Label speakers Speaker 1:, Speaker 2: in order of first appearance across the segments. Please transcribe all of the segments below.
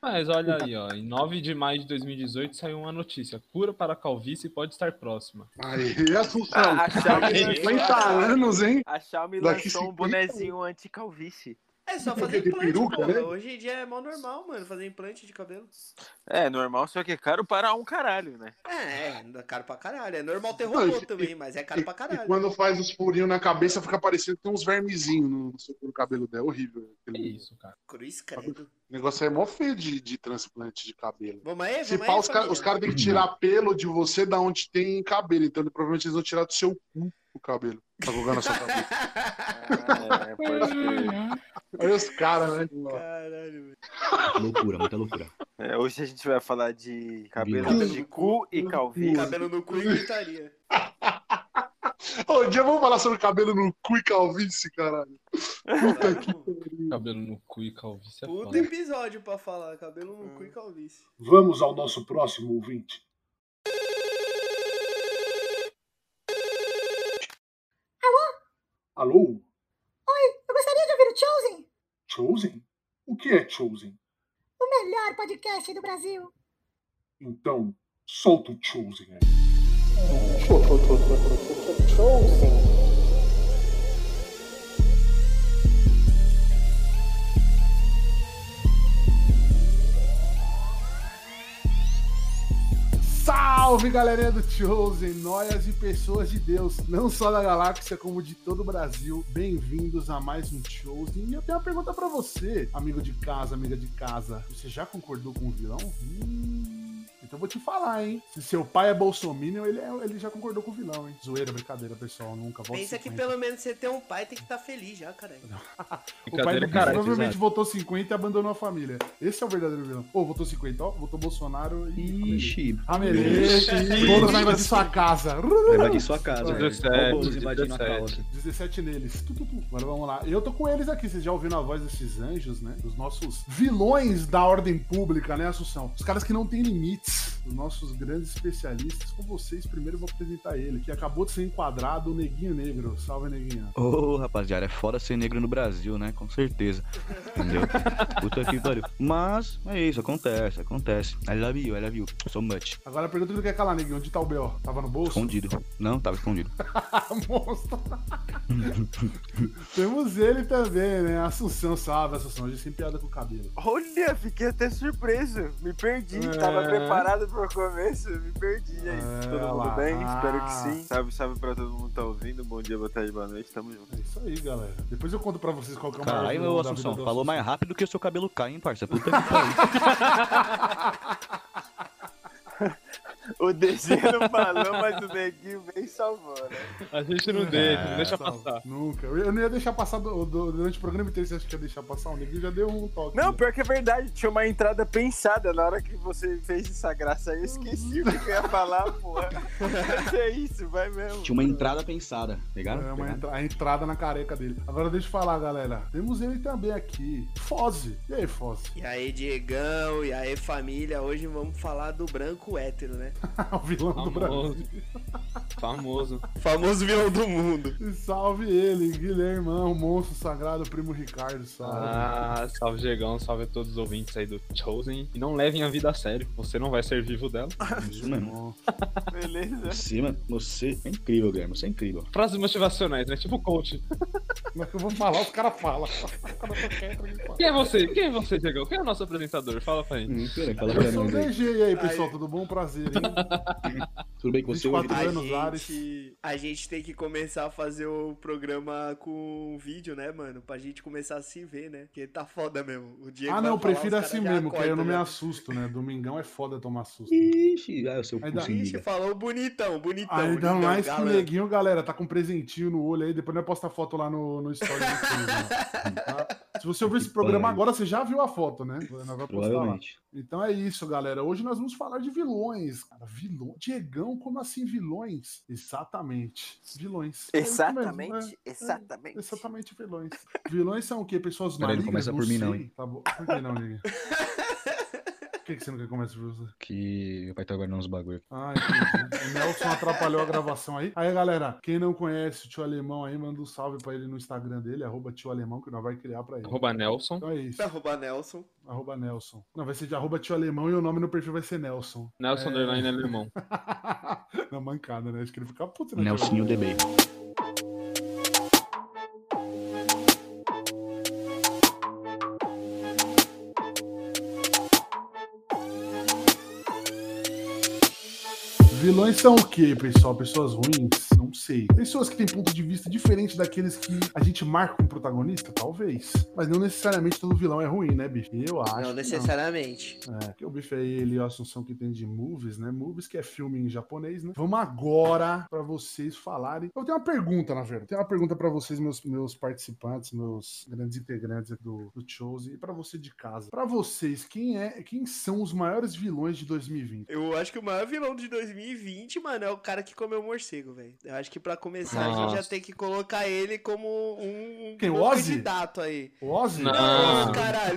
Speaker 1: Mas olha aí, ó, em 9 de maio de 2018 saiu uma notícia. Cura para a calvície pode estar próxima.
Speaker 2: Aí, é
Speaker 1: Ah,
Speaker 2: Assunção.
Speaker 3: A- a Xiaomi-
Speaker 2: Daqui 50 anos, hein?
Speaker 3: A Xiaomi
Speaker 2: Daqui
Speaker 3: lançou um
Speaker 2: 50
Speaker 3: bonezinho anti-calvície.
Speaker 4: É só fazer
Speaker 2: De
Speaker 4: implante,
Speaker 2: peruca,
Speaker 4: pô.
Speaker 2: né?
Speaker 4: Hoje em dia é mó normal, mano, fazer implante de cabelo.
Speaker 3: É, normal, só que é caro para um caralho, né?
Speaker 4: É, é caro pra caralho. É normal ter
Speaker 2: Não,
Speaker 4: robô
Speaker 2: e-
Speaker 4: também, mas é caro pra
Speaker 2: E
Speaker 4: caralho.
Speaker 2: quando faz os furinhos na cabeça, fica parecendo que tem uns vermezinhos no, no seu- no cabelo dela. É horrível.
Speaker 1: Que
Speaker 2: Aquele
Speaker 1: isso, cara.
Speaker 4: Cruz, credo.
Speaker 2: negócio aí é mó feio de, de transplante de cabelo.
Speaker 4: Vamos aí,
Speaker 2: Se
Speaker 4: vamos
Speaker 2: pá,
Speaker 4: aí,
Speaker 2: os caras
Speaker 4: família.
Speaker 2: têm que tirar pelo de você da onde tem cabelo. Então, ele- provavelmente, eles vão tirar do seu cu o cabelo. Pra colocar na sua cabeça.
Speaker 3: É, pode crer.
Speaker 2: Olha os caras, né?
Speaker 4: Caralho, velho.
Speaker 5: Loucura, muita loucura.
Speaker 3: É, hoje a gente vai falar de cabelo
Speaker 5: Cabelo
Speaker 3: de
Speaker 4: no
Speaker 3: cu e calvície.
Speaker 4: Cabelo no cu e gritaria.
Speaker 2: Um dia vamos falar sobre cabelo no cu e calvície, caralho.
Speaker 1: Cabelo no cu e calvície é
Speaker 4: Puta
Speaker 1: foda.
Speaker 4: episódio pra falar. Cabelo no cu e calvície.
Speaker 6: Vamos ao nosso próximo ouvinte. Alô? Alô?
Speaker 7: Eu gostaria de ouvir o Tá Chosen,
Speaker 6: Chosen? O que é Chosen?
Speaker 7: o melhor podcast do Brasil.
Speaker 6: Então, solta o Chosen aí.
Speaker 2: Salve, galerinha do Chosen, noias e pessoas de Deus, não só da galáxia, como de todo o Brasil. Bem-vindos a mais um Chosen. E eu tenho uma pergunta pra você, amigo de casa, amiga de casa. Você já concordou com o vilão? Hum, Então eu vou te falar, hein? Se seu pai é bolsominion, ele, é- ele já concordou com o vilão, hein? Zoeira, brincadeira, pessoal. Nunca voto
Speaker 4: Pensa que
Speaker 2: 50.
Speaker 4: pelo menos você tem um pai tem que estar feliz já, caralho.
Speaker 2: O pai do
Speaker 1: Brincadeira,
Speaker 2: Bicho
Speaker 1: cara.
Speaker 2: provavelmente
Speaker 1: exato.
Speaker 2: votou 50 e abandonou a família. Esse é o verdadeiro vilão. Ou votou 50, ó, votou Bolsonaro e.
Speaker 5: Ixi,
Speaker 2: Amelê, todos vai invadir sua casa.
Speaker 5: vai invadir sua casa. velho.
Speaker 1: 17,
Speaker 5: Olha o Boulos invadindo a
Speaker 1: 17.
Speaker 5: causa.
Speaker 2: 17 neles. Tu, tu, tu. Agora vamos lá. Eu tô com eles aqui. Vocês já ouviram a voz desses anjos, né? Os nossos vilões da ordem pública, né, Assunção? Os caras que não têm limites. Os nossos grandes especialistas. Com vocês, primeiro eu vou apresentar ele, que acabou de ser enquadrado, o Neguinho Negro. Salve, Neguinho.
Speaker 5: Ô, rapaziada, é foda ser negro no Brasil, né? Com certeza. Entendeu? Puta que pariu. Mas é isso, acontece, acontece. I love you, I love you. So much.
Speaker 2: Agora a pergunta que tu quer calar, Neguinho. Onde tá o B.O.? Tava no bolso?
Speaker 5: Escondido. Não, tava escondido.
Speaker 2: Ah, monstro. Temos ele também, né? Assunção, salve, Assunção. Hoje sem piada com o cabelo.
Speaker 3: Olha, fiquei até surpreso. Me perdi.
Speaker 2: É.
Speaker 3: Tava preparado pro começo. Me perdi. E aí,
Speaker 2: É,
Speaker 3: todo mundo
Speaker 2: lá.
Speaker 3: bem? Espero que sim. Salve, salve pra todo mundo que tá ouvindo. Bom dia, boa tarde, boa noite. Tamo junto.
Speaker 2: É isso aí, galera. Depois eu conto pra vocês qual que é o maior
Speaker 5: Caralho,
Speaker 2: vilão
Speaker 5: meu
Speaker 2: da vida
Speaker 5: Assunção.
Speaker 2: do
Speaker 5: Falou
Speaker 2: Assunção.
Speaker 5: mais rápido que o seu cabelo cai, hein, parça? Puta que pariu.
Speaker 3: O desenho no balão, mas o neguinho bem salvou, né?
Speaker 1: A gente não deixa, não deixa
Speaker 2: Salve.
Speaker 1: passar.
Speaker 2: Nunca. Eu eu não ia deixar passar do- do- durante o programa inteiro. Você acha que ia deixar passar? O Neguinho já deu um toque.
Speaker 3: Não, pior que é verdade. Tinha uma entrada pensada na hora que você fez essa graça aí. Eu esqueci o que eu ia falar, porra. Mas é isso, vai mesmo.
Speaker 5: Tinha uma entrada pensada, pegaram?
Speaker 2: É uma
Speaker 5: Pegaram?
Speaker 2: entra- a entrada na careca dele. Agora deixa eu falar, galera. Temos ele também aqui. Foze. E aí, Foze?
Speaker 4: E aí, Diegão, e aí, família. Hoje vamos falar do branco hétero, né?
Speaker 2: É o vilão do Brasil.
Speaker 1: Famoso. Famoso.
Speaker 4: Famoso vilão do mundo.
Speaker 2: E Salve ele, Guilhermão, monstro sagrado, primo Ricardo. Salve.
Speaker 1: Ah, salve, Diegão. Salve a todos os ouvintes aí do Chosen. E não levem a vida a sério. Você não vai ser vivo dela.
Speaker 5: Isso mesmo.
Speaker 3: Beleza.
Speaker 5: Você, mano, você é incrível, Guilherme. Você é incrível.
Speaker 1: Frases motivacionais, né? Tipo coach.
Speaker 2: Como é que eu vou falar? Os caras falam. Quando eu tô quieto, ninguém fala.
Speaker 1: Quem é você? Quem é você, Diegão? Quem é o nosso apresentador? Fala pra gente.
Speaker 5: Hum, peraí, fala pra
Speaker 2: Eu sou o
Speaker 5: nós aí.
Speaker 2: DG, e aí, pessoal, tudo bom? Prazer, hein?
Speaker 5: Tudo bem com você? é
Speaker 2: 24
Speaker 5: Guilherme?
Speaker 4: A
Speaker 2: Buenos
Speaker 4: gente, a gente tem que começar a fazer o programa com vídeo, né, mano? Pra gente começar a se ver, né? Porque tá foda mesmo. O Diego
Speaker 2: Ah,
Speaker 4: vai
Speaker 2: não, eu
Speaker 4: falar,
Speaker 2: prefiro
Speaker 4: os
Speaker 2: assim
Speaker 4: caras já
Speaker 2: mesmo, que aí eu não me
Speaker 4: acordam,
Speaker 2: assusto, né? Domingão é foda tomar susto.
Speaker 5: Ixi, ah, o seu cu
Speaker 2: Ainda-
Speaker 5: sem
Speaker 4: né? Ixi,
Speaker 5: liga.
Speaker 4: falou bonitão, bonitão.
Speaker 2: Ainda
Speaker 4: bonitão,
Speaker 2: mais que Então, o
Speaker 4: galã.
Speaker 2: neguinho, galera, tá com um presentinho no olho aí, depois nós posta a foto lá no, no story do YouTube, né? Tá? Se você ouvir esse programa agora, você já viu a foto, né? Nós vai postar lá.
Speaker 5: Provavelmente.
Speaker 2: Então é isso, galera. Hoje nós vamos falar de vilões. Cara, vilão. Diegão, como assim vilões? Exatamente. Vilões. É isso mesmo, né?
Speaker 3: Exatamente, exatamente.
Speaker 2: Exatamente, vilões. Vilões são o quê? Pessoas
Speaker 5: Peraí, não
Speaker 2: malignas? Tá
Speaker 5: começa por mim, não,
Speaker 2: sei.
Speaker 5: hein?
Speaker 2: Tá bom. Por que não, Lili? que, que você não quer começar por você?
Speaker 5: Que meu pai tá guardando uns bagulho.
Speaker 2: Ah, entendi. o Nelson atrapalhou a gravação aí. Aí, galera, quem não conhece o tio Alemão aí, manda um salve pra ele no Instagram dele, arroba tio Alemão, que nós vai criar pra ele.
Speaker 1: Arroba Nelson.
Speaker 2: Então é isso,
Speaker 4: Arroba Nelson.
Speaker 2: arroba Nelson. Não, vai ser de arroba tio Alemão e o nome no perfil vai ser Nelson.
Speaker 1: Nelson Underline Alemão.
Speaker 2: Na mancada, né? Acho que ele fica puto, né?
Speaker 5: Nelsinho DB.
Speaker 2: Vilões são o quê, pessoal? Pessoas ruins? Não sei. Pessoas que têm ponto de vista diferente daqueles que a gente marca como protagonista? Talvez. Mas não necessariamente todo vilão é ruim, né, bicho? Eu acho.
Speaker 4: não
Speaker 2: que
Speaker 4: necessariamente.
Speaker 2: É, que o bife aí, ele, a assunção que tem de movies, né? Movies que é filme em japonês, né? Vamos agora pra vocês falarem. Eu tenho uma pergunta, na verdade. Tenho uma pergunta pra vocês, meus, meus participantes, meus grandes integrantes do, do Chose e pra você de casa. Pra vocês, quem é, quem são os maiores vilões de 2020?
Speaker 4: Eu acho que o maior vilão de 2020, mano, é o cara que comeu morcego, velho. Eu acho que pra começar a gente já
Speaker 1: Nossa.
Speaker 4: tem que colocar ele como um, um
Speaker 2: Quem, o
Speaker 4: bom
Speaker 2: Ozzy?
Speaker 4: candidato aí.
Speaker 2: O Ozzy?
Speaker 1: Não.
Speaker 4: Ah,
Speaker 2: Ozzy.
Speaker 4: caralho.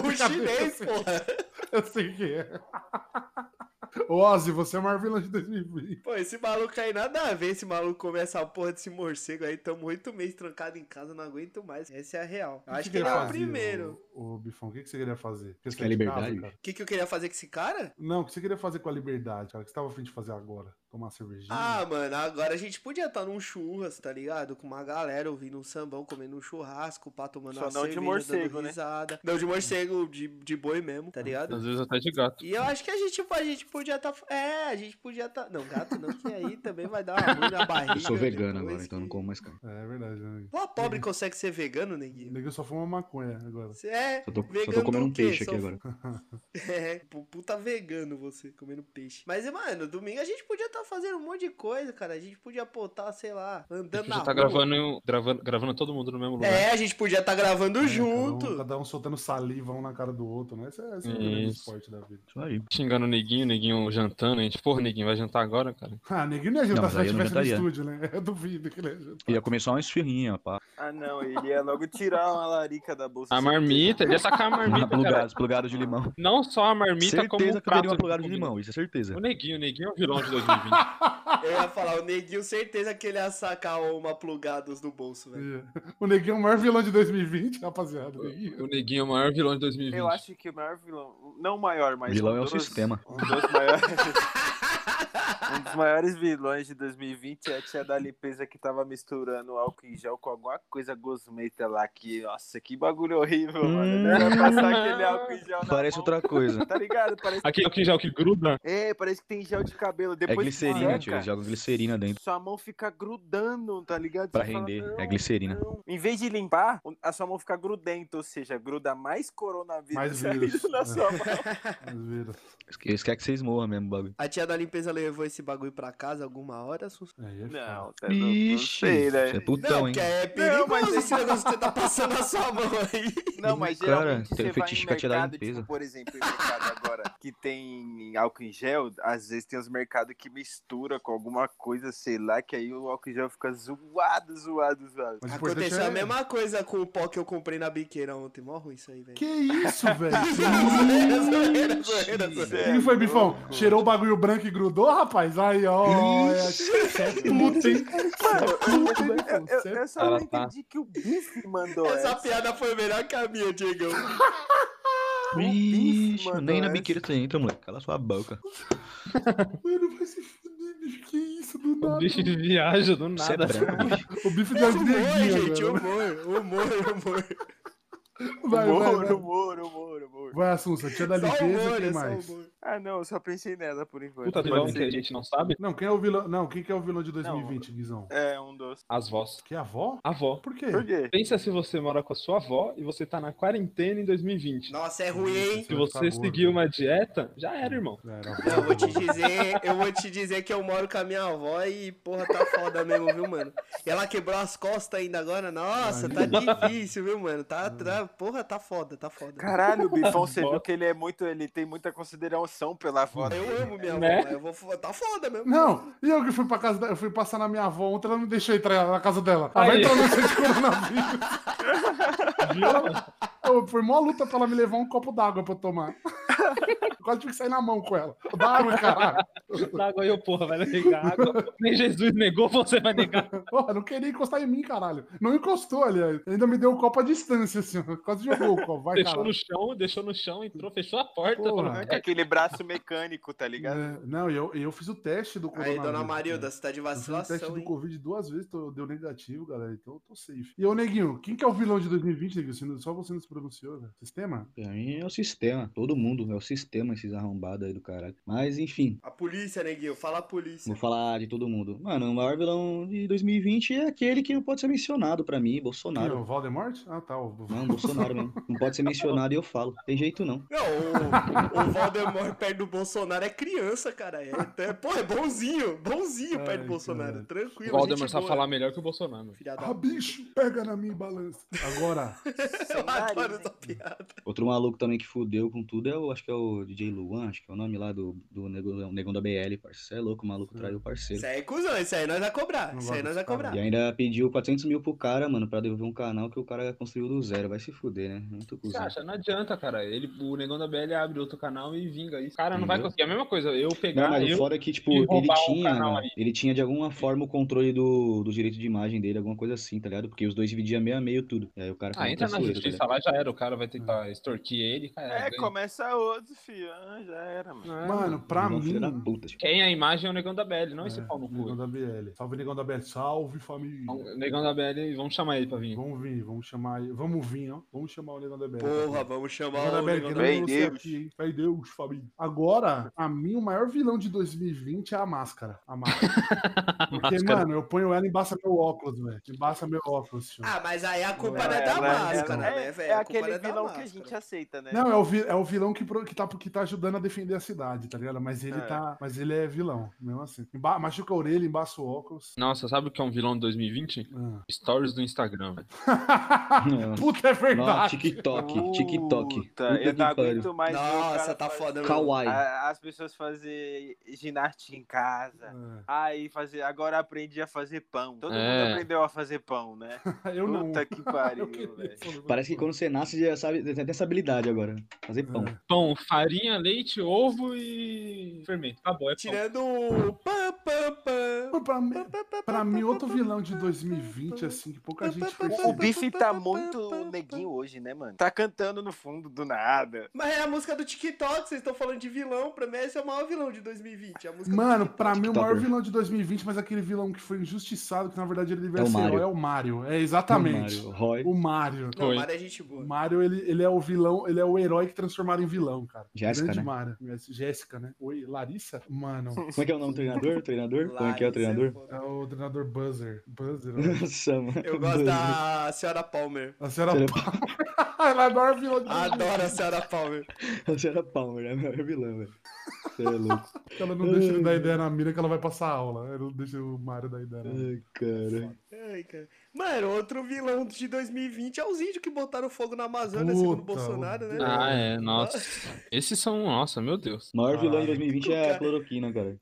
Speaker 4: o chinês, porra.
Speaker 2: Eu sei quem é. Ozzy, você é o maior vilão de 2020.
Speaker 4: Pô, esse maluco aí nada a ver. Esse maluco comer essa porra desse morcego aí. Tamo oito meses trancado em casa, não aguento mais. Essa é a real. Eu acho que ele é o primeiro.
Speaker 2: O, Bifão, o que, que você queria fazer? Porque
Speaker 5: Você
Speaker 2: você
Speaker 5: quer
Speaker 2: é de
Speaker 5: liberdade?
Speaker 2: cara?
Speaker 4: O que, que eu queria fazer com esse cara?
Speaker 2: Não, o que você queria fazer com a liberdade, cara? O que você tava afim de fazer agora? Tomar uma cervejinha?
Speaker 4: Ah, mano, agora a gente podia estar num churras, tá ligado? Com uma galera ouvindo um sambão, comendo um churrasco, pá, tomando
Speaker 3: Só
Speaker 4: uma
Speaker 3: não de
Speaker 4: cerveja,
Speaker 3: morcego,
Speaker 4: dando
Speaker 3: né?
Speaker 4: risada. Não, de morcego, de, de boi mesmo, tá ligado?
Speaker 1: Às vezes até de gato.
Speaker 4: E eu acho que a gente, a gente podia estar... É, a gente podia estar... Não, gato não, que aí também vai dar uma ruim na barriga.
Speaker 5: Eu sou vegano
Speaker 4: depois
Speaker 5: agora, então
Speaker 4: que-
Speaker 5: não como mais carne.
Speaker 2: É verdade, né?
Speaker 4: Pô, pobre consegue ser vegano, neguinho?
Speaker 2: Nego só fuma maconha agora.
Speaker 4: Você é
Speaker 5: Só tô, só tô
Speaker 4: vegano
Speaker 5: comendo
Speaker 4: do
Speaker 5: um
Speaker 4: quê?
Speaker 5: peixe aqui
Speaker 4: Só-
Speaker 5: agora.
Speaker 4: É, pu- puta vegano você, comendo peixe. Mas, mano, domingo a gente podia estar fazendo um monte de coisa, cara. A gente podia botar, sei lá,
Speaker 1: A
Speaker 4: andando
Speaker 1: gente
Speaker 4: na
Speaker 1: já tá
Speaker 4: rua.
Speaker 1: gravando, né? gravando, gravando todo mundo no mesmo lugar.
Speaker 4: É, a gente podia estar gravando
Speaker 2: É,
Speaker 4: junto.
Speaker 2: Cada um, cada um soltando saliva um na cara do outro, né? Esse é, esse é o
Speaker 1: Isso.
Speaker 2: grande esporte da vida.
Speaker 5: Isso aí.
Speaker 1: Xingando o neguinho, neguinho jantando. A gente, porra, neguinho, vai jantar agora, cara?
Speaker 2: Ah, neguinho não ia jantar
Speaker 5: mas
Speaker 2: se nós
Speaker 5: aí eu não
Speaker 2: estivesse no
Speaker 5: jantaria.
Speaker 2: estúdio, né? Eu duvido que ele ia jantar.
Speaker 5: Ia começar uma esfirrinha, pá.
Speaker 3: Ah, não, ele ia logo tirar uma larica da bolsa.
Speaker 1: A marmita, ele ia sacar a marmita. cara.
Speaker 5: Plugado, plugado de limão.
Speaker 1: Não só a marmita,
Speaker 3: um
Speaker 1: como
Speaker 5: certeza
Speaker 1: o
Speaker 5: que eu teria
Speaker 1: prato.
Speaker 5: uma plugada de
Speaker 1: comida.
Speaker 5: limão, isso é certeza.
Speaker 1: O neguinho, o neguinho é o vilão de 2020.
Speaker 4: Eu ia falar, o neguinho, certeza que ele ia sacar uma plugados do bolso, velho.
Speaker 2: Ia. O neguinho é o maior vilão de 2020, rapaziada. O neguinho.
Speaker 1: o neguinho é o maior vilão de 2020.
Speaker 3: Eu acho que o maior vilão, não o maior, mas
Speaker 5: Vilão
Speaker 3: um
Speaker 5: é o
Speaker 3: dos-
Speaker 5: sistema.
Speaker 3: Um dos maiores. um dos maiores vilões de 2020 é a tia da limpeza que tava misturando álcool em gel com alguma coisa gosmenta lá que, nossa, que bagulho horrível, mano. Não era passar aquele álcool em gel na
Speaker 5: Hum. Parece
Speaker 3: mão.
Speaker 5: outra coisa.
Speaker 3: Tá ligado? Parece
Speaker 1: Aquele que já é o que gruda.
Speaker 3: É, parece que tem gel de cabelo.
Speaker 5: É
Speaker 3: Depois que
Speaker 5: glicerina, tio.
Speaker 3: seca,
Speaker 5: Eles jogam glicerina dentro
Speaker 3: Sua mão fica grudando, tá ligado?
Speaker 5: pra
Speaker 3: Você fala,
Speaker 5: render.
Speaker 3: "Não,
Speaker 5: É glicerina.
Speaker 3: não." Em vez de limpar, a sua mão fica grudenta, ou seja, gruda mais coronavírus
Speaker 2: Mais
Speaker 3: ainda
Speaker 2: vírus,
Speaker 3: na
Speaker 2: né?
Speaker 3: sua mão.
Speaker 2: Mas vira.
Speaker 5: Eles querem que vocês morram mesmo, o bagulho.
Speaker 4: A tia da limpeza levou esse bagulho pra casa alguma hora, Assunção?
Speaker 2: Aí é foda.
Speaker 3: Não, tá louco, não
Speaker 5: Ixi,
Speaker 3: sei, né?
Speaker 5: você é putão, hein?
Speaker 4: porque é
Speaker 3: Não,
Speaker 4: perigoso
Speaker 3: mas
Speaker 4: esse negócio que você tá passando na sua mão aí.
Speaker 3: Não, mas
Speaker 5: Cara,
Speaker 3: geralmente
Speaker 5: tem
Speaker 3: você
Speaker 5: um
Speaker 3: vai
Speaker 5: fetiche
Speaker 3: em
Speaker 5: pra tirar a
Speaker 3: mercado,
Speaker 5: limpeza.
Speaker 3: tipo, por exemplo, em mercado agora que tem álcool em gel, às vezes tem os mercados que mistura com alguma coisa, sei lá, que aí o álcool em gel fica zoado, zoado, zoado.
Speaker 2: Mas o importante
Speaker 4: Aconteceu
Speaker 2: é-
Speaker 4: a mesma coisa com o pó que eu comprei na biqueira ontem. Mó ruim isso aí, velho.
Speaker 2: Que isso, velho?
Speaker 4: Zoeira, zoeira, zoeira, zoeira.
Speaker 3: é,
Speaker 2: O que foi, Bifão? Cheirou o bagulho branco e grudou, rapaz? Aí, ó. Você é puta, hein? Você é puta, hein, Bifão?
Speaker 3: Eu,
Speaker 2: Você é
Speaker 3: eu só
Speaker 1: Cara,
Speaker 3: não
Speaker 1: tá.
Speaker 3: entendi que o bife mandou
Speaker 4: Essa
Speaker 3: essa.
Speaker 4: piada foi melhor que a minha, Diegão.
Speaker 5: Ixi,
Speaker 3: mano,
Speaker 5: nem na
Speaker 3: é.
Speaker 5: biqueira tu entra, moleque. Cala sua boca.
Speaker 2: Mano, vai se fuder, bicho. Que isso, do
Speaker 1: O
Speaker 2: nada.
Speaker 1: bicho de viagem do
Speaker 5: Você é
Speaker 1: nada.
Speaker 5: branco, bicho.
Speaker 2: O bife
Speaker 4: É
Speaker 2: deu
Speaker 4: humor,
Speaker 2: neguinho,
Speaker 4: gente,
Speaker 2: velho.
Speaker 4: humor, humor, humor.
Speaker 2: Vai, vai,
Speaker 3: humor,
Speaker 2: vai.
Speaker 3: humor, humor, humor.
Speaker 2: Vai, Assunção. Tia da
Speaker 4: Só
Speaker 2: limpeza,
Speaker 4: humor,
Speaker 2: quem
Speaker 4: é só
Speaker 2: mais?
Speaker 4: humor.
Speaker 3: Ah, não, eu só pensei nela por enquanto.
Speaker 5: é
Speaker 1: Puta um vilão
Speaker 3: Pode
Speaker 1: que a
Speaker 3: ser.
Speaker 1: gente não sabe?
Speaker 2: Não, quem é o vilão? Não, quem que é o vilão de 2020, Guizão?
Speaker 3: É, um doce.
Speaker 1: As vós.
Speaker 2: Que é a avó?
Speaker 1: Avó.
Speaker 2: Por quê?
Speaker 3: Por quê?
Speaker 1: Pensa se você mora com a sua avó e você tá na quarentena em 2020.
Speaker 4: Nossa, é ruim, hein?
Speaker 8: tá
Speaker 1: Se
Speaker 5: tá
Speaker 1: você seguir
Speaker 5: né?
Speaker 8: né?
Speaker 1: uma dieta, já era, irmão.
Speaker 8: É,
Speaker 2: Era,
Speaker 4: Não, eu vou te dizer, eu vou te dizer que eu moro com a minha avó e, porra, tá foda mesmo, viu, mano? E ela quebrou as costas ainda agora, nossa, tá difícil, viu, mano? Tá, tá- porra, tá foda, tá foda.
Speaker 3: Caralho, o Bifão, você
Speaker 1: Bota.
Speaker 3: viu que ele é muito. Ele tem muita consideração pela voz.
Speaker 4: Eu amo minha avó,
Speaker 1: Né?
Speaker 4: mas eu vou, fo- tá foda mesmo.
Speaker 2: Não, e eu que fui pra casa da... Eu fui passar na minha avó ontem, ela não me deixou entrar na casa dela.
Speaker 8: Tá
Speaker 2: Ela vai
Speaker 1: Aí.
Speaker 2: entrar no centro de coronavírus.
Speaker 1: Viu?
Speaker 2: Eu- Foi mó luta pra ela me levar um copo d'água pra eu tomar.
Speaker 8: Quase tive que sair na mão com ela. Dá água, caralho.
Speaker 1: Água eu, porra, vai negar água. Nem Jesus negou, você vai negar.
Speaker 8: Porra, não queria encostar em mim, caralho. Não encostou, aliás. Ainda me deu o copo à distância, assim. ó. Quase jogou o copo. Vai,
Speaker 1: Deixou
Speaker 8: caralho.
Speaker 1: no chão, deixou no chão, entrou, fechou a porta.
Speaker 8: Porra.
Speaker 1: falou,
Speaker 3: Com É aquele braço mecânico, tá ligado?
Speaker 8: É, Não, eu, eu fiz o teste do
Speaker 4: Aí,
Speaker 8: coronavírus.
Speaker 4: dona Marilda,
Speaker 8: cara.
Speaker 4: você tá de
Speaker 8: Eu fiz o teste
Speaker 4: vacilação,
Speaker 8: do
Speaker 4: hein?
Speaker 8: Covid duas vezes, tô- deu negativo, galera. Então eu tô safe. E ô, Neguinho, quem que é o vilão de 2020, Neguinho? Você não- Só você não se pronunciou, né? velho. Sistema?
Speaker 5: Pra mim é o sistema. Todo mundo é o sistema, esses arrombados aí do caralho. Mas enfim,
Speaker 4: A polícia, neguinho, fala a polícia.
Speaker 5: vou falar de todo mundo. Mano, o maior vilão de 2020 é aquele que não pode ser mencionado pra mim,
Speaker 8: Quem é o
Speaker 5: Bolsonaro.
Speaker 8: Voldemort? Ah, tá. O...
Speaker 5: Não, Bolsonaro mesmo. Não pode ser mencionado e eu falo. Tem jeito não.
Speaker 4: Não, o, o Valdemar perto do Bolsonaro é criança, cara. É, até- pô, é bonzinho, bonzinho perto
Speaker 8: Ai,
Speaker 4: do Bolsonaro.
Speaker 8: cara.
Speaker 4: Tranquilo,
Speaker 1: Valdemar
Speaker 4: gente
Speaker 1: sabe
Speaker 4: boa.
Speaker 1: falar melhor que o Bolsonaro.
Speaker 4: Filha da...
Speaker 8: Ah, bicho, pega na minha balança. Agora,
Speaker 4: Eu adoro
Speaker 3: nariz,
Speaker 4: essa piada.
Speaker 5: Outro maluco também que fudeu com tudo é o, acho que é o DJ Luan, acho que é o nome lá do, do negão, negão da BL, parceiro. Cê é louco, o maluco
Speaker 8: Sim.
Speaker 5: traiu o parceiro.
Speaker 4: Isso aí é cuzão, isso aí nós vai cobrar.
Speaker 8: Não
Speaker 4: Isso aí
Speaker 8: gosto
Speaker 4: nós vai
Speaker 8: desse cara.
Speaker 4: cobrar.
Speaker 5: E ainda pediu 400 mil pro cara, mano, pra devolver um canal que o cara construiu do zero. Vai se fuder, né? Muito
Speaker 1: Você
Speaker 5: cuzão.
Speaker 1: acha? Não adianta, cara. Ele, o negão da BL abre outro canal e vinga isso. Cara, não
Speaker 8: Uhum.
Speaker 1: vai
Speaker 5: Entendeu?
Speaker 1: conseguir. É a mesma coisa, eu
Speaker 5: Não,
Speaker 1: pegar.
Speaker 5: mas o
Speaker 1: Ah, eu...
Speaker 5: foda é que, tipo,
Speaker 1: de
Speaker 5: ele
Speaker 1: roubar um
Speaker 5: tinha,
Speaker 1: canal
Speaker 5: mano,
Speaker 1: aí.
Speaker 5: ele tinha de alguma forma o controle do, do direito de imagem dele, alguma coisa assim, tá ligado? Porque os dois dividiam meio a meio tudo. E aí o cara
Speaker 8: é
Speaker 1: Ah, entra na
Speaker 5: processou ele, tá
Speaker 1: justiça
Speaker 8: né?
Speaker 5: ligado?
Speaker 1: lá, já era. O cara vai tentar extorquir ele. Cara,
Speaker 3: É,
Speaker 1: ganha.
Speaker 3: começa outro, filho. Ah, já era, mano.
Speaker 8: mano, pra
Speaker 5: Irmão, filho da
Speaker 8: mim.
Speaker 5: puta, tipo.
Speaker 1: Quem é a imagem é o negão da BL, não esse
Speaker 8: É,
Speaker 1: pau no
Speaker 8: Negão
Speaker 1: cu.
Speaker 8: da BL. Salve, Negão da BL. Salve, família.
Speaker 1: Então, O negão da BL, vamos chamar ele pra vir.
Speaker 8: Vamos vir, vamos chamar ele. Vamos vir, ó. Vamos chamar o Negão da BL.
Speaker 4: Porra, vamos chamar o
Speaker 8: Berg,
Speaker 4: negão
Speaker 3: Vem Deus.
Speaker 8: Vai Deus, Fabinho. Agora, a mim, o maior vilão de 2020 é a máscara. A máscara. Porque,
Speaker 1: Máscara.
Speaker 8: mano, eu ponho ela e embaça meu óculos, velho. Embaça meu óculos, tio.
Speaker 4: Ah, mas aí a culpa
Speaker 8: Não,
Speaker 4: não é da
Speaker 8: ela-
Speaker 4: máscara,
Speaker 8: ela-
Speaker 4: né,
Speaker 3: é,
Speaker 4: velho?
Speaker 3: é
Speaker 4: A culpa não
Speaker 3: aquele
Speaker 4: é da
Speaker 3: vilão que a
Speaker 4: máscara.
Speaker 3: gente aceita, né?
Speaker 8: Não, é o, vi- é o vilão que, pro- que, tá, que tá ajudando a defender a cidade, tá ligado? Mas ele
Speaker 3: É.
Speaker 8: tá. Mas ele é vilão, mesmo assim. Emba machuca a orelha, embaça o óculos.
Speaker 1: Nossa, sabe o que é um vilão de 2020?
Speaker 8: Ah.
Speaker 1: Stories do Instagram, velho.
Speaker 5: Nossa.
Speaker 8: Puta, é
Speaker 5: Nossa,
Speaker 8: verdade.
Speaker 5: TikTok, TikTok.
Speaker 3: Puta,
Speaker 5: Puta
Speaker 3: eu
Speaker 5: que
Speaker 3: não
Speaker 5: pariu.
Speaker 3: aguento mais. ver o
Speaker 4: Nossa,
Speaker 3: cara
Speaker 4: tá
Speaker 3: faz-
Speaker 4: foda, meu.
Speaker 5: Kawaii.
Speaker 1: Ah,
Speaker 3: a- As pessoas fazem ginástica em casa. Aí fazer, agora aprendi a fazer pão. Todo
Speaker 1: É.
Speaker 3: mundo aprendeu a fazer pão, né?
Speaker 8: É, Eu não.
Speaker 3: Puta que
Speaker 8: Eu
Speaker 3: pariu,
Speaker 8: queria
Speaker 3: velho.
Speaker 8: fazer-
Speaker 5: Parece que quando você nasce, já sabe, tem até essa habilidade agora. Fazer pão.
Speaker 8: É.
Speaker 1: Pão, farinha, leite, ovo e fermento. Acabou, é pão.
Speaker 4: Tirando o... Pam, pam, pam.
Speaker 8: Pô, Pra mim, pra mim, outro vilão de 2020, assim, que pouca gente
Speaker 3: O, o
Speaker 8: percebeu.
Speaker 3: Bife tá muito neguinho hoje, né, mano? Tá cantando no fundo do nada.
Speaker 4: Mas é a música do TikTok, vocês estão falando de vilão. Pra mim, esse é o maior vilão de 2020. A música
Speaker 8: Mano,
Speaker 4: do
Speaker 8: pra mim o maior
Speaker 5: TikToker.
Speaker 8: vilão de 2020, mas aquele vilão que foi injustiçado, que na verdade ele devia
Speaker 5: É o
Speaker 8: ser
Speaker 5: Mario.
Speaker 8: herói, é o Mario. É exatamente.
Speaker 5: Mario, Roy.
Speaker 8: O Mário.
Speaker 4: Não,
Speaker 1: Oi.
Speaker 4: mas é gente
Speaker 8: O
Speaker 4: boa.
Speaker 8: Mário, ele, ele é o vilão, ele é o herói que transformaram em vilão, cara.
Speaker 5: Jéssica,
Speaker 8: Grande
Speaker 5: né?
Speaker 8: Mário. Jéssica, né? Oi, Larissa? Mano,
Speaker 5: Como é que é o nome do treinador? Treinador? Como é que é o
Speaker 4: Larissa
Speaker 5: treinador?
Speaker 4: foda.
Speaker 8: é o treinador Buzzer. Buzzer. ó.
Speaker 5: Nossa, mano.
Speaker 4: Eu gosto da senhora Palmer.
Speaker 8: A senhora
Speaker 5: Senhora
Speaker 8: Palmer. Ela é o maior vilão de 2020.
Speaker 4: Adoro a senhora Palmer.
Speaker 5: Você era Palmer, é o maior vilão, velho. Você é louco.
Speaker 8: Ela não deixa ele dar ideia na mira que ela vai passar aula. Ela não deixa o Mário dar ideia na mira.
Speaker 5: Ai, cara.
Speaker 4: Ai, cara. Mano, outro vilão de 2020 é os índios que botaram fogo na Amazônia, segundo o
Speaker 8: Puta,
Speaker 4: Bolsonaro, né?
Speaker 1: Ah, é, nossa. Esses são, nossa, meu Deus.
Speaker 5: O maior vilão de
Speaker 8: Caralho.
Speaker 5: 2020 é a cloroquina, cara.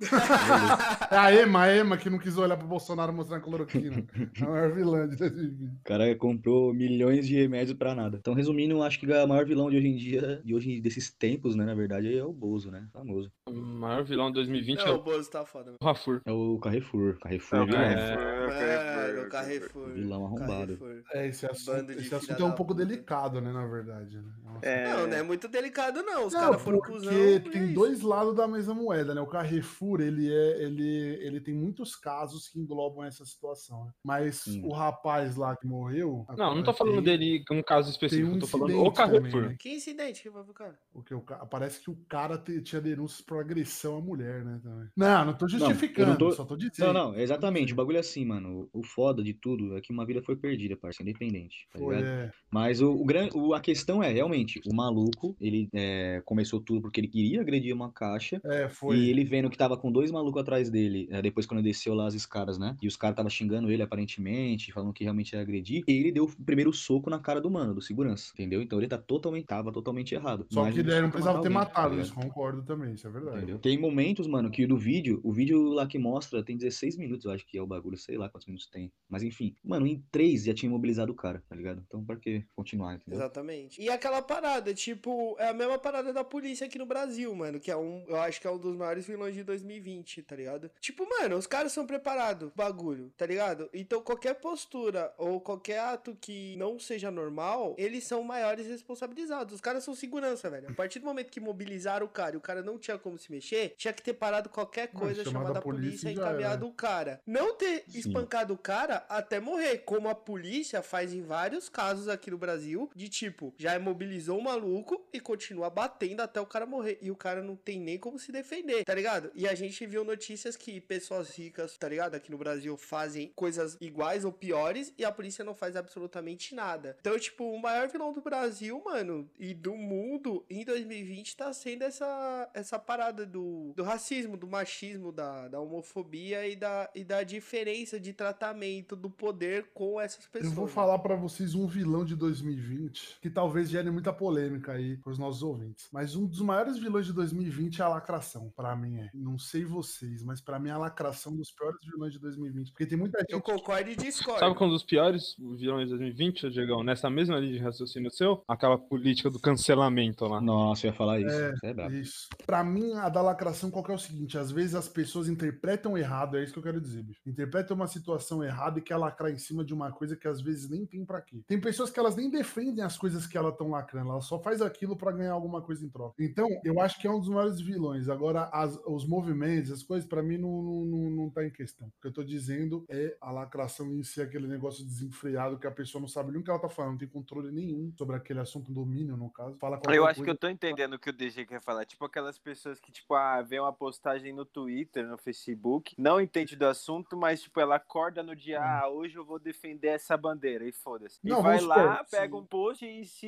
Speaker 8: É a Ema, a Ema que não quis olhar pro Bolsonaro mostrando a cloroquina. É a maior vilã de 2020.
Speaker 5: O cara comprou milhões de remédios pra nada. Então, resumindo, eu acho que o maior vilão de hoje em dia, de hoje desses tempos, né, na verdade, é o Bozo, né? Famoso.
Speaker 1: O maior vilão de 2020 é
Speaker 4: Não, o
Speaker 1: o
Speaker 4: Bozo tá foda, mano.
Speaker 1: Rafur.
Speaker 5: É o Carrefour. Carrefour, vilão.
Speaker 1: é.
Speaker 4: Mano, o Carrefour.
Speaker 5: Vilão arrombado.
Speaker 4: Carrefour.
Speaker 8: É, esse assunto,
Speaker 4: Bando de
Speaker 8: esse
Speaker 4: filha
Speaker 8: assunto é
Speaker 4: da
Speaker 8: um pouco
Speaker 4: puta.
Speaker 8: delicado, né, na verdade. né? É um assunto-
Speaker 3: É,
Speaker 4: Não, não é muito delicado, não. Os
Speaker 8: Não,
Speaker 4: caras foram
Speaker 8: porque
Speaker 4: cuzão. e é
Speaker 8: tem
Speaker 4: isso.
Speaker 8: dois lados da mesma moeda, né? O Carrefour, ele é, ele, ele tem muitos casos que englobam essa situação. Né? Mas
Speaker 5: Sim.
Speaker 8: o rapaz lá que morreu...
Speaker 1: Não, não tô falando
Speaker 8: tem-
Speaker 1: dele um caso específico,
Speaker 8: tem um
Speaker 1: eu tô falando
Speaker 8: incidente
Speaker 1: o Carrefour.
Speaker 8: também, né?
Speaker 4: Que incidente que vai ficar?
Speaker 8: O que o ca- Parece que o cara te- tinha denúncias por agressão à mulher, né? também. Não, não tô justificando,
Speaker 5: tô-
Speaker 8: só tô
Speaker 5: Não,
Speaker 8: dizendo.
Speaker 5: não, exatamente. O bagulho é assim, mano. O o foda de tudo é que uma vida foi perdida, parceiro, independente, tá
Speaker 8: Foi,
Speaker 5: ligado?
Speaker 8: é.
Speaker 5: Mas o, o gran- o- a questão é, realmente, o maluco, ele é, começou tudo porque ele queria agredir uma caixa.
Speaker 8: É, foi.
Speaker 5: E ele vendo que tava com dois malucos atrás dele, é, depois quando ele desceu lá as escadas, né? E os caras tava xingando ele aparentemente, falando que realmente ia agredir. Ele deu o primeiro soco na cara do mano, do segurança, entendeu? Então ele tá totalmente, tava totalmente errado.
Speaker 8: Só
Speaker 5: Mas
Speaker 8: que ele não
Speaker 5: buscava
Speaker 8: precisava ter
Speaker 5: matar alguém, tá
Speaker 8: matado,
Speaker 5: ligado?
Speaker 8: isso concordo também, isso é verdade.
Speaker 5: Entendeu? Tem momentos, mano, que do vídeo, o vídeo lá que mostra tem 16 minutos, eu acho que é o bagulho, sei lá. lá quantos minutos tem. Mas enfim, mano, em três já tinha imobilizado o cara, tá ligado? Então pra que continuar, entendeu?
Speaker 4: Exatamente. E aquela parada, tipo, é a mesma parada da polícia aqui no Brasil, mano, que é um, eu acho que é um dos maiores vilões de 2020, tá ligado? Tipo, mano, os caras são preparados, pro bagulho, tá ligado? Então qualquer postura ou qualquer ato que não seja normal, eles são maiores responsabilizados. Os caras são segurança, velho. A partir do momento que mobilizaram o cara e o cara não tinha como se mexer, tinha que ter parado qualquer
Speaker 8: Não,
Speaker 4: coisa,
Speaker 8: chamado
Speaker 4: chamado
Speaker 8: a
Speaker 4: a polícia
Speaker 8: polícia
Speaker 4: e
Speaker 8: já era.
Speaker 4: encaminhado o cara. Não ter
Speaker 5: Sim.
Speaker 4: espancado o cara até morrer, como a polícia faz em vários casos aqui no Brasil, de tipo, já imobilizou o maluco e continua batendo até o cara morrer. E o cara não tem nem como se defender, tá ligado? E a gente viu notícias que pessoas ricas, tá ligado? Aqui no Brasil fazem coisas iguais ou piores e a polícia não faz absolutamente nada. Então, tipo, o maior vilão do Brasil, mano, e do mundo em 2020 tá sendo essa, essa parada do, do racismo, do machismo, da, da homofobia e da, e da diferença de tratamento do poder com essas pessoas.
Speaker 8: Eu vou
Speaker 4: né?
Speaker 8: falar pra vocês um vilão de 2020 que talvez gere muita polêmica aí pros nossos ouvintes. Mas um dos maiores vilões de 2020 é a lacração, pra mim é. Não sei vocês, mas pra mim é a lacração é um dos piores vilões de 2020, porque tem muita
Speaker 4: Eu
Speaker 8: gente
Speaker 4: concordo e discordo.
Speaker 8: é?
Speaker 1: Sabe qual um dos piores vilões de 2020, ô Diegão? Nessa mesma linha de raciocínio seu, aquela política do cancelamento lá.
Speaker 5: Nossa, eu ia falar isso.
Speaker 8: É,
Speaker 5: Isso é brabo.
Speaker 8: Isso. Pra mim, a da lacração qual que é o seguinte: às vezes as pessoas interpretam errado, é isso que eu quero dizer, bicho. Interpretam uma situação errada e quer lacrar em cima de uma coisa que às vezes nem tem pra quê. Tem pessoas que elas nem defendem as coisas que elas estão lacrando, ela só faz aquilo pra ganhar alguma coisa em troca. Então, eu acho que é um dos maiores vilões. Agora, as- os movimentos, as coisas, pra mim, não, não, não- não tá em questão. O que eu tô dizendo é a lacração em si, aquele negócio desenfreado que a pessoa não sabe nem o que ela tá falando, não tem controle nenhum sobre aquele assunto, um domínio, no caso. Fala qualquer
Speaker 3: Eu acho que
Speaker 8: coisa.
Speaker 3: eu tô entendendo o que o DG quer falar. Tipo aquelas pessoas que, tipo, ah, vê uma postagem no Twitter, no Facebook, não entende do assunto, mas, tipo, ela acorda no dia, ah, hoje eu vou defender essa bandeira, e foda-se. E
Speaker 8: Não,
Speaker 3: vai
Speaker 8: vamos
Speaker 3: lá,
Speaker 8: supor,
Speaker 3: pega um post e se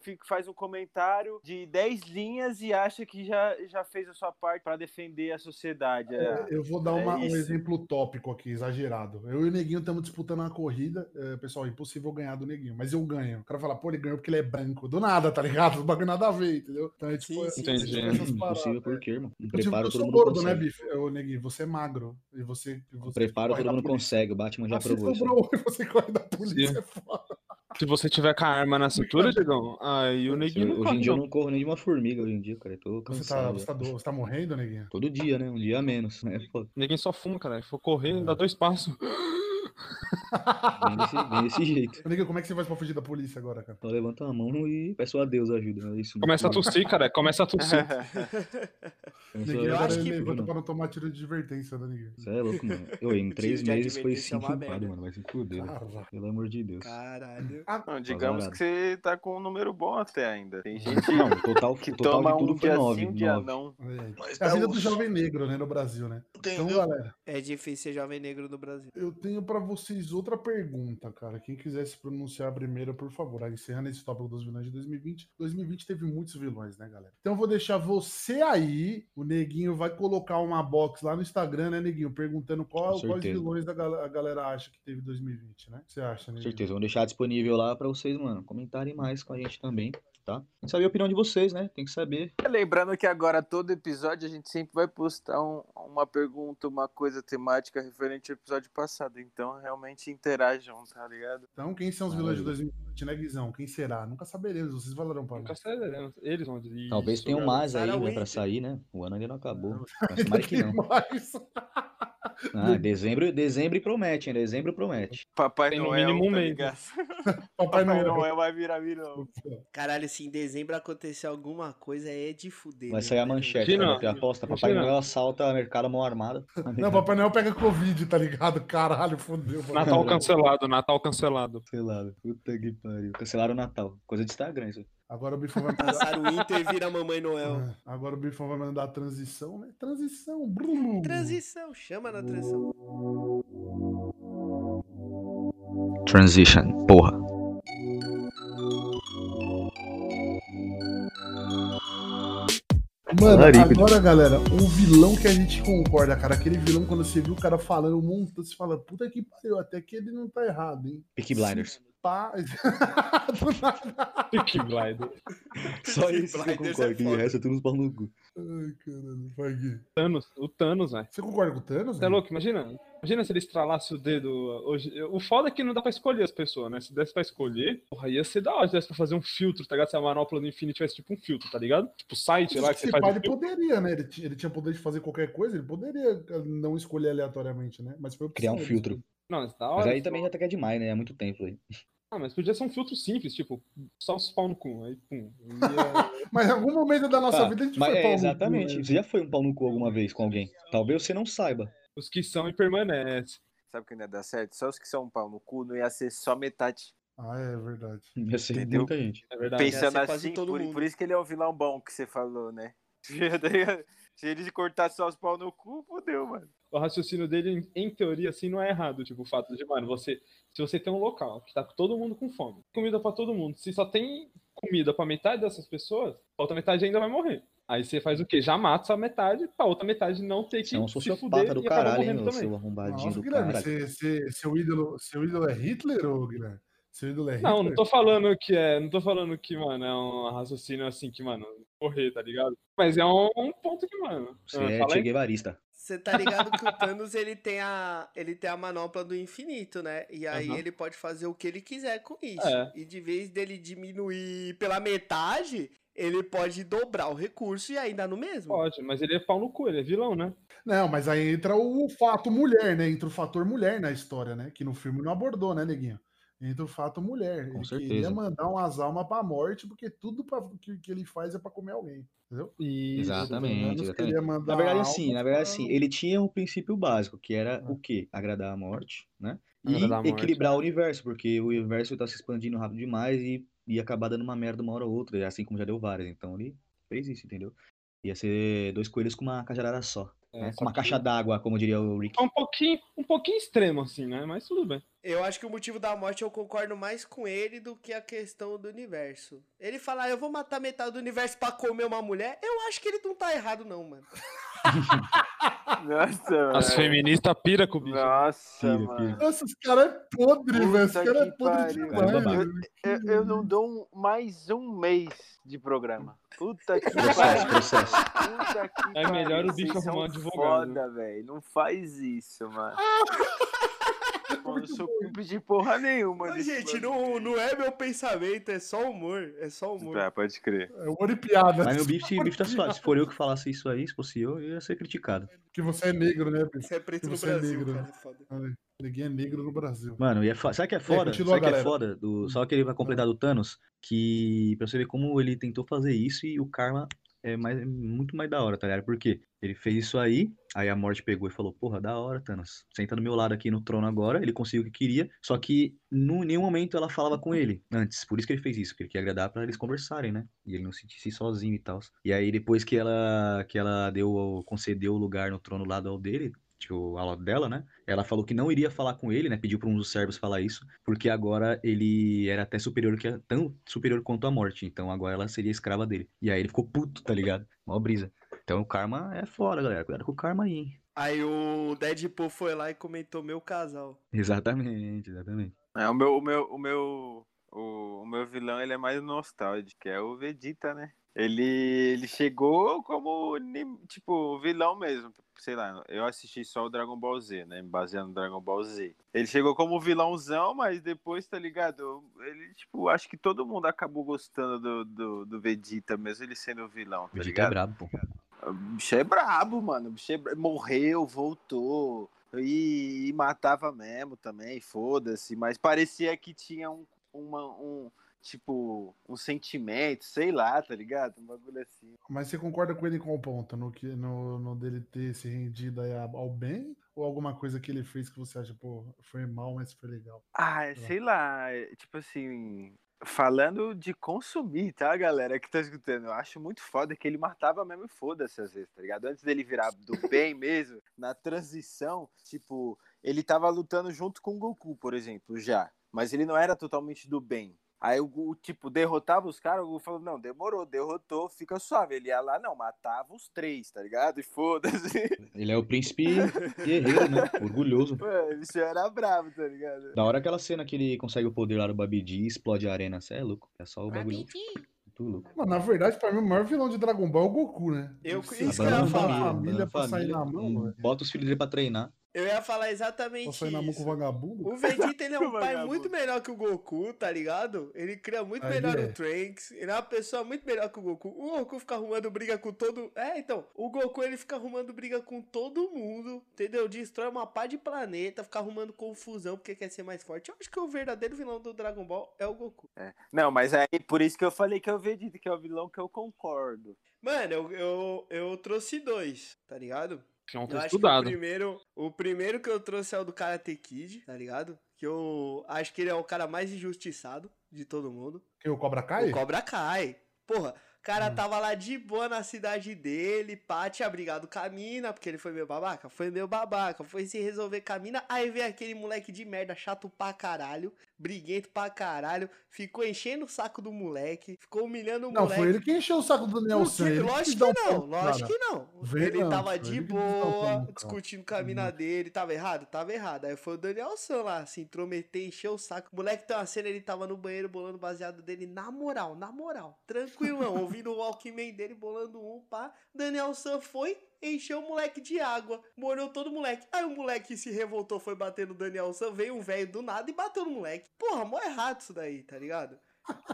Speaker 3: fica- faz um comentário de 10 linhas e acha que já, já fez a sua parte pra defender a sociedade. É.
Speaker 8: Eu vou dar
Speaker 3: É
Speaker 8: uma- um
Speaker 3: isso.
Speaker 8: exemplo tópico aqui, exagerado. Eu e o Neguinho estamos disputando uma corrida. é, pessoal, impossível ganhar do Neguinho, mas eu ganho. O cara fala, pô, ele ganhou porque ele é branco. Do nada, tá ligado? O bagulho nada a ver, entendeu? Então é tipo.
Speaker 4: Sim,
Speaker 8: é-
Speaker 4: sim,
Speaker 8: é
Speaker 1: sim.
Speaker 8: tipo essas paradas,
Speaker 5: Impossível
Speaker 8: né?
Speaker 5: por quê, irmão? Um
Speaker 8: Eu, tipo,
Speaker 5: Preparo
Speaker 8: eu
Speaker 5: todo
Speaker 8: sou
Speaker 5: mundo
Speaker 8: gordo, né,
Speaker 5: consegue.
Speaker 8: Bife? Ô, Neguinho, você é magro. E você. e você
Speaker 5: Preparo
Speaker 8: corre
Speaker 5: todo
Speaker 8: da
Speaker 5: mundo
Speaker 8: polícia.
Speaker 5: consegue. O Batman já
Speaker 8: Ah, você
Speaker 5: provou isso.
Speaker 8: sobrou e você corre da polícia. é foda.
Speaker 1: Se você tiver com a arma na cintura, Diegão, aí o
Speaker 5: Se eu-
Speaker 1: neguinho não
Speaker 5: hoje em
Speaker 1: corre,
Speaker 5: dia eu
Speaker 1: não.
Speaker 5: não corro nem de uma formiga hoje em dia, cara. Eu tô
Speaker 8: Você tá,
Speaker 5: cansado.
Speaker 8: você,
Speaker 5: já.
Speaker 8: tá do- você tá morrendo, Neguinho?
Speaker 5: Todo dia, né? Um dia a menos, né? Pô,
Speaker 1: O neguinho só fuma, cara. Se for
Speaker 5: É.
Speaker 1: correr, dá dois passos.
Speaker 5: vem desse, vem desse jeito.
Speaker 8: Ô, Neguinho, como é que você faz pra fugir da polícia agora, cara?
Speaker 5: Então levanta a mão e peço a Deus ajuda. É isso.
Speaker 1: Começa a
Speaker 5: tudo.
Speaker 1: tossir, cara. Começa a tossir.
Speaker 8: É. Neguinho,
Speaker 4: acho
Speaker 8: agora ele
Speaker 4: que-
Speaker 8: levanta pra não tomar tiro de advertência, né, Neguinho?
Speaker 5: Você é louco, mano. Eu, em três
Speaker 4: Tiro de
Speaker 5: meses foi
Speaker 4: advertência é uma
Speaker 5: cinco empados,
Speaker 4: merda.
Speaker 5: mano. Vai se fuder. velho.
Speaker 8: Caralho.
Speaker 5: Pelo amor de Deus.
Speaker 4: Caralho.
Speaker 3: Não, digamos
Speaker 5: azarado.
Speaker 3: que você tá com um número bom até ainda. Tem gente
Speaker 5: Não, o total,
Speaker 3: que
Speaker 5: Uhum. o total
Speaker 3: toma
Speaker 5: de tudo
Speaker 3: um
Speaker 5: foi
Speaker 3: dia
Speaker 5: nove.
Speaker 3: sim, um dia
Speaker 5: nove.
Speaker 3: não.
Speaker 8: É.
Speaker 2: Mas
Speaker 8: É a
Speaker 2: tá
Speaker 8: vida
Speaker 2: o-
Speaker 8: do jovem negro, né, no Brasil, né? Então,
Speaker 2: Entendeu?
Speaker 8: galera.
Speaker 4: É difícil ser jovem negro no Brasil.
Speaker 8: Eu tenho pra vocês outra pergunta, cara. Quem quiser se pronunciar primeiro, por favor. Aí, encerrando esse tópico dos vilões de 2020. 2020 teve muitos vilões, né, galera? Então eu vou deixar você aí. O Neguinho vai colocar uma box lá no Instagram, né, Neguinho? Perguntando qual,
Speaker 5: Com
Speaker 8: quais
Speaker 5: certeza.
Speaker 8: vilões da gal- a galera acha que teve 2020, né? O que Você acha,
Speaker 5: Com
Speaker 8: Neguinho?
Speaker 5: certeza, vamos deixar disponível lá pra vocês, mano, comentarem mais com a gente também, tá? A gente sabe a opinião de vocês, né? Tem que saber.
Speaker 3: Lembrando que agora, todo episódio, a gente sempre vai postar um- uma pergunta, uma coisa temática referente ao episódio passado. Então, realmente interajam, tá ligado?
Speaker 8: Então, quem são os
Speaker 5: Ah,
Speaker 8: vilões de
Speaker 5: legal.
Speaker 8: 2020, né, Guizão? Quem será? Nunca saberemos. Vocês falarão pra
Speaker 1: Nunca
Speaker 8: nós.
Speaker 1: saberemos. né? Eles vão dizer.
Speaker 5: Talvez
Speaker 1: isso,
Speaker 5: tenham
Speaker 1: galera.
Speaker 5: mais
Speaker 8: é
Speaker 5: aí,
Speaker 8: um
Speaker 4: Sarah
Speaker 5: né, pra
Speaker 4: Winter.
Speaker 5: sair, né? O ano ainda não acabou. Mas tomara que não.
Speaker 8: Mas-
Speaker 5: Ah, dezembro, dezembro promete, hein? Dezembro promete.
Speaker 3: Papai
Speaker 1: Tem no
Speaker 3: Noel,
Speaker 1: mínimo um
Speaker 3: tá
Speaker 1: mês,
Speaker 3: ligado?
Speaker 8: Papai
Speaker 3: Papai Noel.
Speaker 8: Noel.
Speaker 3: vai virar vilão.
Speaker 4: Caralho, se em dezembro acontecer alguma coisa, aí é de fuder.
Speaker 5: Vai
Speaker 4: né?
Speaker 5: sair a manchete,
Speaker 1: Imagina-
Speaker 5: né? vai ter aposta. Papai
Speaker 1: imagina.
Speaker 5: Noel assalta mercado mão armada.
Speaker 8: Não, Papai Noel pega Covid, tá ligado? Caralho, fodeu. mano.
Speaker 1: Natal cancelado, Natal cancelado.
Speaker 5: Sei lá, puta que pariu. Cancelaram o Natal. Coisa de Instagram, isso. aí.
Speaker 8: Agora o Bifão vai mandar.
Speaker 4: Passar o Inter e vira Mamãe Noel.
Speaker 8: É, Agora o Bifão vai mandar a transição, né? Transição, Bruno.
Speaker 4: Transição, chama na transição.
Speaker 5: Transition, porra.
Speaker 8: Mano,
Speaker 5: Larico.
Speaker 8: agora, galera, um vilão que a gente concorda, cara. Aquele vilão, quando você viu o cara falando um montão, você fala, puta que pariu, até que ele não tá errado, hein?
Speaker 5: Peaky Blinders.
Speaker 8: Se pá. Do nada.
Speaker 1: Peaky Blinders.
Speaker 5: Só isso que eu
Speaker 4: Blinders é
Speaker 5: concordo. e o
Speaker 4: foda.
Speaker 5: resto é tudo uns pau no cu.
Speaker 8: Ai, caralho, vai Gui.
Speaker 1: Thanos, o Thanos, velho.
Speaker 8: Você concorda com o Thanos?
Speaker 1: Você é
Speaker 8: Gui?
Speaker 1: louco? Imagina. Imagina se ele estralasse o dedo hoje. O foda é que não dá pra escolher as pessoas, né? Se desse pra escolher, porra, ia ser da hora. Se desse pra fazer um filtro, tá ligado? Se a manopla do Infinity tivesse tipo um filtro, tá ligado? Tipo o site lá que você
Speaker 8: Esse
Speaker 1: faz.
Speaker 8: pai,
Speaker 1: o
Speaker 8: ele
Speaker 1: filtro.
Speaker 8: poderia, né? Ele tinha, ele tinha poder de fazer qualquer coisa, ele poderia eh, não escolher aleatoriamente, né? Mas foi opção,
Speaker 5: Criar um
Speaker 8: ele
Speaker 5: filtro.
Speaker 8: escolheu.
Speaker 1: Não, mas da hora.
Speaker 5: Mas aí também já tá que é demais, né? Há muito tempo aí.
Speaker 1: Ah, mas podia ser um filtro simples, tipo, só os pau no cu. Aí, pum.
Speaker 8: Mas em algum momento da nossa
Speaker 5: Ah,
Speaker 8: vida a gente
Speaker 5: Mas
Speaker 8: foi
Speaker 5: é,
Speaker 8: pau no cu,
Speaker 5: exatamente.
Speaker 8: né?
Speaker 5: Você já foi um pau no cu alguma vez com alguém? Talvez você não saiba.
Speaker 1: Os que são e permanecem.
Speaker 3: Sabe o que não ia dar certo? Só os que são um pau no cu não ia ser só metade.
Speaker 8: Ah, é verdade.
Speaker 5: Eu sei
Speaker 3: Entendeu?
Speaker 5: muita gente.
Speaker 1: É verdade.
Speaker 4: Pensa-
Speaker 3: Pensando
Speaker 4: ia ser quase
Speaker 3: assim,
Speaker 4: todo
Speaker 3: por,
Speaker 4: mundo.
Speaker 3: por isso que ele é um vilão bom que você falou, né? Se eles cortassem só os pau no cu, fodeu, mano.
Speaker 1: O raciocínio dele, em- em teoria, assim, não é errado. Tipo, o fato de, mano, você. Se você tem um local que tá todo mundo com fome, comida pra todo mundo. Se só tem comida pra metade dessas pessoas, a outra metade ainda vai morrer. Aí você faz o quê? Já mata essa metade, pra outra metade não ter que.
Speaker 5: Você é um
Speaker 1: se
Speaker 5: sociopata
Speaker 1: fuder
Speaker 5: do
Speaker 1: e acabar
Speaker 5: caralho, hein,
Speaker 1: morrendo
Speaker 5: meu,
Speaker 1: também.
Speaker 5: seu arrombadinho
Speaker 8: Nossa,
Speaker 5: do
Speaker 8: Guilherme,
Speaker 5: caralho.
Speaker 8: você- você- seu, ídolo, seu ídolo é Hitler ou Guilherme? Seu ídolo é Hitler?
Speaker 1: Não, não tô falando que é. Não tô falando que, mano, é um raciocínio assim que, mano, correr, tá ligado? Mas é um, um ponto que, mano.
Speaker 5: Você
Speaker 1: ah,
Speaker 5: é
Speaker 1: fala aí.
Speaker 5: Che Guevarista.
Speaker 4: Você tá ligado que o Thanos ele tem a ele tem a manopla do infinito, né? E aí
Speaker 1: Aham.
Speaker 4: ele pode fazer o que ele quiser com isso.
Speaker 1: É.
Speaker 4: E de vez dele diminuir pela metade, ele pode dobrar o recurso e ainda no mesmo.
Speaker 1: Pode, mas ele é pau no cu, ele é vilão, né?
Speaker 8: Não, mas aí entra o fato mulher, né? Entra o fator mulher na história, né? Que no filme não abordou, né, neguinho? Entra o fato mulher.
Speaker 5: Com
Speaker 8: ele queria
Speaker 5: certeza.
Speaker 8: mandar umas almas pra morte, porque tudo pra, que, que ele faz é pra comer alguém.
Speaker 1: E...
Speaker 5: Exatamente,
Speaker 8: Thanos
Speaker 5: exatamente.
Speaker 8: queria mandar
Speaker 5: Na verdade,
Speaker 8: alma
Speaker 5: assim, na verdade,
Speaker 8: pra-
Speaker 5: assim, ele tinha um princípio básico, que era o quê? Agradar a morte, né? E
Speaker 1: Ah. Agradar a morte,
Speaker 5: equilibrar o universo, porque o universo tá se expandindo rápido demais e ia acabar dando uma merda uma hora ou outra, assim como já deu várias. Então ele fez isso, entendeu? Ia ser dois coelhos com uma cajarada só,
Speaker 1: É,
Speaker 5: né?
Speaker 1: só
Speaker 5: Com uma
Speaker 1: que-
Speaker 5: caixa d'água, como diria o Rick.
Speaker 1: É um pouquinho, um pouquinho extremo, assim, né? Mas tudo bem.
Speaker 4: Eu acho que o motivo da morte eu concordo mais com ele do que a questão do universo. Ele fala, "Ah, eu vou matar metade do universo pra comer uma mulher. Eu acho que ele não tá errado não, mano.
Speaker 3: Nossa,
Speaker 4: É.
Speaker 1: As
Speaker 3: mano.
Speaker 1: feministas pira com o bicho.
Speaker 3: Nossa,
Speaker 5: Pira,
Speaker 3: mano.
Speaker 8: Nossa, esse cara é podre,
Speaker 3: Puta
Speaker 8: velho. Esse cara é
Speaker 3: que
Speaker 8: podre
Speaker 3: pariu.
Speaker 8: demais.
Speaker 5: Cara é
Speaker 8: velho.
Speaker 3: Eu, eu não dou um- mais um mês de programa. Puta que
Speaker 5: Processo,
Speaker 3: pariu.
Speaker 5: processo.
Speaker 3: Puta que
Speaker 1: É melhor
Speaker 3: pariu,
Speaker 1: o bicho
Speaker 3: vocês são
Speaker 1: arrumar um advogado.
Speaker 3: Foda, velho. Não faz isso, mano. Eu não sou culpa de porra nenhuma.
Speaker 4: Ô,
Speaker 3: desse
Speaker 4: gente,
Speaker 3: bagulho.
Speaker 4: não, não é meu pensamento, é só humor. É só humor.
Speaker 3: Tá, pode crer.
Speaker 8: É humor e piada.
Speaker 5: Mas meu bife, se- bife tá suave. Se for eu que falasse isso aí, se fosse eu, eu ia ser criticado.
Speaker 8: Que você é negro, né, bicho?
Speaker 4: Você é preto no
Speaker 8: Você é
Speaker 4: Brasil,
Speaker 8: negro,
Speaker 4: cara.
Speaker 8: né?
Speaker 4: É foda.
Speaker 8: Ninguém é negro no Brasil.
Speaker 5: Mano, e é fo- sabe o que é
Speaker 8: E aí,
Speaker 5: foda?
Speaker 8: continua,
Speaker 5: sabe o que é
Speaker 8: galera. Hum.
Speaker 5: foda? Do... Só que ele vai completar do Thanos, que pra você ver como ele tentou fazer isso e o karma é, mais... é muito mais da hora, tá ligado? Porque ele fez isso aí, aí a morte pegou e falou, porra, da hora, Thanos. Senta do meu lado aqui no trono agora, ele conseguiu o que queria, só que em nenhum momento ela falava com ele antes. Por isso que ele fez isso, porque ele queria agradar pra eles conversarem, né? E ele não se sentisse sozinho e tal. E aí depois que ela, que ela deu, o- concedeu o lugar no trono lado ao dele, tipo, ao lado dela, né? Ela falou que não iria falar com ele, né? Pediu para um dos servos falar isso, porque agora ele era até superior que a- tão superior quanto a morte. Então agora ela seria escrava dele. E aí ele ficou puto, tá ligado? Mó brisa. Então o karma é fora, galera. Cuidado com o karma aí, hein?
Speaker 4: Aí o Deadpool foi lá e comentou meu casal.
Speaker 5: Exatamente, exatamente.
Speaker 3: É, o meu, o meu, o meu, o, o meu vilão, ele é mais nostálgico, que é o Vegeta, né? Ele, ele chegou como, ni- tipo, vilão mesmo. Sei lá, eu assisti só o Dragon Ball Z, né? Me baseando no Dragon Ball Z. Ele chegou como vilãozão, mas depois, tá ligado? Ele, tipo, acho que todo mundo acabou gostando do, do, do Vegeta, mesmo ele sendo vilão,
Speaker 5: O
Speaker 3: tá
Speaker 5: Vegeta é
Speaker 3: ligado?
Speaker 5: brabo, pô.
Speaker 3: O bicho é brabo, mano. O bicho é bra- morreu, voltou. E, e matava mesmo também, foda-se. Mas parecia que tinha um, uma- um, tipo, um sentimento, sei lá, tá ligado? Um bagulho assim.
Speaker 8: Mas você concorda com ele em qual ponto? No, que, no, no dele ter se rendido aí a- ao bem? Ou alguma coisa que ele fez que você acha, pô, foi mal, mas foi legal?
Speaker 3: Ah, é, sei lá, é, tipo assim, falando de consumir, tá, galera que tá escutando? Eu acho muito foda que ele matava mesmo e foda-se às vezes, tá ligado? Antes dele virar do bem mesmo, na transição, tipo, ele tava lutando junto com o Goku, por exemplo, já. Mas ele não era totalmente do bem. Aí o, Gu, tipo, derrotava os caras, o Gu falou, não, demorou, derrotou, fica suave. Ele ia lá, não, matava os três, tá ligado? E foda-se.
Speaker 5: Ele é o príncipe guerreiro, né? Orgulhoso.
Speaker 3: Mano, o bicho era bravo, tá ligado?
Speaker 5: Da hora aquela cena que ele consegue o poder lá do Babidi e explode a arena. Cê é louco. É só o bagulho. Tudo louco.
Speaker 8: Mano, na verdade, pra mim, o maior vilão de Dragon Ball é o Goku, né?
Speaker 4: Eu-
Speaker 8: Nossa,
Speaker 4: isso
Speaker 5: que eu ia
Speaker 8: abandona a
Speaker 5: falar.
Speaker 8: família
Speaker 5: Abandona a
Speaker 8: pra sair na
Speaker 5: família, é Hum,
Speaker 8: mão, velho.
Speaker 5: Bota os filhos dele pra treinar.
Speaker 4: Eu ia falar
Speaker 8: Pra
Speaker 4: exatamente
Speaker 8: sair na mão com
Speaker 4: isso.
Speaker 8: o vagabundo.
Speaker 4: O Vegeta ele é um
Speaker 3: Com o
Speaker 4: pai
Speaker 3: vagabundo.
Speaker 4: muito melhor que o Goku, tá ligado? Ele cria muito
Speaker 8: Aí
Speaker 4: melhor
Speaker 8: é.
Speaker 4: o Trunks, ele é uma pessoa muito melhor que o Goku. O Goku fica arrumando briga com todo. É, então, o Goku ele fica arrumando briga com todo mundo, entendeu? Destrói uma pá de planeta, fica arrumando confusão porque quer ser mais forte. Eu acho que o verdadeiro vilão do Dragon Ball é o Goku.
Speaker 3: Não, mas aí, por isso que eu falei que é o Vegeta, que é o vilão que eu concordo.
Speaker 4: Mano, eu, eu, eu trouxe dois, tá ligado?
Speaker 1: Tinha um
Speaker 4: Eu
Speaker 1: texto
Speaker 4: acho
Speaker 1: estudado.
Speaker 4: que o primeiro, o primeiro que eu trouxe é o do Karate Kid, tá ligado? Que eu acho que ele é o cara mais injustiçado de todo mundo.
Speaker 8: Quem? O Cobra Kai?
Speaker 4: O Cobra cai. Porra, o cara
Speaker 8: Hum.
Speaker 4: tava lá de boa na cidade dele, pá, tinha brigado com a mina, porque ele foi meu babaca? Foi meu babaca, foi se resolver com a mina, aí veio aquele moleque de merda, chato pra caralho, briguento pra caralho, ficou enchendo o saco do moleque, ficou humilhando o
Speaker 8: Não,
Speaker 4: moleque.
Speaker 8: foi ele que encheu o saco do Daniel
Speaker 4: Não,
Speaker 8: San.
Speaker 4: que-
Speaker 8: ele quis
Speaker 4: lógico
Speaker 8: dar um
Speaker 4: que não,
Speaker 8: pau no cara.
Speaker 4: lógico que não.
Speaker 8: Vê,
Speaker 4: ele
Speaker 8: não,
Speaker 4: tava
Speaker 8: cara,
Speaker 4: de
Speaker 8: ele quis dar um pau no
Speaker 4: boa,
Speaker 8: cara.
Speaker 4: discutindo com a mina dele, tava errado? Tava errado. Aí foi o Daniel San lá, se intrometer, encher o saco. O moleque tem uma cena, ele tava no banheiro bolando baseado dele, na moral, na moral, tranquilão, ouvindo o Walkman dele bolando um, pá. Daniel San foi... Encheu o moleque de água, molhou todo o moleque. Aí o moleque se revoltou, foi bater no Daniel San, veio um velho do nada e bateu no moleque. Porra, mó errado isso daí, tá ligado?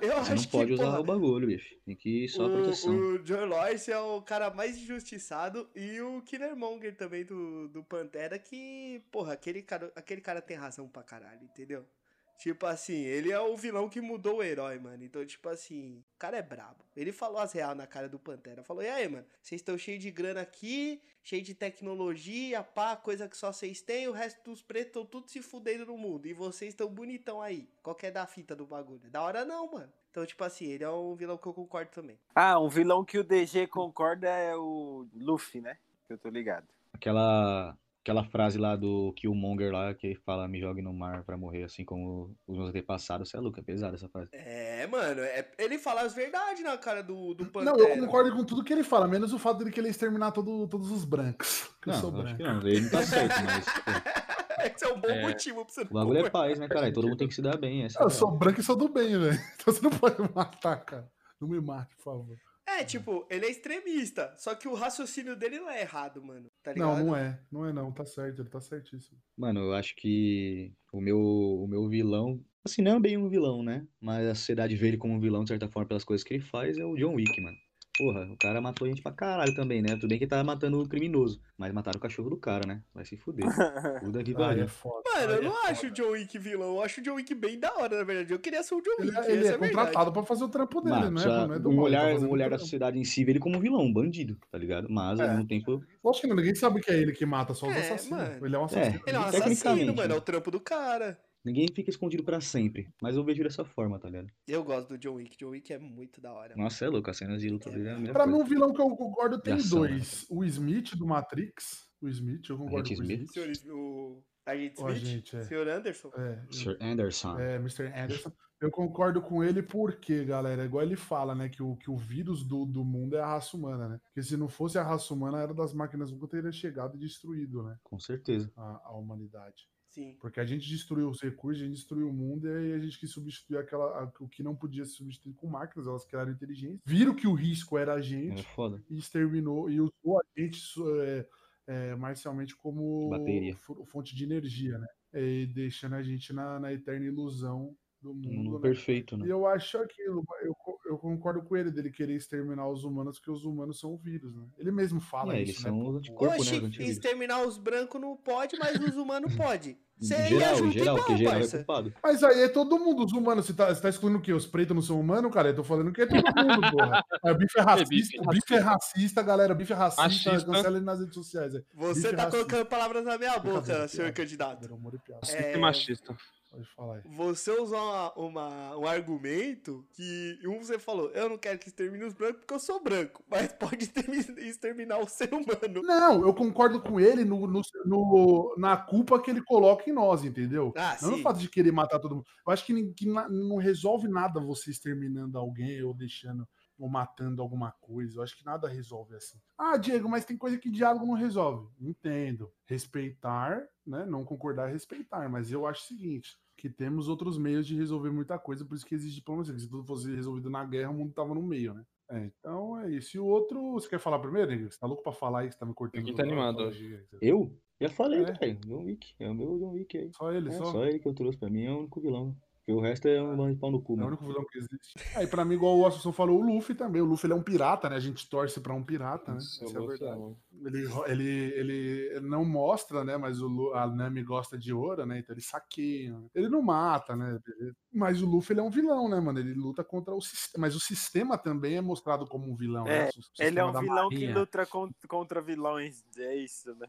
Speaker 4: Eu
Speaker 5: Você não
Speaker 4: acho
Speaker 5: pode
Speaker 4: que, tá. Hum,
Speaker 5: usar
Speaker 4: porra,
Speaker 5: o bagulho, bicho. Tem que ir só a proteção.
Speaker 4: o, o John Lawrence é o cara mais injustiçado e o Killermonger também do, do Pantera, que, porra, aquele cara, aquele cara tem razão pra caralho, entendeu? Tipo assim, ele é o vilão que mudou o herói, mano. Então, tipo assim, o cara é brabo. Ele falou as real na cara do Pantera. Falou, e aí, mano, vocês estão cheios de grana aqui, cheio de tecnologia, pá, coisa que só vocês têm, o resto dos pretos estão tudo se fudendo no mundo. E vocês estão bonitão aí. Qual que é da fita do bagulho? Da hora não, mano. Então, tipo assim, ele é um vilão que eu concordo também.
Speaker 3: Ah, um vilão que o DG concorda é o Luffy, né? Que eu tô ligado.
Speaker 5: Aquela, aquela frase lá do Killmonger lá, que ele fala, me jogue no mar pra morrer, assim como os meus antepassados. Você é louco, é pesada essa frase.
Speaker 4: É, mano, é, ele fala as verdades na cara do, do
Speaker 8: Não,
Speaker 4: Pantera.
Speaker 8: eu concordo com tudo que ele fala, menos o fato dele querer exterminar todo- todos os brancos. Que eu
Speaker 5: Não,
Speaker 8: sou
Speaker 5: eu acho
Speaker 8: branco.
Speaker 5: que não. Ele não tá certo, mas pô,
Speaker 4: Esse é um bom
Speaker 1: É.
Speaker 4: motivo pra você não
Speaker 5: o bagulho é
Speaker 4: concordar.
Speaker 5: paz, né, cara? E todo mundo tem que se dar bem. Essa é a
Speaker 8: Eu
Speaker 5: real.
Speaker 8: sou branco e sou do bem, velho. Então você não pode me matar, cara. Não me mate, por favor.
Speaker 4: É, tipo, ele é extremista, só que o raciocínio dele não é errado, mano. Tá ligado?
Speaker 8: não, não é. Não é não, tá certo, ele tá certíssimo.
Speaker 5: Mano, eu acho que o meu, o meu vilão, assim, não é bem um vilão, né? Mas a sociedade vê ele como um vilão, de certa forma, pelas coisas que ele faz, é o John Wick, mano. Porra, o cara matou gente pra caralho também, né? Tudo bem que ele tava matando o criminoso, mas mataram o cachorro do cara, né? Vai se fuder. Puta que
Speaker 8: Aí
Speaker 5: pariu.
Speaker 8: é foda.
Speaker 4: Mano, eu
Speaker 8: aí é
Speaker 4: não
Speaker 8: foda.
Speaker 4: acho o John Wick vilão, eu acho o John Wick bem da hora, na verdade. Eu queria ser o John
Speaker 8: Ele,
Speaker 4: Wick,
Speaker 8: é- ele
Speaker 4: essa
Speaker 8: é
Speaker 4: a verdade.
Speaker 8: contratado pra fazer o trampo dele,
Speaker 5: Mano,
Speaker 8: né?
Speaker 5: já-
Speaker 8: mano? Não é do
Speaker 5: um
Speaker 8: mal, ele tá
Speaker 5: olhar,
Speaker 8: fazendo
Speaker 5: um olhar
Speaker 8: o
Speaker 5: da
Speaker 8: trampo.
Speaker 5: sociedade em si vê ele como um vilão, um bandido, tá ligado? Mas, ao
Speaker 8: É.
Speaker 5: mesmo tempo,
Speaker 8: Lógico que não, ninguém sabe que é ele que mata, só os
Speaker 4: É,
Speaker 8: assassinos.
Speaker 4: mano.
Speaker 8: Ele é um assassino.
Speaker 4: Ele é um
Speaker 5: Tecnicamente,
Speaker 4: assassino, mano, é
Speaker 5: né?
Speaker 4: o trampo do cara.
Speaker 5: ninguém fica escondido pra sempre. Mas eu vejo dessa forma, tá ligado?
Speaker 4: Eu gosto do John Wick, John Wick é muito da hora. mano.
Speaker 5: Nossa, é louco, as cenas de luta dele é a melhor
Speaker 8: Pra mim,
Speaker 5: coisa.
Speaker 8: um vilão que eu concordo tem
Speaker 5: De ação, né?
Speaker 8: dois. O Smith do Matrix. O Smith, eu concordo
Speaker 5: Agente
Speaker 8: com o
Speaker 5: Smith?
Speaker 8: Smith.
Speaker 4: Senhor, o agente
Speaker 8: O
Speaker 4: Smith,
Speaker 8: agente, é.
Speaker 4: senhor Anderson.
Speaker 8: É,
Speaker 5: Sir Anderson.
Speaker 8: É, Mr. Anderson. Eu concordo com ele porque, galera, é igual ele fala, né? Que o, que o vírus do, do mundo é a raça humana, né? Porque se não fosse a raça humana, a era das máquinas nunca teria chegado e destruído, né?
Speaker 5: Com certeza.
Speaker 8: A, a humanidade.
Speaker 4: Sim.
Speaker 8: Porque a gente destruiu os recursos, a gente destruiu o mundo e aí a gente quis substituir aquela, a- o que não podia se substituir com máquinas, elas criaram inteligência. Viram que o risco era a
Speaker 5: Era
Speaker 8: gente
Speaker 5: é foda.
Speaker 8: e exterminou e usou a gente so- é, é, marcialmente como
Speaker 5: Bateria.
Speaker 8: fo- fonte de energia, né? E deixando a gente na, na eterna ilusão do
Speaker 5: Um mundo
Speaker 8: mundo. né?
Speaker 5: perfeito, né?
Speaker 8: E eu acho aquilo, eu, co- eu concordo com ele dele querer exterminar os humanos, porque os humanos são o vírus, né? Ele mesmo fala
Speaker 5: É,
Speaker 8: isso,
Speaker 5: eles
Speaker 8: né?
Speaker 5: são
Speaker 8: pô?
Speaker 5: os anticorpos, Corpo, né,
Speaker 4: Oxi,
Speaker 5: os antivírus.
Speaker 4: exterminar os brancos não pode, mas os humanos pode. Você
Speaker 5: geral,
Speaker 4: junto
Speaker 5: geral, porque
Speaker 4: igual,
Speaker 5: geral é
Speaker 4: parça.
Speaker 5: culpado.
Speaker 8: Mas aí é todo mundo, os humanos, você tá, você tá excluindo o quê? Os pretos não são humanos, cara? Eu tô falando que é todo mundo, porra. Aí o bife é
Speaker 1: bife
Speaker 8: racista,
Speaker 1: é
Speaker 8: o bife é racista, galera, o bife é racista,
Speaker 1: Machista.
Speaker 8: cancela ele nas redes sociais. É.
Speaker 4: Você
Speaker 8: Bicho
Speaker 4: tá
Speaker 8: racista.
Speaker 4: colocando palavras na minha
Speaker 8: Brincadeira,
Speaker 4: boca, senhor
Speaker 8: piada.
Speaker 4: candidato.
Speaker 8: Humor e piada.
Speaker 1: Esse machista.
Speaker 8: Pode falar aí.
Speaker 4: Você usar uma, uma- um argumento que um você falou, eu não quero que extermine os brancos porque eu sou branco, mas pode extermi- exterminar o ser humano.
Speaker 8: Não, eu concordo com ele no, no- no- na culpa que ele coloca em nós, entendeu?
Speaker 4: Ah,
Speaker 8: Não no
Speaker 4: sim.
Speaker 8: fato de querer matar todo mundo. Eu acho que, nin- que na- não resolve nada você exterminando alguém ou deixando ou matando alguma coisa. Eu acho que nada resolve assim. Ah, Diego, mas tem coisa que diálogo não resolve. Entendo. Respeitar, né? Não concordar é respeitar, mas eu acho o seguinte. Que temos outros meios de resolver muita coisa, por isso que existe diplomacia. porque Se tudo fosse resolvido na guerra, o mundo tava no meio, né? É, então é isso. E o outro, você quer falar primeiro, Igor? Você tá louco pra falar aí que você tá me cortando?
Speaker 1: Ninguém
Speaker 8: toda
Speaker 1: tá
Speaker 8: hora,
Speaker 1: animado
Speaker 8: fala,
Speaker 1: hoje.
Speaker 8: Diego, aí.
Speaker 5: Eu? Já falei,
Speaker 8: É.
Speaker 5: velho. John Wick. É o meu John Wick aí.
Speaker 8: Só ele,
Speaker 5: É,
Speaker 8: só.
Speaker 5: só ele que eu trouxe pra mim é o único vilão. Porque o resto é um bando de pau no cu,
Speaker 8: É o
Speaker 5: mano.
Speaker 8: único vilão que existe. Aí, pra mim, igual o Watson falou, o Luffy também. O Luffy ele é um pirata, né? A gente torce pra um pirata,
Speaker 4: Ah,
Speaker 8: né?
Speaker 1: Isso,
Speaker 8: Essa é a
Speaker 1: eu vou
Speaker 8: verdade.
Speaker 1: falar.
Speaker 8: Ele, ro- ele, ele não mostra, né? Mas o, Lu- a Nami gosta de ouro, né? Então ele saqueia. Ele não mata, né? Beleza. Mas o Luffy ele é um vilão, né, mano? Ele luta contra o sistema. Mas o sistema também é mostrado como um vilão. né?
Speaker 3: É,
Speaker 8: O s-
Speaker 3: Ele é
Speaker 8: sistema
Speaker 3: um
Speaker 8: da
Speaker 3: vilão que
Speaker 8: marinha.
Speaker 3: luta con- contra vilões. É isso, né?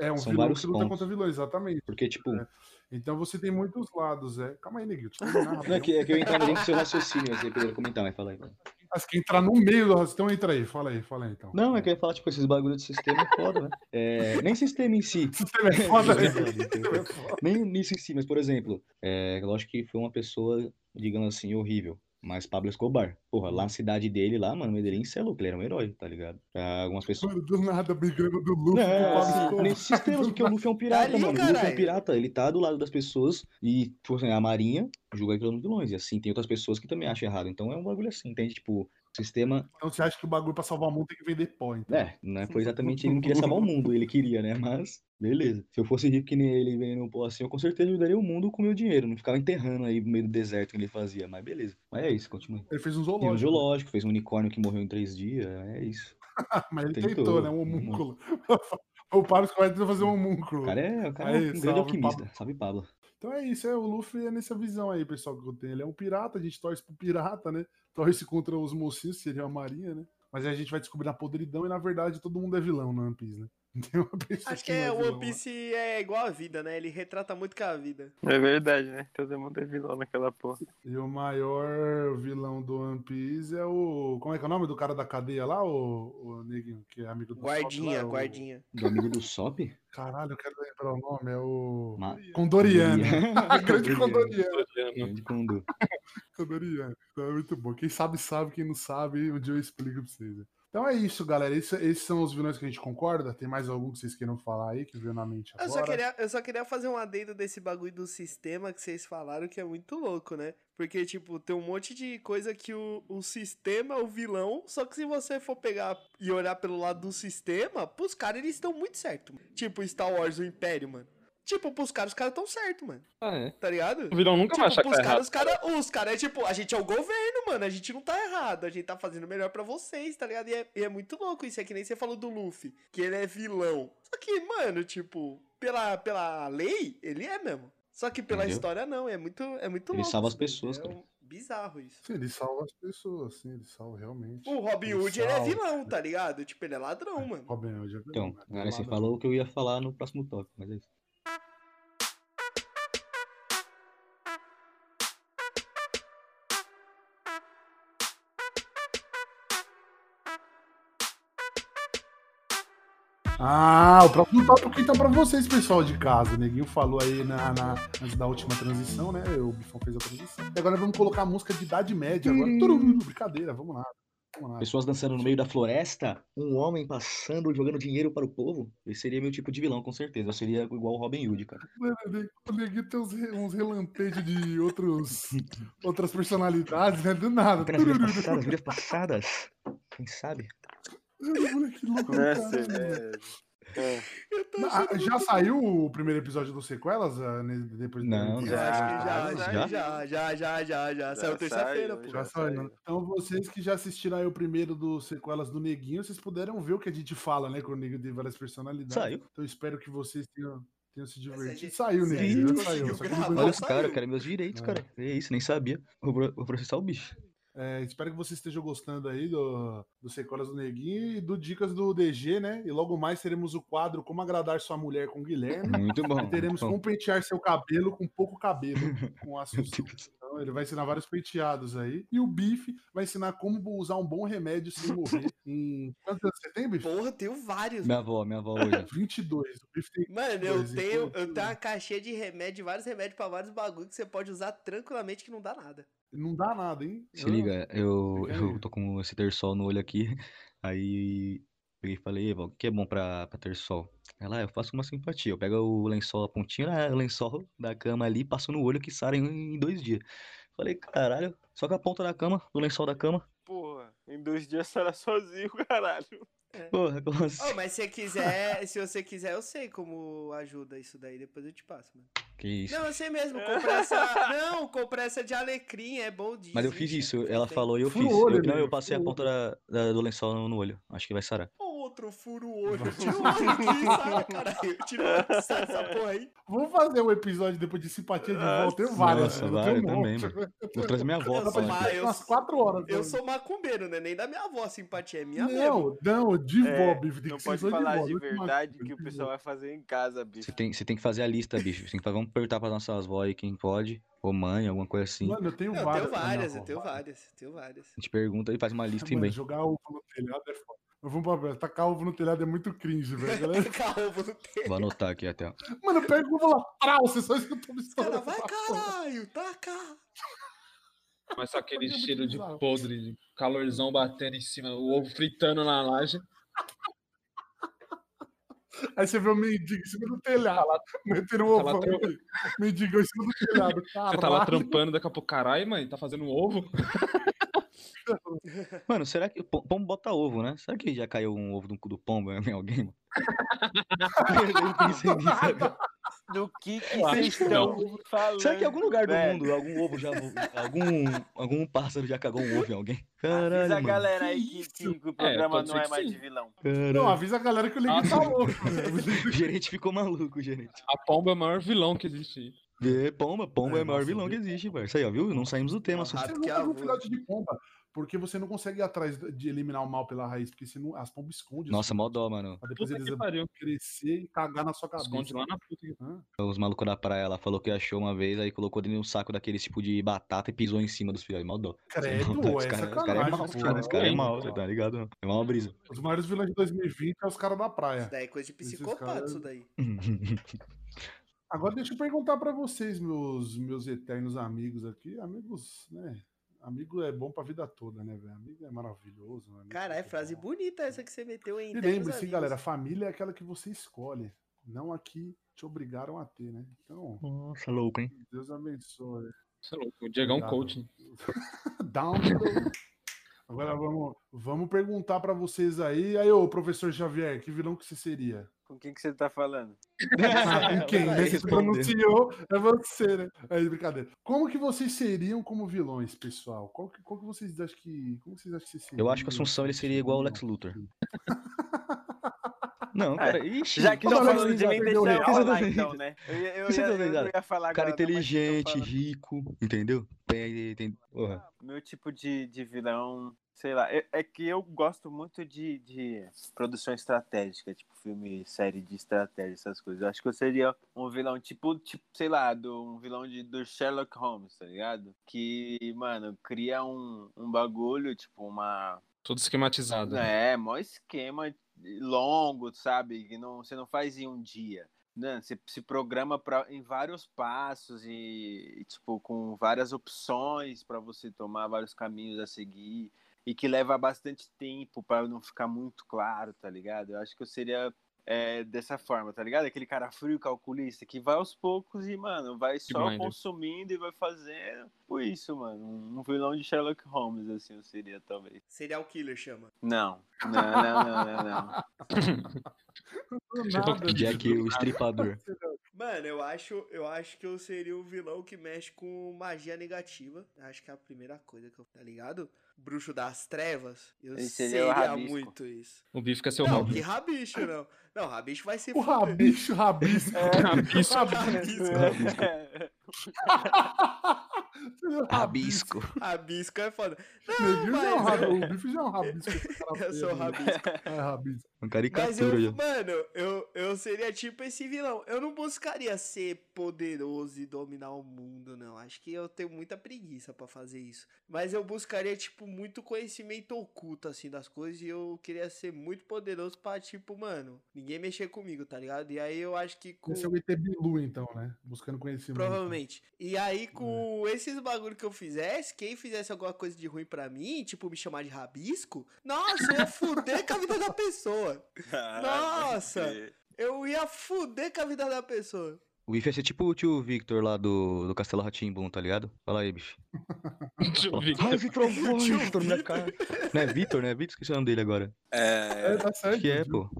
Speaker 8: É um
Speaker 5: São
Speaker 8: vilão
Speaker 5: vários
Speaker 8: que luta
Speaker 5: pontos.
Speaker 8: contra vilões, exatamente.
Speaker 5: Porque, tipo,
Speaker 8: É. Então você tem muitos lados, é. Calma aí, Neguinho. deixa eu terminar
Speaker 4: Tá
Speaker 5: não é
Speaker 8: rapidão.
Speaker 5: que, é que eu entrar dentro do seu raciocínio, assim, pra comentar, mas fala aí. mano.
Speaker 8: Mas que entrar no meio do raciocínio, então entra aí, fala aí, fala aí então.
Speaker 5: Não, é que eu ia falar, tipo, esses bagulho de sistema é foda, né? É, nem sistema em si.
Speaker 8: Sistema é foda, né? Sistema é foda.
Speaker 5: Nem nisso em si, mas, por exemplo, é, lógico que foi uma pessoa, digamos assim, horrível. Mas Pablo Escobar, porra, lá na cidade dele, lá, mano, Medellín, você é louco, ele era um herói, tá ligado? Pra algumas pessoas.
Speaker 8: Mano, do nada brigando do
Speaker 5: Não,
Speaker 8: Luffy. com o Pablo
Speaker 5: assim,
Speaker 8: Escobar.
Speaker 5: nesses sistemas, porque o Luffy é um pirata,
Speaker 4: Tá ali,
Speaker 5: mano. O Luffy é um
Speaker 4: caralho.
Speaker 5: pirata, ele tá do lado das pessoas e, tipo assim, a Marinha julga aquilo nos vilões. E assim, tem outras pessoas que também acham errado. Então é um bagulho assim, entende? Tipo, o sistema.
Speaker 8: Então você acha que o bagulho pra salvar o mundo tem que vender pó, então.
Speaker 5: É, né? Foi exatamente ele não queria salvar o mundo, ele queria, né? Mas, beleza. Se eu fosse rico que nem ele vendendo um pó assim, eu com certeza ajudaria o mundo com o meu dinheiro. Não ficava enterrando aí no meio do deserto que ele fazia. Mas beleza. Mas é isso, continua.
Speaker 8: Ele fez um
Speaker 5: Tem um
Speaker 8: zoológico.
Speaker 5: geológico, fez um unicórnio que morreu em três dias. É isso.
Speaker 8: Mas ele tentou,
Speaker 5: Tentou.
Speaker 8: né? Um homúnculo. o Pablo Escobar tentou fazer um homúnculo.
Speaker 5: O cara é, o cara é
Speaker 8: Aí,
Speaker 5: um grande
Speaker 8: salve,
Speaker 5: alquimista.
Speaker 8: Pablo.
Speaker 5: Salve, Pablo.
Speaker 8: Então é isso, é, o Luffy é nessa visão aí, pessoal, que eu tenho. Ele é um pirata, a gente torce pro pirata, né? Torce contra os mocinhos, que seria a marinha, né? Mas aí a gente vai descobrir na podridão e, na verdade, todo mundo é vilão no One Piece, né? Tem uma pessoa
Speaker 4: Acho que
Speaker 8: não
Speaker 4: é, o
Speaker 8: vilão,
Speaker 4: One Piece é igual a vida, né? Ele retrata muito que a vida.
Speaker 3: É verdade, né? Todo mundo é vilão naquela porra.
Speaker 8: E o maior vilão do One Piece é o. Como é que é o nome do cara da cadeia lá, o, o neguinho, que é amigo do
Speaker 4: Guardinha,
Speaker 8: Sop lá, o-
Speaker 4: guardinha.
Speaker 5: Do amigo do Sop?
Speaker 8: Caralho, eu quero lembrar o nome, é o.
Speaker 5: Ma-
Speaker 8: Condoriano. A
Speaker 5: Condoriano.
Speaker 8: grande Condoriano.
Speaker 5: Grande Condor.
Speaker 8: Condoriano. Então é muito bom. Quem sabe, sabe. Quem não sabe, um dia eu explico pra vocês. né? Então é isso, galera. Esse- esses são os vilões que a gente concorda. Tem mais algum que vocês queiram falar aí, que veio na mente agora?
Speaker 4: Eu só, queria, eu só queria fazer um adendo desse bagulho do sistema que vocês falaram, que é muito louco, né? Porque, tipo, tem um monte de coisa que o, o sistema é o vilão, só que se você for pegar e olhar pelo lado do sistema, pros caras eles estão muito certo. Tipo, Star Wars, o Império, mano. Tipo, pros caras, os caras estão certo, mano.
Speaker 1: Ah, é.
Speaker 4: Tá ligado?
Speaker 1: O vilão nunca vai achar
Speaker 4: Tipo,
Speaker 1: que
Speaker 4: pros
Speaker 1: tá
Speaker 4: caras, os
Speaker 1: errado.
Speaker 4: caras, os caras é tipo, a gente é o governo, mano, a gente não tá errado, a gente tá fazendo o melhor pra vocês, tá ligado? E é, e é muito louco isso, é que nem você falou do Luffy, que ele é vilão. Só que, mano, tipo, pela, pela lei, ele é mesmo. Só que pela
Speaker 5: Entendeu?
Speaker 4: história não, é muito, é muito
Speaker 5: Ele
Speaker 4: louco.
Speaker 5: salva
Speaker 4: isso
Speaker 5: as
Speaker 4: daí,
Speaker 5: pessoas,
Speaker 4: é
Speaker 5: cara.
Speaker 4: um- bizarro isso.
Speaker 8: Sim, ele salva as pessoas, sim, ele salva realmente.
Speaker 4: O Robin
Speaker 8: Ele
Speaker 4: Hood, ele é
Speaker 8: salva.
Speaker 4: vilão, tá ligado? Tipo, ele é ladrão, mano.
Speaker 8: Robin Hood, é
Speaker 5: Então,
Speaker 8: vilão, né?
Speaker 5: agora você
Speaker 8: Nada-
Speaker 5: falou o que eu ia falar no próximo tópico, mas é isso.
Speaker 8: Ah, o próximo tópico então pra vocês, pessoal de casa. O Neguinho falou aí na, na- antes da última transição, né? O Bifão fez a transição. E agora vamos colocar a música de Idade Média agora. Turum, brincadeira, vamos lá. Vamos lá.
Speaker 5: Pessoas dançando no meio da floresta, um homem passando, jogando dinheiro para o povo. Esse seria meu tipo de vilão, com certeza. Eu seria igual o Robin Hood, cara.
Speaker 8: Mano, o Neguinho- o Neguinho tem uns, re- uns relampejos de outros, outras personalidades, né? Do nada.
Speaker 5: Apenas vidas
Speaker 8: Tururu.
Speaker 5: passadas, vidas passadas. Quem sabe?
Speaker 8: Moleque louco,
Speaker 5: Né,
Speaker 3: Nossa,
Speaker 8: cara, mano.
Speaker 3: é. é.
Speaker 4: Eu tô
Speaker 8: Ah,
Speaker 4: achando
Speaker 8: Já
Speaker 4: muito-
Speaker 8: saiu o primeiro episódio do Sequelas? ah, né, Depois do
Speaker 5: Não,
Speaker 4: Eu
Speaker 8: já.
Speaker 4: acho que já,
Speaker 3: Já?
Speaker 4: já, já, já, já, já, já. Saiu
Speaker 3: saiu,
Speaker 4: terça-feira, pô.
Speaker 3: já.
Speaker 8: Já saiu, né? Então, vocês que já assistiram aí o primeiro do Sequelas do Neguinho, vocês puderam ver o que a gente fala, né? Quando o Neguinho tem várias personalidades.
Speaker 5: Saiu.
Speaker 8: Então, espero que vocês tenham, tenham se divertido.
Speaker 4: gente-
Speaker 8: saiu,
Speaker 4: se a
Speaker 8: Neguinho.
Speaker 4: gente
Speaker 8: Já saiu.
Speaker 4: conseguiu
Speaker 8: só que
Speaker 4: gravar,
Speaker 8: depois-
Speaker 5: Olha os
Speaker 4: saiu.
Speaker 5: caras, cara, meus direitos,
Speaker 8: É.
Speaker 5: cara. É isso, nem sabia. Vou, pro- vou processar o bicho.
Speaker 8: É, espero que você esteja gostando aí do, do Sequelas do Neguinho e do Dicas do DG, né? E logo mais teremos o quadro Como Agradar Sua Mulher com Guilherme.
Speaker 5: Muito bom.
Speaker 8: E teremos
Speaker 5: Bom,
Speaker 8: como pentear seu cabelo com pouco cabelo, com Assunção. Então, ele vai ensinar vários penteados aí. E o Bife vai ensinar como usar um bom remédio sem morrer. em... Quantos anos você tem, Bife?
Speaker 4: Porra, tenho vários.
Speaker 5: Minha avó, minha avó hoje.
Speaker 8: 22. O Bife tem...
Speaker 4: Mano, eu
Speaker 8: Dois e
Speaker 4: tenho,
Speaker 8: pouco,
Speaker 4: eu
Speaker 8: né?
Speaker 4: tenho uma caixinha de remédio, vários remédios pra vários bagulho que você pode usar tranquilamente que não dá nada.
Speaker 8: Não dá nada, hein?
Speaker 5: Se liga,
Speaker 8: Ah,
Speaker 5: eu,
Speaker 8: Fica aí.
Speaker 5: eu tô com esse terçol no olho aqui. Aí peguei e falei, "Ei, Val, o que é bom pra, pra terçol? Ela, "Ah, eu faço uma simpatia. Eu pego o lençol, a pontinha, ah, o lençol da cama ali, passo no olho que sara em, em dois dias. Falei, caralho, só com a ponta da cama, do lençol da cama.
Speaker 3: Porra, em dois dias você era sozinho, caralho.
Speaker 5: Porra, como assim?
Speaker 4: Oh, mas se você quiser, se você quiser, eu sei como ajuda isso daí, depois eu te passo, mano.
Speaker 5: Que isso?
Speaker 4: Não, eu sei mesmo, comprar essa. Não, comprar essa de alecrim, é bom disso.
Speaker 5: Mas eu fiz isso, ela falou e eu
Speaker 8: Fura o
Speaker 5: fiz.
Speaker 8: olho,
Speaker 5: Eu, não,
Speaker 8: amigo,
Speaker 5: eu passei a
Speaker 8: fura o
Speaker 5: ponta da, da- do lençol no, no olho. Acho que vai sarar.
Speaker 4: Outro furo o olho. Tira o olho aqui, sai, caralho. Tira o olho, sai dessa porra aí.
Speaker 8: Vamos fazer um episódio depois de simpatia de
Speaker 4: Ah,
Speaker 8: volta. Tem várias.
Speaker 5: Nossa,
Speaker 8: né? Eu tenho
Speaker 5: vai,
Speaker 8: um
Speaker 5: também,
Speaker 8: monte.
Speaker 5: Vou trazer minha avó
Speaker 4: Ah, Eu
Speaker 5: pra
Speaker 4: sou
Speaker 5: falar.
Speaker 4: mais-
Speaker 8: Tem Umas quatro horas.
Speaker 4: Eu
Speaker 8: né?
Speaker 4: sou macumbeiro, né? Nem da minha avó a simpatia, é minha mesmo.
Speaker 8: Não, não, de
Speaker 3: É,
Speaker 8: vó, Bife. Tem
Speaker 3: Não
Speaker 8: que ser só
Speaker 3: pode
Speaker 8: de
Speaker 3: falar
Speaker 8: vó,
Speaker 3: de
Speaker 8: não tem mais
Speaker 3: verdade
Speaker 8: coisa,
Speaker 3: que o
Speaker 8: de vó.
Speaker 3: pessoal vai fazer em casa, bicho.
Speaker 5: Você tem, você tem que fazer a lista, bicho. Você tem que fazer, vamos perguntar para nossas avós aí quem pode, ou mãe, alguma coisa assim.
Speaker 8: Mano, eu tenho
Speaker 4: Eu
Speaker 8: várias.
Speaker 4: tenho
Speaker 8: pra minha
Speaker 4: várias,
Speaker 8: avó,
Speaker 4: eu tenho
Speaker 8: várias.
Speaker 4: várias, eu tenho várias.
Speaker 5: A gente pergunta e faz uma lista
Speaker 8: Mano,
Speaker 5: também.
Speaker 8: jogar ovo no telhado é foda. Mas vamos pra ver, tacar ovo no telhado é muito cringe, velho. Galera,
Speaker 4: Tacar ovo no tempo.
Speaker 5: Vou anotar aqui até. ó.
Speaker 8: Mano, pega o ovo lá, trau, você só escutou me
Speaker 4: Cara,
Speaker 8: estourando.
Speaker 4: vai caralho, taca.
Speaker 1: Mas só aquele
Speaker 8: Olha, muito
Speaker 1: cheiro de
Speaker 8: bizarro.
Speaker 1: podre, de calorzão batendo em cima, o ovo fritando na laje.
Speaker 8: Aí você vê o mendigo em cima do telhado, metendo um
Speaker 1: tá lá
Speaker 8: ovo.
Speaker 1: tran-
Speaker 8: Mendigo em cima do telhado,
Speaker 1: Você
Speaker 8: caralho.
Speaker 1: tá lá trampando, daqui a pouco, caralho, mãe, tá fazendo um ovo?
Speaker 5: Mano, será que. pom- Pombo bota ovo, né? Será que já caiu um ovo do cu do pombo em alguém? mano? Eu pensei nisso agora.
Speaker 3: Do que que
Speaker 1: acho
Speaker 3: vocês
Speaker 1: que
Speaker 3: estão falando?
Speaker 5: Será que em algum lugar do
Speaker 3: velho?
Speaker 5: mundo algum ovo já. vo- Algum, algum pássaro já cagou um ovo em alguém?
Speaker 3: Avisa a
Speaker 5: Caralho, mano.
Speaker 3: galera aí que, que o programa
Speaker 1: pode
Speaker 3: não
Speaker 1: ser
Speaker 3: é
Speaker 1: que
Speaker 3: mais
Speaker 1: sim.
Speaker 3: de vilão.
Speaker 8: Não,
Speaker 5: Caralho.
Speaker 8: avisa a galera que o Link tá
Speaker 1: Nossa.
Speaker 8: louco. velho.
Speaker 5: O gerente ficou maluco, o gerente.
Speaker 1: A pomba é o maior vilão que existe. aí.
Speaker 5: É, pomba, pomba é,
Speaker 8: É,
Speaker 5: o maior
Speaker 8: nossa,
Speaker 5: vilão que
Speaker 8: viu?
Speaker 5: existe, parça. Aí, ó, viu? Não saímos do tema, assunto.
Speaker 4: Ah,
Speaker 8: Você
Speaker 4: porque
Speaker 8: nunca
Speaker 4: a
Speaker 8: viu um
Speaker 4: avó-
Speaker 8: filhote de pomba, porque você não consegue ir atrás de eliminar o mal pela raiz, porque você não- as pombas escondem.
Speaker 5: Nossa,
Speaker 8: os-
Speaker 5: mó dó, mano.
Speaker 8: pra depois
Speaker 1: Puta
Speaker 8: eles
Speaker 1: que pariu.
Speaker 8: crescer e cagar na sua cabeça.
Speaker 1: Esconde lá na puta. que-
Speaker 5: Os malucos da praia lá falou que achou uma vez, aí colocou dentro de um saco daqueles tipo de batata e pisou em cima dos filhotes. Mó dó.
Speaker 8: Credo,
Speaker 5: Maldade,
Speaker 8: é
Speaker 5: os caras
Speaker 8: sacanagem.
Speaker 5: cara é mal,
Speaker 8: os
Speaker 5: porra,
Speaker 8: caras-
Speaker 5: os caras é
Speaker 1: hein,
Speaker 5: mal,
Speaker 8: mano.
Speaker 5: você tá ligado? É mal uma brisa.
Speaker 8: Os maiores vilões de 2020 é os caras da praia.
Speaker 4: Isso daí é coisa de
Speaker 8: Esses
Speaker 4: psicopata,
Speaker 8: caras-
Speaker 4: isso daí.
Speaker 8: Agora deixa eu perguntar pra vocês, meus, meus eternos amigos aqui. Amigos, né? Amigo é bom pra vida toda, né, velho? Amigo é maravilhoso. né? Amigo é
Speaker 4: Caralho, frase
Speaker 8: bom.
Speaker 4: bonita essa que você meteu aí.
Speaker 8: E lembre-se, galera, família é aquela que você escolhe, não a que te obrigaram a ter, né? Então,
Speaker 5: Nossa, louco, hein?
Speaker 8: Deus abençoe.
Speaker 1: Você é louco, o Diegão
Speaker 8: Obrigado.
Speaker 1: Coaching.
Speaker 8: Down to the- Agora vamos, vamos perguntar pra vocês aí. Aí, ô, professor Xavier, que vilão que você seria?
Speaker 3: Com quem que você tá falando?
Speaker 8: Ah, com quem?
Speaker 4: vai
Speaker 8: Né? Se
Speaker 5: responder.
Speaker 8: pronunciou, é você, né? Aí, brincadeira. Como que vocês seriam como vilões, pessoal? Qual que, qual que vocês acham que. Como vocês acham que vocês seriam?
Speaker 5: Eu acho que o Assunção ele seria igual o Lex Luthor. Não, cara, ixi,
Speaker 3: É, Já que
Speaker 5: não
Speaker 3: estão
Speaker 8: Não, não,
Speaker 3: falando de
Speaker 8: não,
Speaker 3: mim,
Speaker 8: não,
Speaker 3: deixa
Speaker 8: não,
Speaker 3: eu
Speaker 5: não,
Speaker 3: falar
Speaker 5: não,
Speaker 3: então, né? Eu, ia- eu,
Speaker 5: Você
Speaker 3: ia-
Speaker 5: tá
Speaker 3: eu não
Speaker 5: ligado?
Speaker 3: ia falar
Speaker 5: cara
Speaker 3: agora, não, mas vocês tão
Speaker 5: inteligente,
Speaker 3: falando.
Speaker 5: rico, entendeu? Tem, tem, porra.
Speaker 3: Meu tipo de, de vilão, sei lá, é, é que eu gosto muito de, de produção estratégica, tipo filme, série de estratégia, essas coisas. Eu acho que eu seria um vilão tipo, tipo sei lá, do, um vilão de, do Sherlock Holmes, tá ligado? Que, mano, cria um, um bagulho, tipo uma...
Speaker 1: Todo esquematizado. né?
Speaker 3: É, mó esquema longo, sabe? Que não, você não faz em um dia. Né? Você se programa pra, em vários passos e, e, tipo, com várias opções para você tomar vários caminhos a seguir. E que leva bastante tempo para não ficar muito claro, tá ligado? Eu acho que eu seria é, dessa forma, tá ligado? Aquele cara frio, calculista, que vai aos poucos e, mano, vai só
Speaker 1: Blinder.
Speaker 3: consumindo e vai fazendo. Por isso, mano, um vilão de Sherlock Holmes, assim, eu seria, talvez.
Speaker 4: Serial killer chama.
Speaker 3: Não, não, não, não, não, não.
Speaker 8: Do
Speaker 1: Sherlock
Speaker 8: nada,
Speaker 5: Jack
Speaker 8: bicho.
Speaker 5: o estripador.
Speaker 4: Mano, eu acho, eu acho que eu seria o vilão que mexe com magia negativa. Acho que é a primeira coisa que eu. Tá ligado? Bruxo das trevas. Eu
Speaker 3: Ele seria o
Speaker 4: seria
Speaker 3: rabisco.
Speaker 4: muito isso.
Speaker 1: O bife quer ser o
Speaker 4: não,
Speaker 1: Robin.
Speaker 4: que rabicho, não. Não, rabicho vai ser
Speaker 3: É,
Speaker 8: O
Speaker 4: é
Speaker 8: rabicho, rabicho.
Speaker 1: Rabisco.
Speaker 8: rabicho.
Speaker 3: É,
Speaker 5: Rabisco. um
Speaker 4: Rabisco é foda.
Speaker 8: Meu já é um
Speaker 4: mas-
Speaker 8: rabo- o bife já é um rabisco. esse cara
Speaker 4: Eu sou
Speaker 8: feio, né?
Speaker 4: rabisco.
Speaker 8: É rabisco.
Speaker 5: Uma
Speaker 4: Mas
Speaker 5: caricatura
Speaker 4: eu,
Speaker 5: já.
Speaker 4: mano, eu, eu seria tipo esse vilão. Eu não buscaria ser poderoso e dominar o mundo, não. Acho que eu tenho muita preguiça pra fazer isso. Mas eu buscaria, tipo, muito conhecimento oculto, assim, das coisas. E eu queria ser muito poderoso pra, tipo, mano, ninguém mexer comigo, tá ligado? E aí eu acho que com.
Speaker 8: Esse é o ET Bilu, então, né? Buscando conhecimento.
Speaker 4: Provavelmente. E aí, com
Speaker 5: É.
Speaker 4: esses bagulho que eu fizesse, quem fizesse alguma coisa de ruim pra mim, tipo me chamar de rabisco, nossa, eu ia fuder com a vida da pessoa. Nossa! Eu ia fuder com a vida da pessoa.
Speaker 5: O If ia ser tipo o tio Victor lá do, do Castelo Ratimbum, tá ligado? Fala aí, bicho.
Speaker 1: Deixa eu ver.
Speaker 5: Ah, Victor,
Speaker 4: Tio
Speaker 5: Victor, Victor, minha
Speaker 4: Victor.
Speaker 5: cara. Não é Victor, né? Victor, esqueci o nome dele agora.
Speaker 3: É.
Speaker 8: É, tá
Speaker 5: Acho
Speaker 8: certo.
Speaker 5: que é, pô.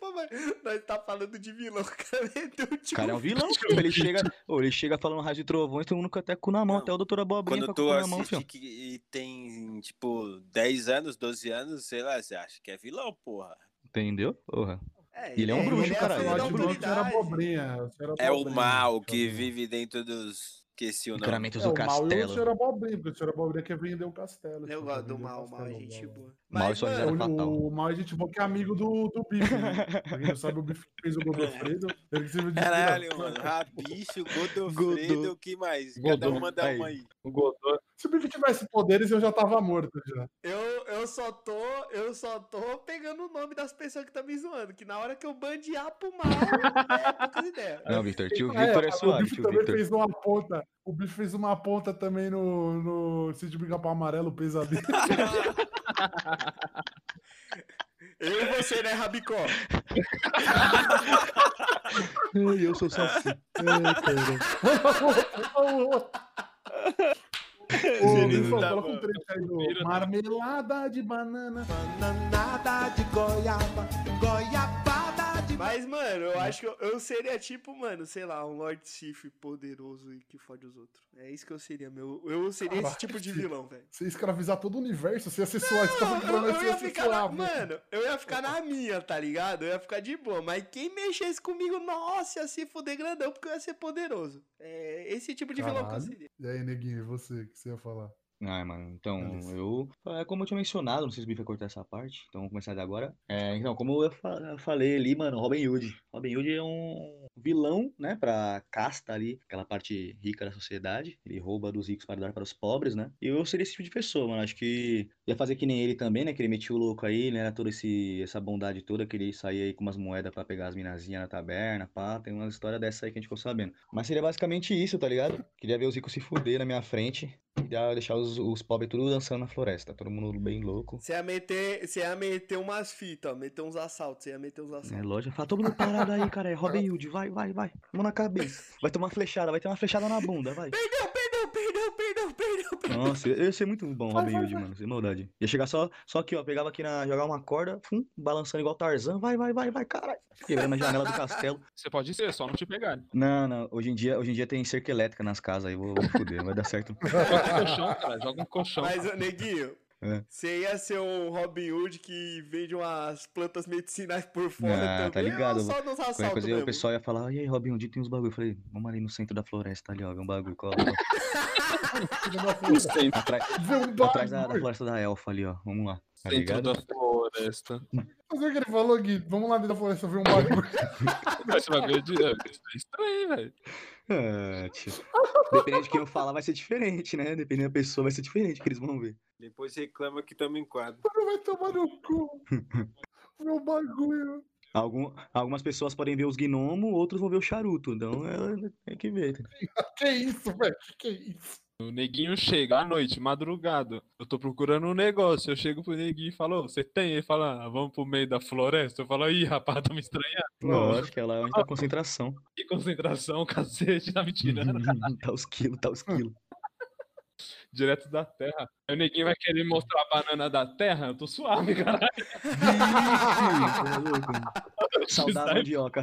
Speaker 4: Pô, mas nós tá falando de vilão, cara. Então,
Speaker 5: O
Speaker 4: tipo,
Speaker 5: cara é um vilão, filho. Ele chega, ô, ele chega falando raio de trovões, todo mundo com até cu na mão,
Speaker 3: Não.
Speaker 5: até o doutor Abobrinha
Speaker 3: Quando
Speaker 5: com a
Speaker 3: tu
Speaker 5: cu na mão, assim,
Speaker 3: assiste
Speaker 5: filho.
Speaker 3: que, e tem, tipo, 10 anos, 12 anos, sei lá, você acha que é vilão, porra.
Speaker 5: Entendeu? Porra.
Speaker 4: é,
Speaker 5: ele é um bruxo,
Speaker 4: a
Speaker 5: caralho.
Speaker 4: figura da
Speaker 5: Ele é um
Speaker 8: Ancelotti
Speaker 5: bruxo.
Speaker 8: era
Speaker 4: autoridade.
Speaker 8: abobrinha. você era
Speaker 3: É o
Speaker 8: abobrinha. tá
Speaker 3: mal que vive dentro dos. Esqueci o nome.
Speaker 5: Encaramentos
Speaker 8: É,
Speaker 5: do
Speaker 8: o mal e o
Speaker 5: castelo.
Speaker 8: senhor abobrinha, porque o senhor abobrinha quer vender um castelo.
Speaker 4: Eu
Speaker 8: tipo,
Speaker 4: gosto do
Speaker 8: vender um
Speaker 4: mal, o mal é
Speaker 8: castelo,
Speaker 4: gente
Speaker 8: o mal.
Speaker 4: boa.
Speaker 5: Mal
Speaker 4: Mas,
Speaker 5: só gera-
Speaker 8: É,
Speaker 4: mano,
Speaker 5: fatal.
Speaker 8: o, o mal é gente boa que é amigo do, do Bife, né? Pra quem não sabe, o Bife que fez o
Speaker 4: É.
Speaker 8: Godofredo. Ele que serviu de
Speaker 3: Caralho,
Speaker 8: inspiração.
Speaker 3: mano. Rabicho, Godofredo, o que mais? Cada
Speaker 5: Godô.
Speaker 3: um manda
Speaker 5: Aí.
Speaker 3: uma aí.
Speaker 1: O Godot.
Speaker 8: Se o Bife tivesse poderes, eu já tava morto já.
Speaker 4: eu, eu só tô. Eu só tô pegando o nome das pessoas que tá me zoando. Que na hora que eu bandear pro mal, é poucas ideias.
Speaker 5: Não, Victor, tio
Speaker 8: É,
Speaker 5: Victor é
Speaker 8: o
Speaker 5: suave,
Speaker 8: Bife
Speaker 5: tio
Speaker 8: também
Speaker 5: Victor.
Speaker 8: fez uma ponta. O Bife fez uma ponta também no, no Cid Brigar para Amarelo, o pesadelo.
Speaker 4: Eu e você, né, Rabicó?
Speaker 5: Ai, eu sou assim. É, saci.
Speaker 8: Ô,
Speaker 5: Sim,
Speaker 8: pessoal,
Speaker 1: tá
Speaker 8: coloca um
Speaker 1: bom.
Speaker 8: trecho aí
Speaker 4: né?
Speaker 8: do Marmelada de banana.
Speaker 4: Bananada de goiaba, goiabada de... Mas, mano, eu acho que eu, eu seria tipo, mano, sei lá, um Lord Sif poderoso e que fode os outros. É isso que eu seria, meu. Eu seria esse
Speaker 8: Caralho,
Speaker 4: tipo de
Speaker 8: Sif.
Speaker 4: vilão, velho.
Speaker 8: Você ia escravizar todo o universo, você ia ser suave,
Speaker 5: Tá
Speaker 8: você tava
Speaker 4: Eu,
Speaker 8: falando
Speaker 4: eu
Speaker 8: você
Speaker 4: ia
Speaker 5: é
Speaker 8: ia ser
Speaker 4: ficar na,
Speaker 8: suave.
Speaker 4: mano, eu ia ficar na minha, tá ligado? Eu ia ficar de boa. Mas quem mexesse comigo, nossa, ia se fuder grandão, porque eu ia ser poderoso. É esse tipo de vilão que eu
Speaker 8: Caralho.
Speaker 4: seria.
Speaker 8: E aí, neguinho, e você, o que você ia falar?
Speaker 5: Ai, mano, então,
Speaker 8: Beleza.
Speaker 5: eu. É como eu tinha mencionado, não sei se o Bife vai cortar essa parte, então vamos começar de agora. É, então, como eu fa- eu falei ali, mano, Robin Hood. Robin Hood é um vilão, né, pra casta ali, aquela parte rica da sociedade. Ele rouba dos ricos para dar para os pobres, né? E eu seria esse tipo de pessoa, mano. Acho que ia fazer que nem ele também, né? Que ele metia o louco aí, né? Toda esse, essa bondade toda, que ele saía aí com umas moedas pra pegar as minazinhas na taberna, pá. Tem uma história dessa aí que a gente ficou sabendo. Mas seria basicamente isso, tá ligado? Queria ver os ricos se fuder na minha frente. E dá- deixar os, os pobres tudo dançando na floresta, todo mundo bem louco.
Speaker 4: Você ia meter, você ia meter umas fitas, ó, meter uns assaltos, você ia meter uns
Speaker 5: É,
Speaker 4: assaltos.
Speaker 5: loja, fala, todo mundo parado aí, cara. É Robin Hood, vai, vai, vai. Mão na cabeça. Vai tomar uma flechada, vai ter uma flechada na bunda, vai.
Speaker 4: Perdeu,
Speaker 5: É.
Speaker 4: perdeu, perdeu, perdeu, perdeu, perdeu.
Speaker 5: Nossa, eu ia ser muito bom Robin Hood, mano. Sem maldade. Ia chegar só, só aqui, ó. Pegava aqui na. Jogar uma corda, fum, balançando igual Tarzan. Vai, vai, vai, vai, caralho. Quebrando a janela do castelo.
Speaker 1: Você pode ser, é só não te pegar.
Speaker 5: Não, não. Hoje em dia, hoje em dia tem cerca elétrica nas casas aí. Vou, vou foder, não vai dar certo.
Speaker 1: Joga um colchão, cara. Joga um colchão.
Speaker 4: Mas, ô, neguinho,
Speaker 5: É.
Speaker 4: você ia ser um Robin Hood que vende umas plantas medicinais por fora
Speaker 5: Ah, tá
Speaker 4: também,
Speaker 5: ligado,
Speaker 4: ou só nos
Speaker 5: Qualquer
Speaker 4: assaltos
Speaker 5: coisa, aí
Speaker 4: mesmo?
Speaker 5: o pessoal ia falar, e aí, Robin Hood, tem uns bagulho. Eu falei, vamos ali no centro da floresta ali, ó. Vê um bagulho, cola. cola."
Speaker 1: No centro,
Speaker 5: Atrás,
Speaker 8: Vê um
Speaker 5: atrás da, da
Speaker 8: bagulho.
Speaker 5: floresta da elfa ali, ó. Vamos lá. Tá
Speaker 1: centro
Speaker 5: ligado?
Speaker 1: da floresta.
Speaker 8: Mas é o que ele falou, Gui? Vamos lá dentro da floresta ver um bagulho.
Speaker 1: Mas Você vai ver de... É estranho, velho.
Speaker 5: Ah, tio. Dependendo de quem eu falar, vai ser diferente, né? Dependendo da pessoa, vai ser diferente que eles vão ver.
Speaker 3: Depois reclama que tamo em quadro.
Speaker 8: Vai tomar no cu. Meu bagulho.
Speaker 5: Algum- algumas pessoas podem ver os gnomos, outros vão ver o charuto. Então é, tem que ver.
Speaker 8: Que isso, velho? Que isso?
Speaker 1: O neguinho chega à noite, madrugado. Eu tô procurando um negócio. Eu chego pro neguinho e falo, "Ô, você tem? Ele fala, "Ah, vamos pro meio da floresta. Eu falo, ih, rapaz, tá me estranhando.
Speaker 5: Lógico, que é lá onde tá a concentração.
Speaker 1: Que concentração, cacete, tá me tirando.
Speaker 5: tá os quilos, tá os quilos. Uhum.
Speaker 1: Direto da terra. Aí o neguinho vai querer mostrar a banana da terra? Eu tô suave, caralho.
Speaker 5: Saudar a mandioca.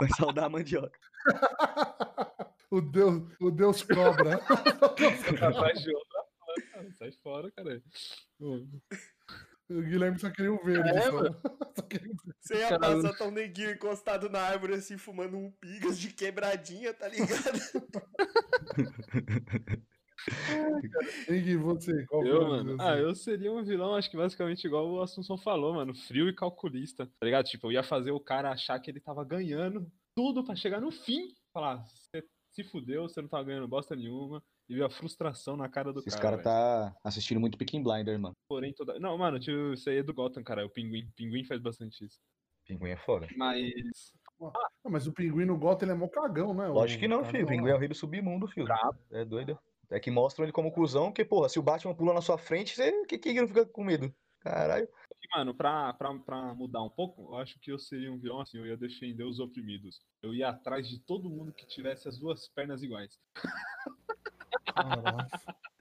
Speaker 5: Vai saudar a mandioca.
Speaker 8: O Deus, o Deus cobra.
Speaker 1: Vai de outra forma. Sai fora, cara.
Speaker 8: O Guilherme só queria um verde.
Speaker 1: É,
Speaker 8: só.
Speaker 1: mano.
Speaker 8: Só queria um verde.
Speaker 4: Você ia
Speaker 1: Caralho.
Speaker 4: passar tão neguinho encostado na árvore, assim, fumando um pigas de quebradinha, tá ligado?
Speaker 8: Henrique, você, qual
Speaker 1: Eu,
Speaker 8: foi o
Speaker 1: mano.
Speaker 8: vilão?
Speaker 1: Ah, eu seria um vilão, acho que basicamente igual o Assunção falou, mano. Frio e calculista, tá ligado? Tipo, eu ia fazer o cara achar que ele tava ganhando tudo pra chegar no fim. Falar, você se fudeu, você não tava ganhando bosta nenhuma. E ver a frustração na cara do
Speaker 5: Esse
Speaker 1: cara.
Speaker 5: cara
Speaker 1: velho.
Speaker 5: tá assistindo muito Peaky Blinder, mano.
Speaker 1: Porém, toda... Não, mano, tipo, isso aí é do Gotham, cara. O Pinguim. Pinguim faz bastante isso.
Speaker 5: Pinguim é foda.
Speaker 1: Mas.
Speaker 8: Ah, mas o pinguim no Gotham ele é mó cagão, né?
Speaker 5: Lógico
Speaker 8: O-
Speaker 5: que não,
Speaker 8: cara,
Speaker 5: filho. O Pinguim é o rei do submundo, filho.
Speaker 1: Brabo.
Speaker 5: É doido. É que mostram ele como cuzão, porque, porra, se o Batman pula na sua frente, você que, que não fica com medo? Caralho.
Speaker 1: E, mano, pra, pra, pra mudar um pouco, eu acho que eu seria um vilão assim, eu ia defender os oprimidos. Eu ia atrás de todo mundo que tivesse as duas pernas iguais.
Speaker 8: Caralho.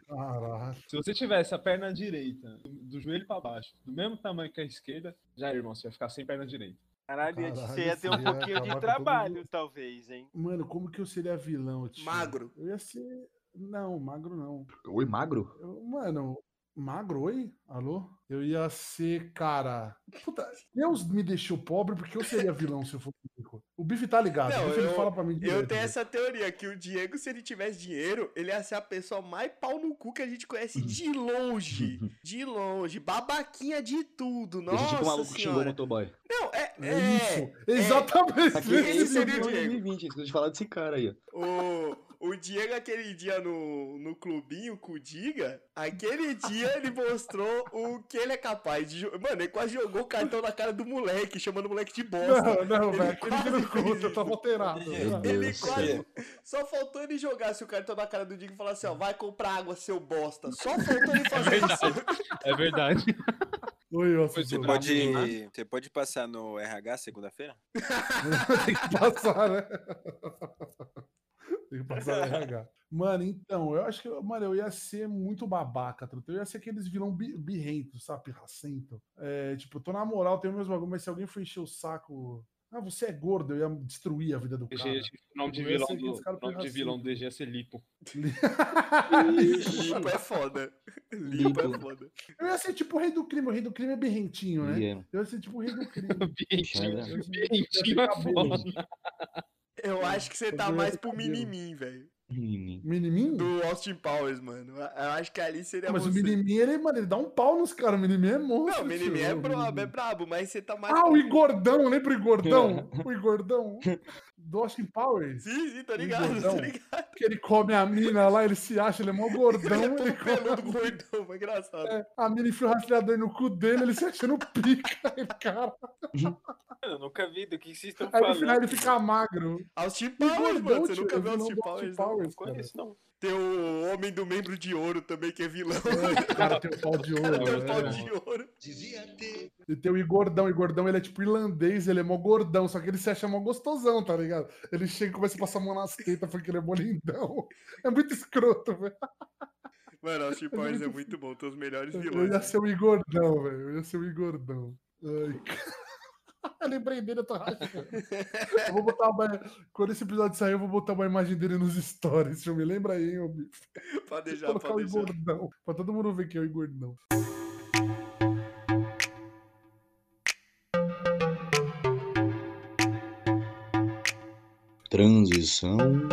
Speaker 8: Caralho.
Speaker 1: Se você tivesse a perna direita, do, do joelho pra baixo, do mesmo tamanho que a esquerda, já era, irmão, você ia ficar sem perna direita.
Speaker 3: Caralho,
Speaker 8: Caralho,
Speaker 3: você ia ter um
Speaker 8: isso ia
Speaker 3: pouquinho de
Speaker 8: acabar com todo
Speaker 3: trabalho,
Speaker 8: mundo.
Speaker 3: talvez, hein?
Speaker 8: Mano, como que eu seria vilão, tio?
Speaker 4: Magro.
Speaker 8: Eu ia ser. Não, magro não.
Speaker 5: Oi, magro?
Speaker 8: Eu- mano, magro, oi? Alô? Eu ia ser, cara. Puta, Deus me deixou pobre porque eu seria vilão se eu fosse rico. O Bife tá ligado.
Speaker 4: Não,
Speaker 8: o Bife ele
Speaker 4: eu-
Speaker 8: fala pra mim.
Speaker 4: Eu
Speaker 8: direto,
Speaker 4: tenho
Speaker 5: Uhum.
Speaker 8: velho.
Speaker 4: essa teoria que o Diego, se ele tivesse dinheiro, ele ia ser a pessoa mais pau no cu que a gente conhece de longe. De longe. Babaquinha de tudo.
Speaker 5: Esse
Speaker 4: Nossa
Speaker 5: tipo maluco que xingou o
Speaker 4: senhora.
Speaker 5: motoboy.
Speaker 4: Não, é.
Speaker 8: É,
Speaker 4: é,
Speaker 8: isso. Exatamente.
Speaker 5: Aqui,
Speaker 4: Esse
Speaker 5: esse
Speaker 4: seria o
Speaker 5: é o
Speaker 4: Diego.
Speaker 5: 2020, esqueci de falar desse cara aí, ó.
Speaker 4: O, o Diego, aquele dia no, no clubinho com o Diga, aquele dia ele mostrou o que ele é capaz de. jo- Mano, ele quase jogou o cartão na cara do moleque, chamando o moleque de bosta.
Speaker 8: Não, não,
Speaker 4: Ele
Speaker 8: velho. Aquele que não
Speaker 4: quase
Speaker 8: conta, eu
Speaker 4: fez
Speaker 8: tava alterado.
Speaker 5: Meu
Speaker 8: velho.
Speaker 5: Deus
Speaker 4: Ele
Speaker 5: do
Speaker 4: quase.
Speaker 5: céu.
Speaker 4: Só faltou ele jogasse o cartão na cara do Diga e falar assim: ó, vai comprar água, seu bosta. Só faltou ele fazer isso.
Speaker 1: É verdade.
Speaker 8: Oi, eu
Speaker 1: Você
Speaker 3: Você
Speaker 1: Bravo,
Speaker 3: pode, você pode passar no RH segunda-feira?
Speaker 8: Tem que passar, né? Tem que passar no RH. Mano, então, eu acho que eu- mano, eu ia ser muito babaca, truta. Eu ia ser aqueles vilão bi- birrento, sabe? Pirracento. É, tipo, tô na moral, tenho meus bagulho, mas se alguém for encher o saco. Ah, você é gordo, eu ia destruir a vida do cara.
Speaker 1: DG, o nome de
Speaker 8: eu ia
Speaker 1: vilão
Speaker 8: ser aqueles
Speaker 1: do,
Speaker 8: cara
Speaker 1: nome de
Speaker 8: pirracento.
Speaker 1: vilão do DG é ser Lipo.
Speaker 4: Limpo é foda. Limpo é foda.
Speaker 8: Eu ia ser tipo o rei do crime. O rei do crime é birrentinho, né?
Speaker 5: E é-
Speaker 8: Eu ia ser tipo o rei do crime.
Speaker 1: Ambientinho,
Speaker 5: Cara.
Speaker 1: ambientinho é foda.
Speaker 4: Eu acho que você tá
Speaker 8: Eu
Speaker 4: mais
Speaker 8: ia
Speaker 4: pro
Speaker 8: ser cabelo.
Speaker 4: Minimin, velho.
Speaker 5: um Menininho.
Speaker 8: Minimin?
Speaker 4: Do Austin Powers, mano. Eu acho que ali seria
Speaker 8: Mas
Speaker 4: você.
Speaker 8: o Minimin, ele, mano, ele dá um pau nos caras. O Minimin é monstro.
Speaker 4: Não, o Minimin
Speaker 8: tio.
Speaker 4: é
Speaker 8: O
Speaker 4: brabo, é
Speaker 8: Minimin.
Speaker 4: brabo, mas você tá mais.
Speaker 8: Ah, o Igordão, lembra o Igordão? O Igordão do Austin Powers.
Speaker 4: Sim, sim, tô ligado, tô
Speaker 8: gordão.
Speaker 4: ligado.
Speaker 8: Que ele come a mina lá, ele se acha, ele é mó gordão.
Speaker 4: Ele é
Speaker 8: Ele
Speaker 4: todo peludo,
Speaker 8: come
Speaker 4: gordão, foi engraçado.
Speaker 8: a, é, a mina enfia o rastreador no cu dele, ele se acha no pica. Ele, cara.
Speaker 3: Mano, eu nunca vi do que vocês estão
Speaker 8: Aí
Speaker 3: falando.
Speaker 8: no final ele fica magro.
Speaker 4: Austin
Speaker 8: E
Speaker 4: Powers,
Speaker 8: gordão,
Speaker 4: mano, você
Speaker 8: tio,
Speaker 4: nunca
Speaker 8: é
Speaker 4: viu
Speaker 8: vilão
Speaker 4: Austin
Speaker 8: do
Speaker 4: Powers? então, não?
Speaker 8: Powers,
Speaker 1: é
Speaker 3: Não conheço, não.
Speaker 4: Tem o Homem do Membro de Ouro também, que é vilão.
Speaker 8: cara. O cara tem o pau de
Speaker 4: O cara tem
Speaker 8: ouro.
Speaker 4: um pau
Speaker 8: né?
Speaker 4: de ouro.
Speaker 8: E tem o Igordão. O Igordão, ele é tipo irlandês, ele é mó gordão, só que ele se acha mó gostosão, tá ligado? Ele chega e começa a passar a mão nas tetas porque ele é mó lindão. É muito escroto, velho.
Speaker 4: Mano, Austin Powers é muito bom, tem os melhores
Speaker 8: Eu
Speaker 4: vilões.
Speaker 8: ia ser o Igordão, velho. Eu ia ser o Igordão. Ai, cara. Eu lembrei dele, eu tô rachando. Eu vou botar uma... Quando esse episódio sair, eu vou botar uma imagem dele nos stories. Eu me lembra aí, hein, ô bicho.
Speaker 4: Pode deixar,
Speaker 8: Colocar
Speaker 4: pode
Speaker 8: o
Speaker 4: deixar.
Speaker 8: Igordão. Pra todo mundo ver que é o Igordão.
Speaker 5: Transição.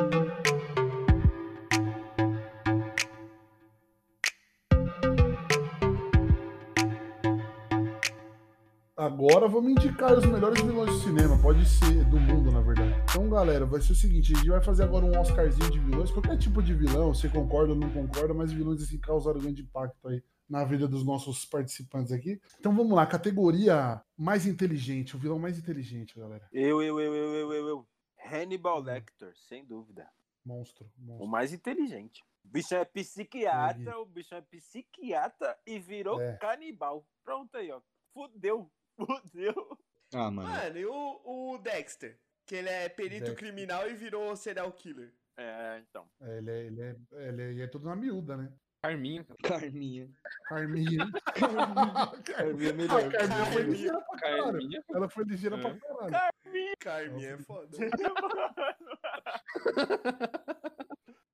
Speaker 8: Agora vamos indicar os melhores vilões do cinema, pode ser do mundo, na verdade. Então, galera, vai ser o seguinte: a gente vai fazer agora um Oscarzinho de vilões, qualquer tipo de vilão, você concorda ou não concorda, mas vilões assim causaram grande impacto aí na vida dos nossos participantes aqui. Então vamos lá, categoria mais inteligente, o vilão mais inteligente, galera.
Speaker 3: Eu, eu, eu, eu, eu, eu, eu. Hannibal Lecter, sem dúvida.
Speaker 8: Monstro, monstro.
Speaker 3: O mais inteligente. O bicho é psiquiatra, o bicho é psiquiatra e virou
Speaker 8: É.
Speaker 3: canibal. Pronto aí, ó. Fudeu, fudeu.
Speaker 5: Ah, mano.
Speaker 4: Mano, e o, o Dexter? Que ele é perito
Speaker 8: Dexter.
Speaker 4: criminal e virou serial killer.
Speaker 3: É, então.
Speaker 8: É, ele, é, ele, é, ele, é, ele é todo na miúda, né?
Speaker 1: Carminha, cara.
Speaker 5: Carminha.
Speaker 8: Carminha.
Speaker 5: Carminha é
Speaker 8: A
Speaker 5: melhor.
Speaker 8: Carminha foi
Speaker 4: Carminha.
Speaker 8: ligeira pra caralho.
Speaker 1: Carminha.
Speaker 8: Ela foi ligeira
Speaker 1: É.
Speaker 8: pra caralho.
Speaker 4: Carmen é
Speaker 8: Nossa.
Speaker 4: foda.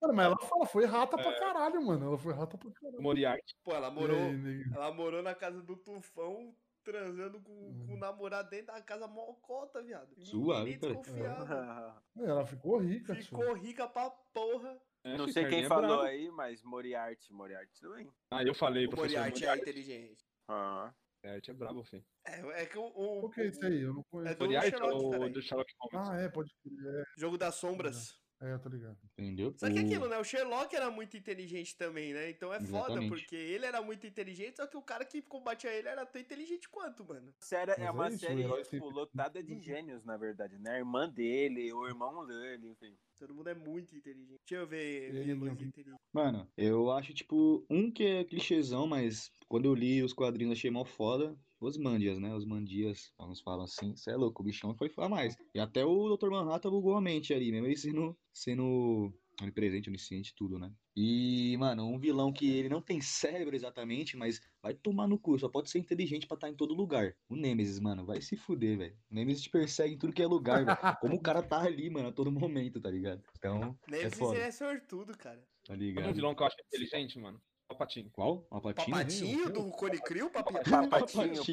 Speaker 8: Mano, mas ela fala, foi rata pra caralho, mano. Ela foi rata pra caralho.
Speaker 1: Moriarty.
Speaker 4: Pô, ela
Speaker 8: E
Speaker 4: morou.
Speaker 8: aí, nego?
Speaker 4: Ela morou na casa do Tufão, transando com, com o
Speaker 8: Hum.
Speaker 4: namorado dentro da casa mocota, viado. Ninguém
Speaker 5: Suave, cara.
Speaker 4: desconfiava.
Speaker 8: Ela ficou rica, tio.
Speaker 4: Ficou rica pra porra.
Speaker 1: É,
Speaker 3: Não sei
Speaker 1: Ricardinho
Speaker 3: quem
Speaker 1: é
Speaker 3: falou
Speaker 1: brabo.
Speaker 3: aí, mas Moriarty, Moriarty também.
Speaker 1: Ah, eu falei,
Speaker 4: O
Speaker 1: professor.
Speaker 4: Moriarty é
Speaker 1: Moriarty
Speaker 4: inteligente.
Speaker 3: Ah.
Speaker 1: Moriarty é brabo, filho.
Speaker 4: É, é que o, o-
Speaker 8: O que é isso aí? Eu não
Speaker 4: É
Speaker 8: conheço.
Speaker 4: do
Speaker 1: Moriarty
Speaker 4: Sherlock
Speaker 1: ou
Speaker 4: também.
Speaker 1: do Sherlock Holmes?
Speaker 8: Ah, é, pode crer.
Speaker 4: Jogo das Sombras.
Speaker 8: É, é, eu tô ligado.
Speaker 5: Entendeu?
Speaker 4: Só que é
Speaker 5: O-
Speaker 4: aquilo, né? O Sherlock era muito inteligente também, né? Então é foda,
Speaker 5: Exatamente.
Speaker 4: porque ele era muito inteligente, só que o cara que combatia ele era tão inteligente quanto, mano.
Speaker 3: Série,
Speaker 8: Mas
Speaker 3: é
Speaker 8: é
Speaker 3: uma
Speaker 8: isso, o
Speaker 3: série
Speaker 8: herói
Speaker 3: tipo,
Speaker 8: sempre-
Speaker 3: lotada de gênios, na verdade, né? A irmã dele, o irmão dele, enfim.
Speaker 4: Todo mundo é muito inteligente. Deixa eu ver é
Speaker 8: Ele
Speaker 4: vilões
Speaker 8: não-
Speaker 4: inteligentes.
Speaker 5: Mano, eu acho, tipo, um que é clichêzão, mas quando eu li os quadrinhos achei mó foda. Osmandias, né? Osmandias, alguns falam assim, cê é louco, o bichão foi falar mais. E até o Dr. Manhattan bugou a mente ali, mesmo ele sendo, sendo onipresente, onisciente, tudo, né? E, mano, um vilão que ele não tem cérebro exatamente, mas vai tomar no cu, só pode ser inteligente pra estar em todo lugar. O Nemesis, mano, vai se fuder, velho. O Nemesis te persegue em tudo que é lugar, velho. Como o cara tá ali, mano, a todo momento, tá ligado? Então, é
Speaker 4: Nemesis
Speaker 5: foda,
Speaker 4: ele é sortudo, cara.
Speaker 5: tá
Speaker 1: Sabe um
Speaker 5: ligado?
Speaker 1: vilão que eu acho inteligente, mano? Palpatine.
Speaker 5: Qual? Uma patina?
Speaker 4: Papatinho do Cone Crew, papi-
Speaker 3: Papatinho,
Speaker 5: Papatinho.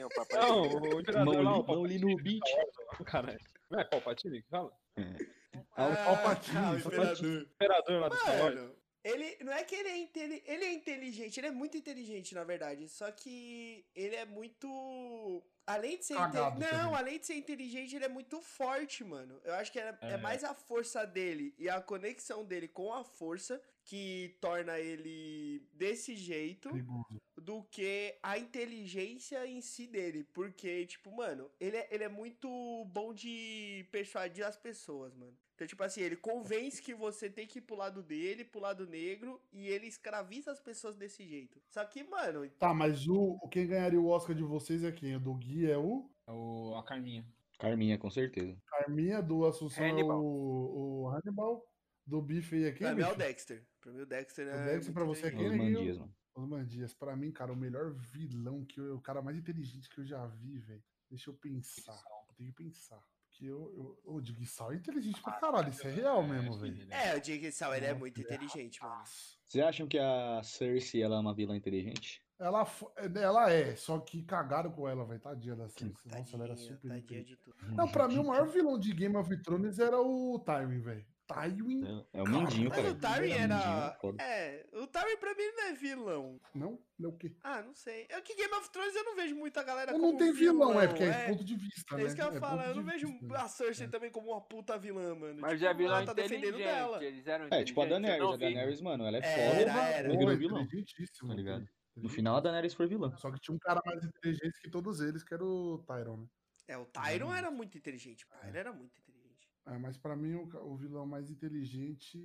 Speaker 1: Não,
Speaker 3: papatinho.
Speaker 1: o
Speaker 5: Não,
Speaker 1: imperador lá, o
Speaker 5: não li no beat.
Speaker 1: Palpatine, caralho. Não é Palpatine que fala?
Speaker 4: Ah,
Speaker 8: Palpatine,
Speaker 4: tá, o
Speaker 8: Palpatine.
Speaker 4: imperador.
Speaker 1: Imperador lá do Star Wars.
Speaker 4: Mano, ele não é que ele é inteli- ele é inteligente, ele é muito inteligente na verdade, só que ele é muito além de ser inte-
Speaker 8: Cagado
Speaker 4: não,
Speaker 8: também.
Speaker 4: além de ser inteligente, ele é muito forte, mano. Eu acho que era- é.
Speaker 1: É.
Speaker 4: mais a força dele e a conexão dele com a força que torna ele desse jeito
Speaker 8: Perigoso.
Speaker 4: do que a inteligência em si dele. Porque, tipo, mano, ele é, ele é muito bom de persuadir as pessoas, mano. Então, tipo assim, ele convence que você tem que ir pro lado dele, pro lado negro, e ele escraviza as pessoas desse jeito. Só que, mano,
Speaker 8: Tá, mas o, o- quem ganharia o Oscar de vocês é quem? O do Gui é o
Speaker 1: É o, a Carminha.
Speaker 5: Carminha, com certeza.
Speaker 8: Carminha, do Assunção é
Speaker 3: Hannibal.
Speaker 8: o, o Hannibal, do Bife aí é quem?
Speaker 4: pra mim é o
Speaker 8: bicho?
Speaker 4: Dexter. Pra mim o Dexter é.
Speaker 8: O Dexter pra
Speaker 4: muito
Speaker 8: você é
Speaker 4: inteligente.
Speaker 8: quem?
Speaker 5: Osman Dias, mano.
Speaker 8: Osman Dias, pra mim, cara, o melhor vilão que eu, o cara mais inteligente que eu já vi, velho. Deixa eu pensar. Eu tenho que pensar. Porque eu, eu, o Digsal é inteligente pra caralho, isso é real mesmo, velho.
Speaker 4: Ah, É, o Jake Sal, ele é muito inteligente, mano.
Speaker 5: Vocês acham que a Cersei ela é uma vilã inteligente?
Speaker 8: Ela, fo- ela é, só que cagaram com ela, velho. Tadinha da Sansa. Nossa, ela era
Speaker 4: Tadinha,
Speaker 8: super
Speaker 4: tadinha
Speaker 8: inteligente.
Speaker 4: de tudo.
Speaker 8: Não, pra mim o maior vilão de Game of Thrones era o Tywin, velho. Tywin,
Speaker 5: É, é o Mindinho,
Speaker 4: Mas
Speaker 5: cara.
Speaker 4: o Tywin era.
Speaker 5: Mindinho, foda.
Speaker 4: É, o Tywin pra mim ele não é vilão.
Speaker 8: não? Não é o quê?
Speaker 4: Ah, não sei. É que Game of Thrones eu não vejo muita galera
Speaker 8: Não,
Speaker 4: como
Speaker 8: não tem vilão, é porque é,
Speaker 4: é
Speaker 8: ponto de vista,
Speaker 4: É
Speaker 8: né?
Speaker 4: isso que eu
Speaker 8: É
Speaker 4: falo,
Speaker 8: ponto
Speaker 4: eu
Speaker 8: de É.
Speaker 4: não vejo
Speaker 8: vista. né?
Speaker 4: a Cersei também como uma puta vilã, mano.
Speaker 3: Mas
Speaker 4: Tipo,
Speaker 3: já virou
Speaker 4: ela tá defendendo
Speaker 3: inteligente,
Speaker 4: dela.
Speaker 3: eles eram
Speaker 5: É, tipo a
Speaker 3: inteligentes, eu
Speaker 5: Daenerys.
Speaker 3: não
Speaker 5: A
Speaker 3: vi.
Speaker 5: Daenerys, mano, ela é
Speaker 4: Era,
Speaker 5: foda.
Speaker 4: era.
Speaker 5: Ela virou
Speaker 8: Foi
Speaker 5: vilão.
Speaker 8: inteligentíssimo,
Speaker 5: Tá ligado? No
Speaker 8: inteligente.
Speaker 5: final a Daenerys foi vilã.
Speaker 8: Só que tinha um cara mais inteligente que todos eles, que era o Tyron, né?
Speaker 4: É, o Tyron era muito inteligente. O Tyron era muito inteligente.
Speaker 8: É, mas pra mim, o, ca- o vilão mais inteligente.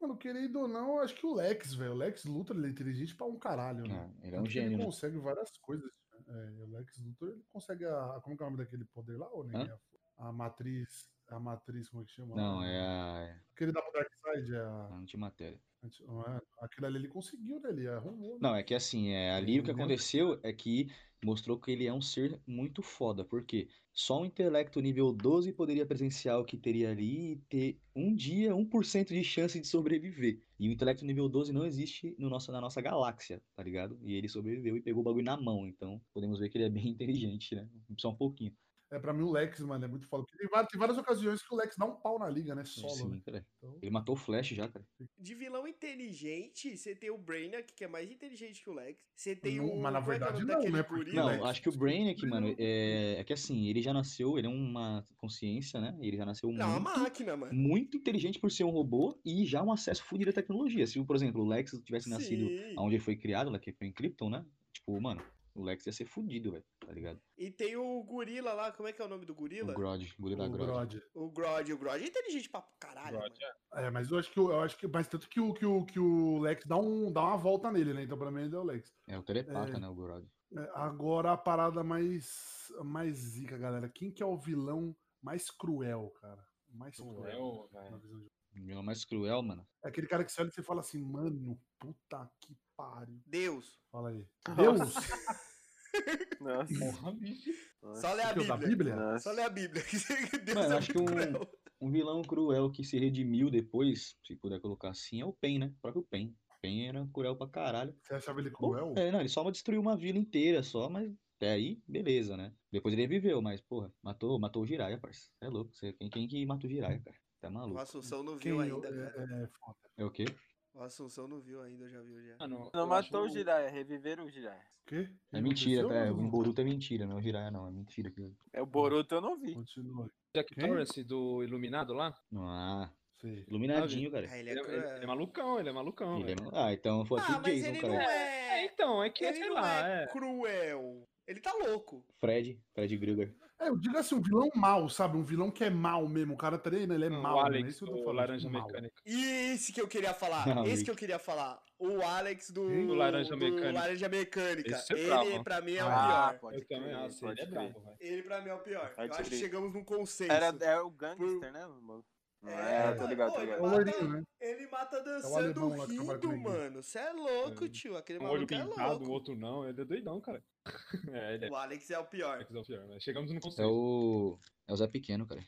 Speaker 8: Mano, querido ou não, eu acho que o Lex, velho. O Lex Luthor, ele é inteligente pra um caralho, né?
Speaker 5: Não, ele é um
Speaker 8: Tanto que Ele
Speaker 5: gênio, né?
Speaker 8: consegue várias coisas. né? É, o Lex Luthor, ele consegue a. Como que é o nome daquele poder lá? Ou nem é
Speaker 5: Hã?
Speaker 8: a, a matriz. A matriz, como é que chama?
Speaker 5: Não, é a,
Speaker 8: Aquele da Darkseid, é a.
Speaker 5: a antimatéria.
Speaker 8: anti- não é? Aquilo ali ele conseguiu, né? Ele arrumou. né?
Speaker 5: Não, é que assim, é, ali o que
Speaker 8: Entendeu?
Speaker 5: aconteceu é que mostrou que ele é um ser muito foda, porque só um intelecto nível 12 poderia presenciar o que teria ali e ter um dia 1% de chance de sobreviver. E o intelecto nível 12 não existe no nosso, na nossa galáxia, tá ligado? E ele sobreviveu e pegou o bagulho na mão, então podemos ver que ele é bem inteligente, né? Só um pouquinho.
Speaker 8: É, pra mim o Lex, mano, é muito foda. Porque Tem várias, tem várias ocasiões que o Lex dá um pau na liga, né? Solo.
Speaker 5: Sim,
Speaker 8: né?
Speaker 5: cara.
Speaker 8: Então,
Speaker 5: Ele matou o Flash já, cara.
Speaker 4: De vilão inteligente, você tem o Brainiac, que é mais inteligente que o Lex. Você tem
Speaker 8: Não,
Speaker 4: o.
Speaker 8: mas na
Speaker 4: como é que é o nome
Speaker 8: verdade não,
Speaker 4: daquele
Speaker 8: né, porque-
Speaker 4: gorila?
Speaker 5: Não,
Speaker 8: Lex?
Speaker 5: acho que o Brainiac,
Speaker 8: Ele
Speaker 5: mano,
Speaker 8: não-
Speaker 5: é, é que assim, ele já nasceu, ele é uma consciência, né? Ele já nasceu
Speaker 4: Não, é uma
Speaker 5: muito
Speaker 4: máquina, mano.
Speaker 5: muito inteligente por ser um robô e já um acesso fudido à tecnologia. Se, por exemplo, o Lex tivesse nascido um
Speaker 4: Sim.
Speaker 5: onde ele foi criado, lá que foi em Krypton, né? Tipo, mano, o Lex ia ser fudido, velho, tá ligado?
Speaker 4: E tem o gorila lá, como é que é o nome do
Speaker 5: O
Speaker 4: gorila?
Speaker 5: Grod, o Gorila
Speaker 8: o
Speaker 5: Grod.
Speaker 8: Grodd.
Speaker 4: O Grod. O Grod é inteligente pra caralho,
Speaker 1: Grod,
Speaker 4: mano.
Speaker 1: é.
Speaker 8: É, mas eu acho que eu acho que. Mas tanto que o, que o, que o Lex dá, um, dá uma volta nele, né? Então, pelo menos é o Lex.
Speaker 5: É o telepata,
Speaker 8: É.
Speaker 5: né, o Grod.
Speaker 8: É, agora a parada mais, mais zica, galera. Quem que é o vilão mais cruel, cara? Mais cruel.
Speaker 1: Cruel, é.
Speaker 8: na
Speaker 1: velho.
Speaker 8: visão de-
Speaker 5: O Um vilão mais cruel, mano.
Speaker 8: É aquele cara que você olha e você fala assim, mano, puta que pariu.
Speaker 4: Deus.
Speaker 8: Fala aí. Deus!
Speaker 3: Nossa.
Speaker 1: Porra, bicho.
Speaker 4: Só lê a
Speaker 8: Deus da
Speaker 4: Bíblia.
Speaker 8: Bíblia?
Speaker 4: Só
Speaker 3: Nossa.
Speaker 4: lê a Bíblia. que Deus
Speaker 5: Mano,
Speaker 4: é
Speaker 5: acho que
Speaker 4: muito
Speaker 5: um-
Speaker 4: cruel.
Speaker 5: Um vilão cruel que se redimiu depois, se puder colocar assim, é o Pen, né? O próprio Pen. Pen era cruel pra caralho.
Speaker 8: Você achava ele
Speaker 5: Bom,
Speaker 8: cruel?
Speaker 5: É, não, ele só destruiu uma vila inteira só, mas até aí,
Speaker 8: Hum.
Speaker 5: beleza, né? Depois ele viveu, mas, porra, matou, matou o Jiraiya, parça. É louco, você, quem, quem que matou o Jiraiya, cara? Tá
Speaker 4: O
Speaker 5: maluco.
Speaker 4: Assunção não
Speaker 8: Quem
Speaker 4: viu
Speaker 8: eu-
Speaker 4: ainda, cara.
Speaker 8: é, é foda.
Speaker 5: É o quê?
Speaker 4: O Assunção não viu ainda, eu já viu já.
Speaker 1: Mano,
Speaker 3: Não
Speaker 1: eu
Speaker 3: matou o
Speaker 1: acho-
Speaker 3: Jiraiya, reviveram o Jiraiya.
Speaker 8: O quê?
Speaker 5: É mentira,
Speaker 8: Aconteceu,
Speaker 5: tá? É,
Speaker 8: mas
Speaker 5: o
Speaker 8: não-
Speaker 5: Boruto é mentira, não é o Jiraiya não, é mentira. que-
Speaker 3: É o Boruto, eu não vi.
Speaker 8: Continua.
Speaker 1: Jack
Speaker 8: Quem?
Speaker 1: Torrance do Iluminado lá?
Speaker 5: Ah,
Speaker 8: Sei.
Speaker 5: iluminadinho, cara.
Speaker 4: Ah, ele é
Speaker 1: Ele é,
Speaker 4: cruel.
Speaker 1: ele é malucão, ele é malucão.
Speaker 5: Ele é-
Speaker 1: velho.
Speaker 5: Ah, então foi
Speaker 4: Ah,
Speaker 5: aqui o
Speaker 4: mas
Speaker 5: Jason,
Speaker 4: ele não
Speaker 5: cara.
Speaker 1: É,
Speaker 4: é.
Speaker 1: então, é que,
Speaker 4: Ele
Speaker 1: sei
Speaker 4: não
Speaker 1: lá,
Speaker 4: é
Speaker 1: é.
Speaker 4: cruel. Ele tá louco.
Speaker 5: Fred, Fred Krueger.
Speaker 8: É, eu digo assim, um vilão mal, sabe? Um vilão que é mal mesmo. O cara treina, ele é
Speaker 1: O
Speaker 8: mal.
Speaker 1: Alex,
Speaker 8: né? Isso
Speaker 1: do Laranja Mecânica.
Speaker 4: E esse que eu queria falar.
Speaker 5: Ah,
Speaker 4: esse
Speaker 5: Alex.
Speaker 4: que eu queria falar. O Alex do,
Speaker 1: Do Laranja Mecânica.
Speaker 4: Hum. Laranja Mecânica.
Speaker 1: Esse é
Speaker 4: ele,
Speaker 1: brabo.
Speaker 4: pra mim, é o
Speaker 8: Ah,
Speaker 4: pior.
Speaker 1: Eu também acho, ele é brabo, velho.
Speaker 4: Ele, pra mim, é o pior.
Speaker 3: Pode
Speaker 4: eu acho que
Speaker 3: crer.
Speaker 4: chegamos num consenso.
Speaker 3: Era, é o gangster, né, mano? É, tô ligado, tô
Speaker 4: Oi,
Speaker 8: É
Speaker 3: ligado.
Speaker 8: o loirinho, né?
Speaker 4: Ele mata
Speaker 8: alemão
Speaker 4: dançando
Speaker 8: lá que trabalha
Speaker 4: rindo,
Speaker 8: comigo.
Speaker 4: mano. Você tá é louco,
Speaker 1: É.
Speaker 4: tio. Aquele
Speaker 1: Um olho
Speaker 4: maluco é
Speaker 1: pintado, o
Speaker 4: louco.
Speaker 1: outro não. Ele é doidão, cara. É, ele é
Speaker 4: O Alex é o pior.
Speaker 1: Alex é o pior, né? Chegamos no
Speaker 5: É
Speaker 1: consenso.
Speaker 5: o. É o Zé Pequeno, cara.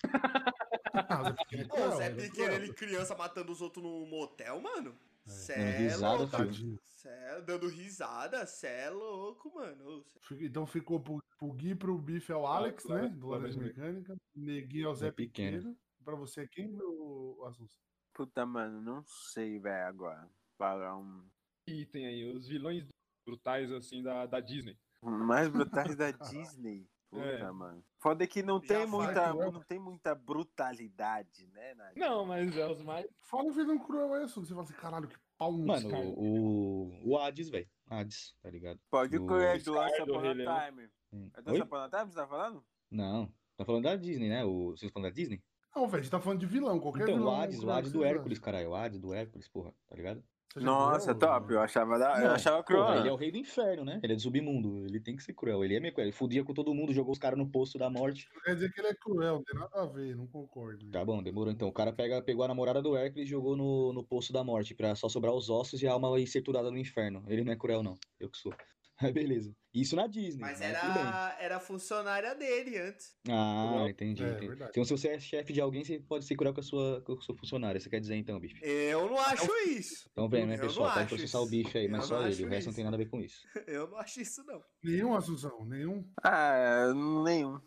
Speaker 8: Ah, o Zé Pequeno é
Speaker 4: Pô, o
Speaker 8: cruel,
Speaker 4: Zé
Speaker 8: ele é
Speaker 4: Pequeno,
Speaker 8: cruel.
Speaker 4: ele criança matando os outros no motel, mano.
Speaker 8: É.
Speaker 4: Cê
Speaker 5: Dando
Speaker 4: é
Speaker 5: risada,
Speaker 4: louco.
Speaker 5: filho.
Speaker 8: Tadinho.
Speaker 4: Cê é dando risada, cê é louco, mano. Cê-
Speaker 8: Fica- Então ficou pro, pro Gui, pro Bife é o Alex,
Speaker 1: Alex,
Speaker 8: né?
Speaker 1: Alex,
Speaker 8: Do Laranja
Speaker 1: Laranja
Speaker 8: Mecânica. Neguinho é o Zé
Speaker 5: Zé Pequeno.
Speaker 8: Pequeno. Pra você é quem, o Assunção?
Speaker 3: Puta, mano, não sei, velho, agora. Para um...
Speaker 1: E tem aí os vilões brutais, assim, da, da Disney.
Speaker 3: um Mais brutais da Disney. Puta,
Speaker 1: É.
Speaker 3: mano. Foda que não
Speaker 4: Já
Speaker 3: tem,
Speaker 4: vai,
Speaker 3: muita,
Speaker 8: cruel.
Speaker 3: não tem muita brutalidade, né, na
Speaker 1: Não, mas é os mais...
Speaker 8: Fala o vilão cruel aí, Assunção. Você fala assim, caralho, que pau no
Speaker 5: Mano,
Speaker 8: cara.
Speaker 5: o. O Hades, velho. Hades, tá ligado?
Speaker 3: Pode
Speaker 5: Do-
Speaker 3: crer, do
Speaker 1: Scar,
Speaker 3: Once
Speaker 1: do
Speaker 3: Upon
Speaker 1: Rei
Speaker 3: a
Speaker 1: Leão.
Speaker 3: Time.
Speaker 5: Hum.
Speaker 3: É do
Speaker 5: Oi?
Speaker 3: Once Upon a Time, você tá falando?
Speaker 5: Não. Tá falando da Disney, né? O... Vocês estão falando da Disney?
Speaker 8: Não, velho, a gente tá falando de vilão. Qualquer
Speaker 5: Então, o
Speaker 8: vilão.
Speaker 5: Hades, o
Speaker 8: cruel
Speaker 5: Hades
Speaker 8: que
Speaker 5: do
Speaker 8: você
Speaker 5: Hércules, caralho. O Hades do Hércules, porra, tá ligado?
Speaker 8: Você já
Speaker 3: Nossa, é
Speaker 8: viu,
Speaker 3: top.
Speaker 8: mano?
Speaker 3: Eu achava, da... Ah, eu
Speaker 5: Não,
Speaker 3: achava
Speaker 5: porra,
Speaker 3: cruel.
Speaker 5: ele é o rei do inferno, né? Ele é do submundo. Ele tem que ser cruel. Ele é meio cruel. Ele fudia com todo mundo, jogou os caras no poço da morte.
Speaker 8: Não Quer dizer que ele é cruel, não tem nada a ver, não concordo.
Speaker 5: Tá bom, demorou. Então, o cara pega, pegou a namorada do Hércules e jogou no, no Poço da Morte, pra só sobrar os ossos e a alma aí triturada no inferno. Ele não é cruel, não. Eu que sou. Aí, beleza. Isso na Disney.
Speaker 4: Mas
Speaker 5: aí tudo bem.
Speaker 4: era, era funcionária dele antes.
Speaker 5: Ah,
Speaker 1: Cruel.
Speaker 5: entendi,
Speaker 8: É,
Speaker 5: entendi.
Speaker 8: verdade.
Speaker 5: Então, se você é chefe de alguém, você pode ser cruel com a sua, com a sua funcionária. Você quer dizer, então, bicho?
Speaker 4: Eu não acho isso.
Speaker 5: Então, vem, né,
Speaker 4: Eu não
Speaker 5: pessoal? Pode
Speaker 4: acho
Speaker 5: processar
Speaker 4: isso.
Speaker 5: o bicho aí,
Speaker 4: Eu
Speaker 5: mas
Speaker 4: não
Speaker 5: só ele.
Speaker 4: acho
Speaker 5: O resto não
Speaker 4: isso.
Speaker 5: tem nada a ver com isso.
Speaker 4: Eu não acho isso, não.
Speaker 8: Nenhum, Assunção, nenhum.
Speaker 3: Ah, nenhum.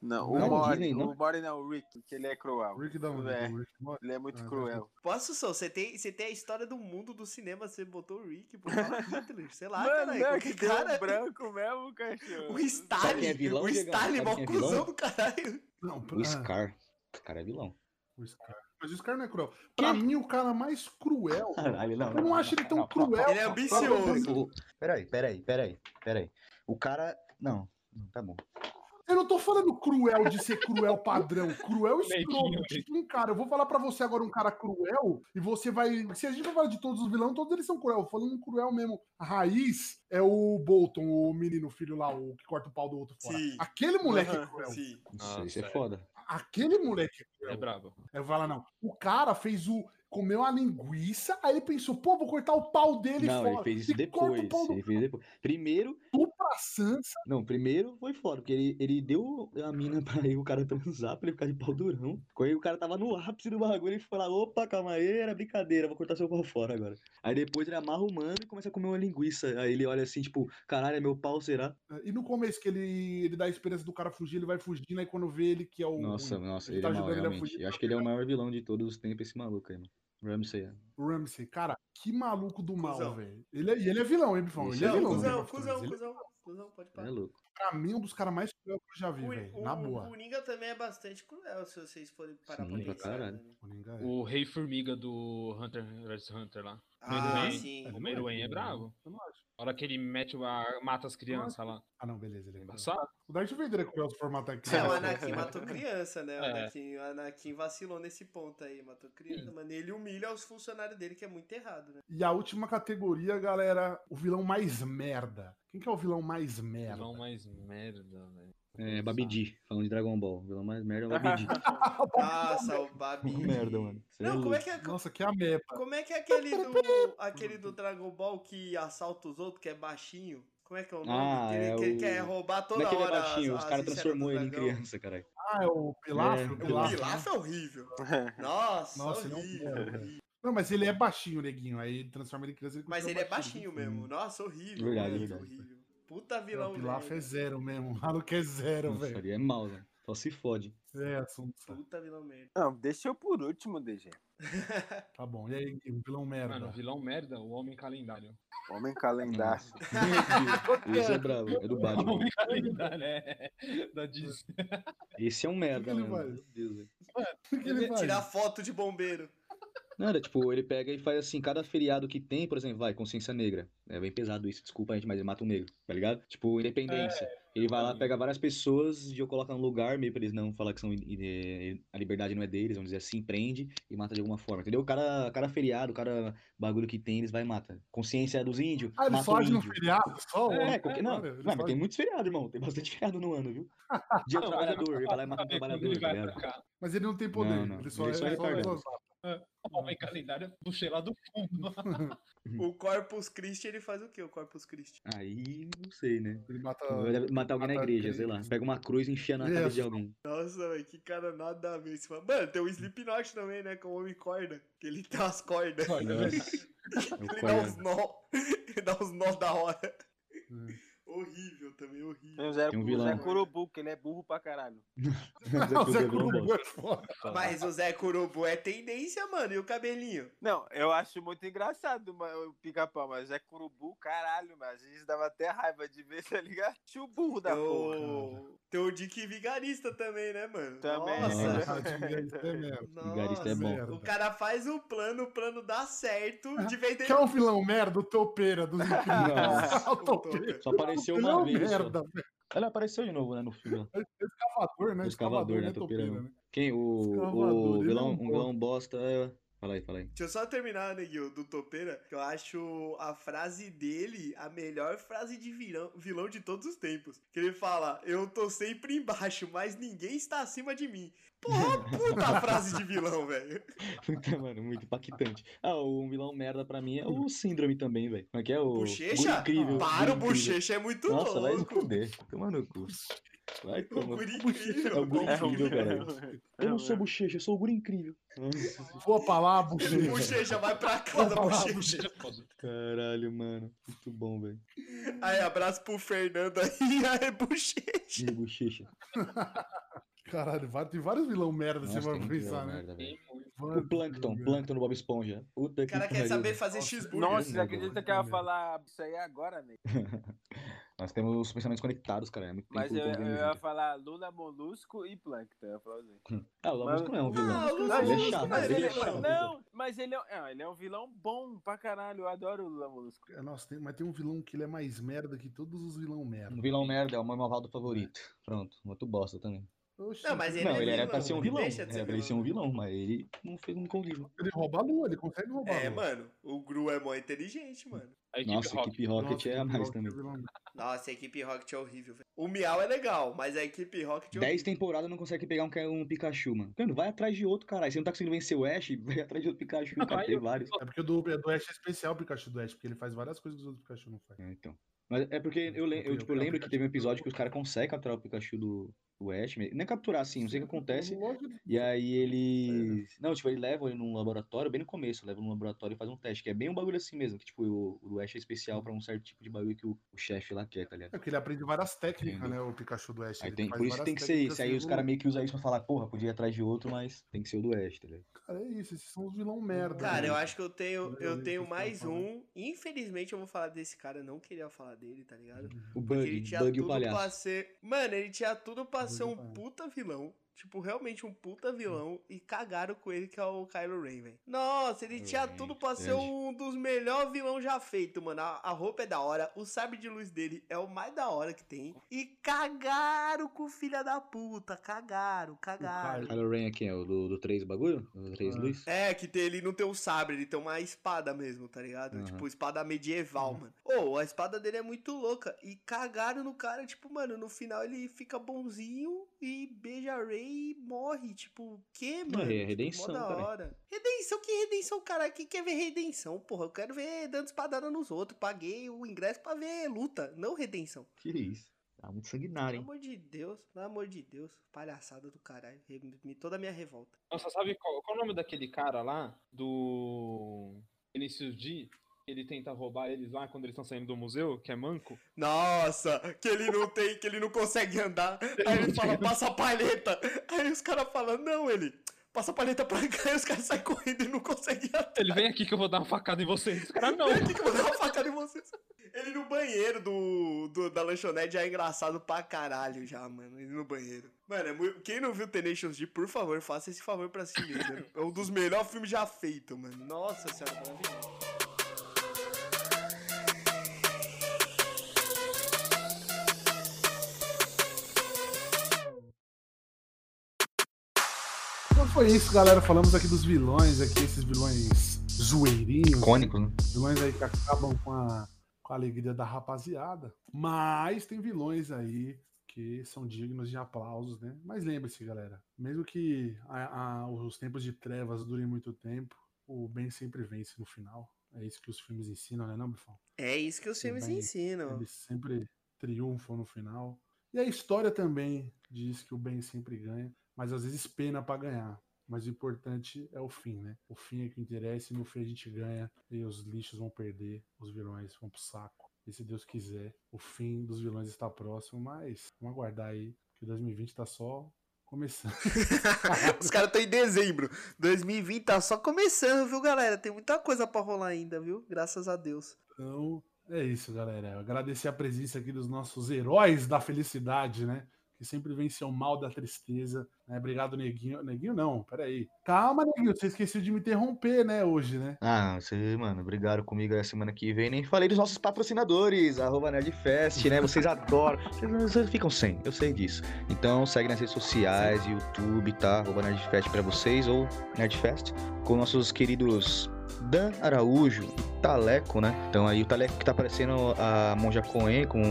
Speaker 3: Não, o
Speaker 5: Hum. Não, é
Speaker 3: Mori,
Speaker 5: Disney, não.
Speaker 3: o Mori não, o Rick, porque ele é cruel.
Speaker 8: Rick da onde?
Speaker 3: É.
Speaker 8: O Rick da onde?
Speaker 3: Ele é muito
Speaker 8: Ah,
Speaker 3: cruel.
Speaker 4: Posso, São? Você tem, você tem a história do mundo do cinema, você botou o Rick, pô, fala Hitler, sei lá,
Speaker 3: Mano, não,
Speaker 4: caralho.
Speaker 3: que
Speaker 4: Que
Speaker 3: deu um
Speaker 4: cara. é
Speaker 3: branco mesmo, cachorro.
Speaker 4: O
Speaker 5: Sabe quem é
Speaker 4: Stalin,
Speaker 5: vilão,
Speaker 4: o
Speaker 5: Diegão?
Speaker 4: Stalin,
Speaker 5: Sabe
Speaker 4: mó
Speaker 5: quem é
Speaker 4: cuzão
Speaker 5: vilão?
Speaker 4: do caralho.
Speaker 8: Não, ah. pra...
Speaker 5: O Scar. O cara é vilão.
Speaker 8: o Scar. Mas o Scar não é cruel. Pra mim, o cara mais cruel.
Speaker 5: Caralho, Ah, não. tá
Speaker 8: Eu não acho ele tão cruel.
Speaker 4: Ele é ambicioso.
Speaker 5: O- Peraí, peraí, peraí, peraí. O cara. Não, não, tá bom.
Speaker 8: Eu não tô falando cruel de ser cruel padrão. Cruel escroto.
Speaker 1: Neguinho,
Speaker 8: Tipo um cara. Eu vou falar pra você agora um cara cruel e você vai. Se a gente for falar de todos os vilões, todos eles são cruel. Falando um cruel mesmo. A raiz é o Bolton, o menino, o filho lá, o que corta o pau do outro fora.
Speaker 4: Sim.
Speaker 8: Aquele moleque é
Speaker 3: Aham,
Speaker 8: cruel.
Speaker 4: Sim.
Speaker 5: Isso, isso
Speaker 1: Nossa,
Speaker 5: é
Speaker 1: é.
Speaker 5: foda.
Speaker 8: Aquele moleque é
Speaker 1: É
Speaker 8: cruel.
Speaker 1: brabo.
Speaker 8: Eu vou falar, não. O cara fez o. Comeu a linguiça, aí ele pensou, pô, vou cortar o pau dele
Speaker 5: não,
Speaker 8: fora.
Speaker 5: ele fez isso
Speaker 8: E corta
Speaker 5: depois.
Speaker 8: o pau do
Speaker 5: Ele fez depois. Primeiro,
Speaker 8: cu pra Sansa.
Speaker 5: não, primeiro foi fora, porque ele, ele deu a mina pra ir o cara transar, pra ele ficar de pau durão. Quando ele- o cara tava no ápice do bagulho, ele foi lá, opa, calma aí, era brincadeira, vou cortar seu pau fora agora. Aí depois ele amarra o mano e começa a comer uma linguiça. Aí ele olha assim, tipo, caralho, é meu pau, será?
Speaker 8: É, E no começo que ele, ele dá a esperança do cara fugir, ele vai fugindo, aí quando vê ele que é o.
Speaker 5: Nossa, nossa,
Speaker 8: ele
Speaker 5: ele,
Speaker 8: tá
Speaker 5: é mal,
Speaker 8: ajudando ele a
Speaker 5: realmente.
Speaker 8: fugir
Speaker 5: Eu acho que ele é o maior vilão de todos os tempos, esse maluco aí, mano. Ramsey, é.
Speaker 8: o Ramsey, cara, que maluco do mal,
Speaker 4: Cusão.
Speaker 8: velho. Ele, é- e ele é vilão, hein, Bifão? Ele é
Speaker 5: Cusão,
Speaker 8: vilão.
Speaker 4: Cusão,
Speaker 8: né, Bifão?
Speaker 4: cuzão,
Speaker 8: Ele é,
Speaker 4: cuzão, cuzão, pode
Speaker 5: é
Speaker 4: parar.
Speaker 5: louco.
Speaker 8: pra mim, um dos caras mais cruel que eu já vi, velho.
Speaker 4: O,
Speaker 8: Na
Speaker 4: o-
Speaker 8: boa.
Speaker 4: o Coringa também é bastante cruel, se vocês forem parar
Speaker 5: Sim,
Speaker 4: pra
Speaker 5: pra
Speaker 4: pensar.
Speaker 5: caralho.
Speaker 4: né?
Speaker 8: Coringa é.
Speaker 1: O Rei Formiga do Hunter vs Hunter lá.
Speaker 4: Ah,
Speaker 1: Homem-Aranha.
Speaker 4: sim.
Speaker 1: O Meruem é brabo.
Speaker 8: Eu não acho.
Speaker 1: Na hora que ele mete a, mata as crianças lá.
Speaker 8: Ah, não, beleza, ele é cruel.
Speaker 1: Embaçado.
Speaker 8: O Darth Vader é cruel se for matar aqui.
Speaker 4: É, o Anakin matou criança, né? O
Speaker 1: É.
Speaker 4: Anakin, o Anakin vacilou nesse ponto aí, matou criança, mano. Ele humilha os funcionários dele, que é muito errado, né?
Speaker 8: E a última categoria, galera, o vilão mais merda. Quem que é o vilão mais merda?
Speaker 1: Não mais merda, velho.
Speaker 5: É, Babidi, falando de Dragon Ball. O vilão mais merda é o Babidi.
Speaker 4: Nossa, o Babi.
Speaker 5: merda, mano. Cê é
Speaker 4: Ah, Não, como é
Speaker 5: louco.
Speaker 4: que é,
Speaker 8: Nossa, que é a mepa.
Speaker 4: como é, que é aquele, do, aquele do Dragon Ball que assalta os outros, que é baixinho? Como é que é o nome?
Speaker 5: Ah,
Speaker 4: que, ele,
Speaker 5: é
Speaker 4: que ele
Speaker 5: o-
Speaker 4: quer roubar
Speaker 5: Como
Speaker 4: toda
Speaker 5: é que ele é
Speaker 4: hora.
Speaker 5: baixinho?
Speaker 4: as-
Speaker 5: Os
Speaker 4: as
Speaker 5: caras
Speaker 4: esferas do
Speaker 5: transformou ele em
Speaker 4: dragão.
Speaker 5: criança, caralho.
Speaker 8: Ah, é o Pilaf?
Speaker 5: É,
Speaker 8: o
Speaker 5: o
Speaker 4: O
Speaker 8: Pilaf.
Speaker 4: Pilaf é horrível. Nossa,
Speaker 8: Nossa, ele é um
Speaker 4: horrível.
Speaker 8: merda. Não, mas ele é baixinho, neguinho. Aí transforma ele em criança. Ele
Speaker 4: Mas ele
Speaker 8: continua assim.
Speaker 4: é baixinho mesmo. Nossa, horrível.
Speaker 5: Verdade,
Speaker 4: horrível,
Speaker 5: verdade.
Speaker 4: horrível. Puta
Speaker 8: É,
Speaker 4: vilão,
Speaker 8: O Pilaf
Speaker 4: velho.
Speaker 8: é zero mesmo. O maluco é zero,
Speaker 5: Nossa,
Speaker 8: velho.
Speaker 5: ali é mal, velho. Só se fode.
Speaker 8: É, assunto.
Speaker 4: Puta vilão merda.
Speaker 3: Não, deixa eu por último, DG.
Speaker 8: Tá bom. E aí, Guilherme, vilão
Speaker 1: Mano,
Speaker 8: merda.
Speaker 1: vilão merda, o homem calendário.
Speaker 3: Homem calendário.
Speaker 5: Esse é bravo, é do Batman.
Speaker 1: homem calendário, é. Da Disney.
Speaker 5: Esse é um merda,
Speaker 8: O que que ele
Speaker 5: mesmo.
Speaker 8: faz?
Speaker 5: Meu Deus, velho.
Speaker 8: O que que ele faz?
Speaker 4: Tirar foto de bombeiro.
Speaker 5: Nada, tipo, ele pega e faz assim, cada feriado que tem, por exemplo, vai, consciência negra. É bem pesado isso, desculpa, gente, mas ele mata um negro, tá ligado? Tipo, independência.
Speaker 8: É,
Speaker 5: Ele vai lá, pega várias pessoas e eu coloca num lugar, meio pra eles não falar que são, eh, a liberdade não é deles, vamos dizer assim, prende e mata de alguma forma, entendeu? Cada, cada feriado, cada bagulho que tem, eles vai e mata. Consciência dos índios,
Speaker 8: Ah, ele
Speaker 5: mata
Speaker 8: só
Speaker 5: o
Speaker 8: age no
Speaker 5: índio.
Speaker 8: feriado? Só o
Speaker 5: É,
Speaker 8: homem.
Speaker 5: qualquer... não,
Speaker 8: Olha, ele
Speaker 5: mas
Speaker 8: só-
Speaker 5: tem muitos feriados, irmão. Tem bastante feriado no ano, viu? Dia do
Speaker 1: Não, mas é
Speaker 5: trabalhador, ele vai lá e mata um
Speaker 1: Sabe quando
Speaker 5: trabalhador,
Speaker 1: ele
Speaker 5: tá
Speaker 1: vai
Speaker 5: ligado?
Speaker 1: atacar?
Speaker 8: Mas ele não tem poder.
Speaker 5: Não, não.
Speaker 8: Ele só
Speaker 5: Ele só
Speaker 8: ele
Speaker 5: é
Speaker 8: só é
Speaker 5: retardado.
Speaker 8: gozado.
Speaker 1: O homem calendário puxei lá do fundo.
Speaker 4: O Corpus Christi, ele faz o quê, o Corpus Christi?
Speaker 5: Aí, não sei, né?
Speaker 8: Ele mata.
Speaker 5: Deve Matar alguém na
Speaker 8: Ah, matar É,
Speaker 5: igreja,
Speaker 8: crente.
Speaker 5: sei lá. Pega uma cruz e enfia na cabeça de
Speaker 8: Isso.
Speaker 5: alguém.
Speaker 4: Nossa, velho, que cara nada a ver. Esse mano. Mano, tem o Slipknot também, né, que é o homem corda. Que ele tem umas cordas.
Speaker 1: né?
Speaker 5: Nossa. É o
Speaker 4: Ele dá
Speaker 5: Conan.
Speaker 4: uns nó. Ele dá uns nó da hora.
Speaker 8: Hum.
Speaker 4: Horrível também, horrível.
Speaker 3: Tem o Zé,
Speaker 5: Tem um
Speaker 3: o
Speaker 5: vilão.
Speaker 3: Zé Curubu, que ele é burro pra caralho.
Speaker 8: Ah, o Zé
Speaker 5: Curubu é um
Speaker 8: Curubu
Speaker 5: bosta.
Speaker 8: é foda.
Speaker 4: Mas o Zé Curubu é tendência, mano. E o cabelinho?
Speaker 3: Não, eu acho muito engraçado mano, o pica-pau, mas Zé Curubu, caralho, mas a gente dava até raiva de ver, tá ligado? Tio burro da porra.
Speaker 4: O... Tem o Dick Vigarista também, né, mano?
Speaker 3: Também.
Speaker 4: Nossa.
Speaker 5: Nossa. Vigarista é
Speaker 4: Nossa.
Speaker 5: bom.
Speaker 4: O cara faz o plano, o plano dá certo. De vez dele
Speaker 8: Que é um vilão merda, o topeira do Zé Curubu.
Speaker 5: Nossa.
Speaker 8: o topeira.
Speaker 5: Só apareceu
Speaker 8: Vilão
Speaker 5: uma vez. só.
Speaker 8: merda, velho.
Speaker 5: Ela apareceu de novo, né, no filme.
Speaker 8: Escavador, né?
Speaker 5: O escavador, né, topeirão.
Speaker 8: né?
Speaker 5: Quem? O,
Speaker 8: Escavador,
Speaker 5: o
Speaker 8: ele
Speaker 5: vilão,
Speaker 8: é um
Speaker 5: um vilão bosta. é- Fala aí, fala aí.
Speaker 4: Deixa eu só terminar, Neguinho, do Topeira, que eu acho a frase dele a melhor frase de vilão, vilão de todos os tempos. Que ele fala, eu tô sempre embaixo, mas ninguém está acima de mim. Porra, puta frase de vilão, velho.
Speaker 5: Puta, mano, muito impactante. Ah, o vilão merda pra mim é o Síndrome também, velho. Como é que é o.
Speaker 4: Bochecha?
Speaker 5: Guri Incrível.
Speaker 4: Para, o
Speaker 5: Guri Incrível.
Speaker 4: Bochecha é muito
Speaker 5: Nossa, vai se
Speaker 4: louco.
Speaker 5: fuder. Toma no cu. Vai
Speaker 4: O
Speaker 5: tomar.
Speaker 4: Guri incrível.
Speaker 5: É o Guri
Speaker 4: mano.
Speaker 5: Incrível, caralho. Eu não
Speaker 3: É,
Speaker 5: sou bochecha, eu sou o Guri Incrível.
Speaker 8: Vou pra lá,
Speaker 5: é
Speaker 8: buchinha.
Speaker 4: Bochecha, vai pra casa, Bochecha.
Speaker 5: Caralho, mano. Muito bom, velho.
Speaker 4: Aí, abraço pro Fernando aí, aí, Bochecha.
Speaker 5: Guri Bochecha.
Speaker 8: Caralho, vai- tem vários vilão merda, você
Speaker 5: Nossa,
Speaker 8: vai
Speaker 5: tem muito
Speaker 8: pensar,
Speaker 5: vilão
Speaker 8: né?
Speaker 5: merda, velho.
Speaker 8: Mano,
Speaker 5: O Plankton, Plankton do Bob Esponja. Puta
Speaker 4: O cara
Speaker 5: que
Speaker 4: quer
Speaker 5: pariu,
Speaker 4: saber
Speaker 5: velho.
Speaker 4: fazer
Speaker 3: Nossa,
Speaker 4: cheeseburger.
Speaker 3: você acredita que eu ia falar isso aí agora, né?
Speaker 5: Nós temos os pensamentos conectados, cara. É muito tempo
Speaker 3: Mas eu,
Speaker 5: convivendo
Speaker 3: eu ia
Speaker 5: junto.
Speaker 3: falar Lula, Molusco e Plankton. Eu ia falar assim.
Speaker 5: Ah, o Lamus não é um vilão.
Speaker 4: Ah, o Lula
Speaker 5: ele é
Speaker 4: Molusco,
Speaker 5: chato,
Speaker 4: mas
Speaker 5: ele
Speaker 4: ele
Speaker 5: é
Speaker 4: é
Speaker 5: chato.
Speaker 3: Não, mas ele é, é, ele é um vilão bom pra caralho. Eu adoro o Lula Molusco.
Speaker 8: É, Nossa, tem- mas tem um vilão que ele é mais merda que todos os vilão
Speaker 5: Um
Speaker 8: merda.
Speaker 5: vilão merda é o meu malvado favorito. Pronto, muito bosta também.
Speaker 8: Oxe,
Speaker 4: Não, mas ele
Speaker 5: não,
Speaker 4: é
Speaker 5: ele era
Speaker 4: vilão,
Speaker 5: pra ser um vilão.
Speaker 4: deixa de ser
Speaker 5: Era pra ele ser um vilão, mas ele não fez um convívio.
Speaker 8: Ele rouba a lua, ele consegue roubar
Speaker 4: É,
Speaker 8: a lua.
Speaker 4: mano, o Gru é mó inteligente, mano.
Speaker 1: A equipe
Speaker 5: Nossa,
Speaker 1: rock.
Speaker 5: Equipe Rocket
Speaker 8: Nossa,
Speaker 5: é a
Speaker 8: que
Speaker 5: mais
Speaker 8: vilão, que
Speaker 5: também.
Speaker 8: vilão merda.
Speaker 4: Nossa, a equipe Rocket é horrível, velho. O Miau é legal, mas a equipe Rocket é
Speaker 5: Dez
Speaker 4: horrível.
Speaker 5: temporadas não consegue pegar um, ca- um Pikachu, mano. Mano, vai atrás de outro, caralho. Você não tá conseguindo vencer o Ash, vai atrás de outro Pikachu, cara.
Speaker 1: Vai,
Speaker 5: Tem
Speaker 1: eu-
Speaker 5: vários.
Speaker 8: É porque o do, é do Ash é especial o Pikachu do Ash, porque ele faz várias coisas que os outros Pikachu não fazem.
Speaker 5: É, então. Mas é porque eu, le- eu, tipo, eu lembro que teve um episódio que os caras conseguem capturar o Pikachu do, do Ash. mas- Nem capturar, assim, não sei o que acontece.
Speaker 8: Lógico,
Speaker 5: E aí eles.
Speaker 8: É.
Speaker 5: Não, tipo, ele leva ele num laboratório, bem no começo, leva num laboratório e faz um teste, que é bem um bagulho assim mesmo, que tipo, o, o Ash é especial pra um certo tipo de bagulho que o, o chefe lá quer, tá ligado?
Speaker 8: é porque ele aprende várias técnicas,
Speaker 5: Entendeu?
Speaker 8: né? O Pikachu do Ash.
Speaker 5: Aí
Speaker 8: ele
Speaker 5: tem,
Speaker 8: faz
Speaker 5: por isso
Speaker 8: várias
Speaker 5: tem que ser
Speaker 8: técnicas
Speaker 5: isso. Aí os
Speaker 8: segundo-
Speaker 5: caras meio que usam isso pra falar, porra, podia ir atrás de outro, mas tem que ser o do Ash, tá ligado?
Speaker 8: Cara, é isso, esses são os vilão merda.
Speaker 4: Cara,
Speaker 8: né?
Speaker 4: eu acho que eu tenho,
Speaker 8: Eu
Speaker 4: eu
Speaker 8: lembro
Speaker 4: tenho
Speaker 8: que
Speaker 4: mais
Speaker 8: você tava
Speaker 4: um. Infelizmente eu vou falar desse cara, eu não queria falar dele, tá ligado?
Speaker 5: O
Speaker 4: Porque ele
Speaker 5: Bug,
Speaker 4: tinha
Speaker 5: Bug e o
Speaker 4: tudo pra
Speaker 5: palhaço.
Speaker 4: ser. Mano, ele tinha tudo pra
Speaker 8: Bug e
Speaker 4: ser
Speaker 8: o
Speaker 4: um
Speaker 8: palhaço. Hum.
Speaker 4: puta vilão. Tipo, realmente um puta vilão. E cagaram com ele, que é o Kylo Ren, velho. Nossa, ele
Speaker 5: Kylo
Speaker 4: tinha
Speaker 5: Ren,
Speaker 4: tudo pra ser
Speaker 5: grande.
Speaker 4: um dos melhores vilões já feito, mano. A, a roupa é da hora, o sabre de luz dele é o mais da hora que tem. E cagaram com o filho da puta. Cagaram, cagaram.
Speaker 8: Kylo.
Speaker 5: Kylo Ren aqui é o do, do 3 bagulho? Do 3
Speaker 8: Ah.
Speaker 5: luz?
Speaker 4: É, que tem, ele não tem um sabre, ele tem uma espada mesmo, tá ligado?
Speaker 5: Aham.
Speaker 4: Tipo, espada
Speaker 5: Uhum.
Speaker 4: medieval, mano. Ô, a espada dele é muito louca. E cagaram no cara, tipo, mano, no final ele fica bonzinho e beija a Ray e morre. Tipo, o quê, mano?
Speaker 5: é redenção,
Speaker 4: Tipo, mó da
Speaker 5: cara.
Speaker 4: hora. Redenção, que redenção, cara? Quem quer ver redenção, porra? Eu quero ver dando espadada nos outros. Paguei o ingresso pra ver luta, não redenção.
Speaker 5: Que isso? Tá muito sanguinário,
Speaker 4: Pelo amor
Speaker 5: hein?
Speaker 4: de Deus, pelo amor de Deus. Palhaçada do caralho. Re- me- Toda a minha revolta.
Speaker 1: é Nossa, sabe qual, qual o nome daquele cara lá? Do Vinicius D? ele tenta roubar eles lá quando eles estão saindo do museu, que é manco.
Speaker 4: Nossa, que ele não tem, que ele não consegue andar. Aí ele fala, passa a palheta. Aí os caras falam, não, ele, passa a palheta pra cá. Aí os caras saem correndo e não conseguem andar.
Speaker 1: Ele vem aqui que eu vou dar uma facada em vocês. Os caras não.
Speaker 4: Vem aqui que eu vou dar uma facada em vocês. Ele no banheiro do, do- da lanchonete já é engraçado pra caralho já, mano. Ele no banheiro. Mano, é muito- quem não viu Tenacious D, por favor, faça esse favor pra si mesmo. É um dos melhores filmes já feito, mano. Nossa senhora, maravilhoso.
Speaker 8: Então foi isso, galera. Falamos aqui dos vilões aqui, esses vilões zoeirinhos.
Speaker 5: Icônico, né?
Speaker 8: vilões aí que acabam com a, com a alegria da rapaziada. Mas tem vilões aí que são dignos de aplausos, né? Mas lembre-se, galera, mesmo que a- a- os tempos de trevas durem muito tempo, o bem sempre vence no final. É isso que os filmes ensinam, né, não, Bifão?
Speaker 4: É isso que os filmes
Speaker 8: Bem,
Speaker 4: ensinam.
Speaker 8: Eles sempre triunfam no final. E a história também diz que o bem sempre ganha, mas às vezes pena pra ganhar. Mas o importante é o fim, né? O fim é que interessa e no fim a gente ganha. E os lixos vão perder, os vilões vão pro saco. E se Deus quiser, o fim dos vilões está próximo, mas vamos aguardar aí, que 2020 tá só começando.
Speaker 4: Os caras estão em dezembro. 2020 tá só começando, viu, galera? Tem muita coisa pra rolar ainda, viu? Graças a Deus.
Speaker 8: Então, é isso, galera. Eu Agradecer a presença aqui dos nossos heróis da felicidade, né? Que sempre venceu o mal da tristeza. né? Obrigado, Neguinho. Neguinho, não, peraí. Calma, Neguinho, você esqueceu de me interromper, né, hoje, né?
Speaker 5: Ah, vocês, mano, brigaram comigo aí a semana que vem. Nem falei dos nossos patrocinadores, arroba Nerdfest, né? Vocês adoram. Vocês, não- vocês ficam sem, eu sei disso. Então segue nas redes sociais, YouTube, tá? Arroba Nerdfest pra vocês, ou Nerdfest, com nossos queridos Dan Araújo e Taleco, né? Então aí o Taleco que tá parecendo a Monja Coen com,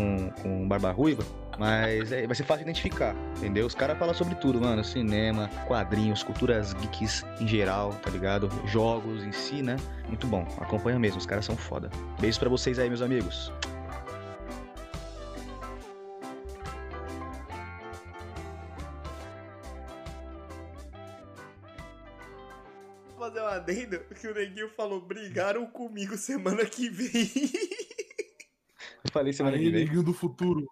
Speaker 5: com barba ruiva. Mas é, vai ser fácil identificar, entendeu? Os caras falam sobre tudo, mano. Cinema, quadrinhos, culturas geeks em geral, tá ligado? Jogos em si, né? Muito bom, acompanha mesmo, os caras são foda. Beijos pra vocês aí, meus amigos.
Speaker 4: fazer um adendo que o Neguinho falou, brigaram comigo semana que vem.
Speaker 5: Eu falei semana
Speaker 8: Aí,
Speaker 5: que vem.
Speaker 8: Neguinho do futuro.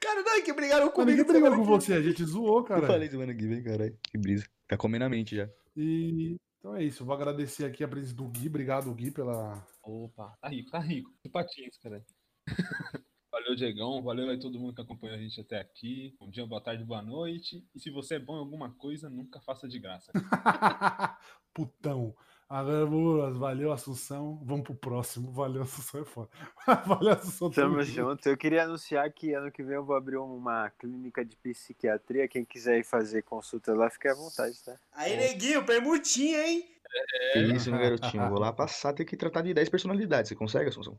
Speaker 4: cara, não, é que brigaram
Speaker 8: Mas ninguém
Speaker 4: comigo
Speaker 8: brigou
Speaker 4: semana
Speaker 8: com
Speaker 4: que
Speaker 8: você, a gente zoou,
Speaker 5: Eu
Speaker 8: cara.
Speaker 5: falei semana que vem, caralho. Que brisa. Tá comendo a mente já.
Speaker 8: E então é isso. Eu vou agradecer aqui a presença do Gui. Obrigado, Gui, pela.
Speaker 1: Opa, tá rico, tá rico. Que patins, cara. Valeu, Diegão. Valeu aí todo mundo que acompanhou a gente até aqui. Bom dia, boa tarde, boa noite. E se você é bom em alguma coisa, nunca faça de graça.
Speaker 8: Putão. Agora, vamos- valeu, Assunção. Vamos pro próximo. Valeu, Assunção é foda. Valeu, Assunção.
Speaker 3: Tamo junto. Eu queria anunciar que ano que vem eu vou abrir uma clínica de psiquiatria. Quem quiser ir fazer consulta lá, fica à vontade, tá?
Speaker 4: Aí, Neguinho, permutinha, hein?
Speaker 5: Que isso, meu garotinho. Vou lá passar, tem que tratar de 10 personalidades. Você consegue, Assunção?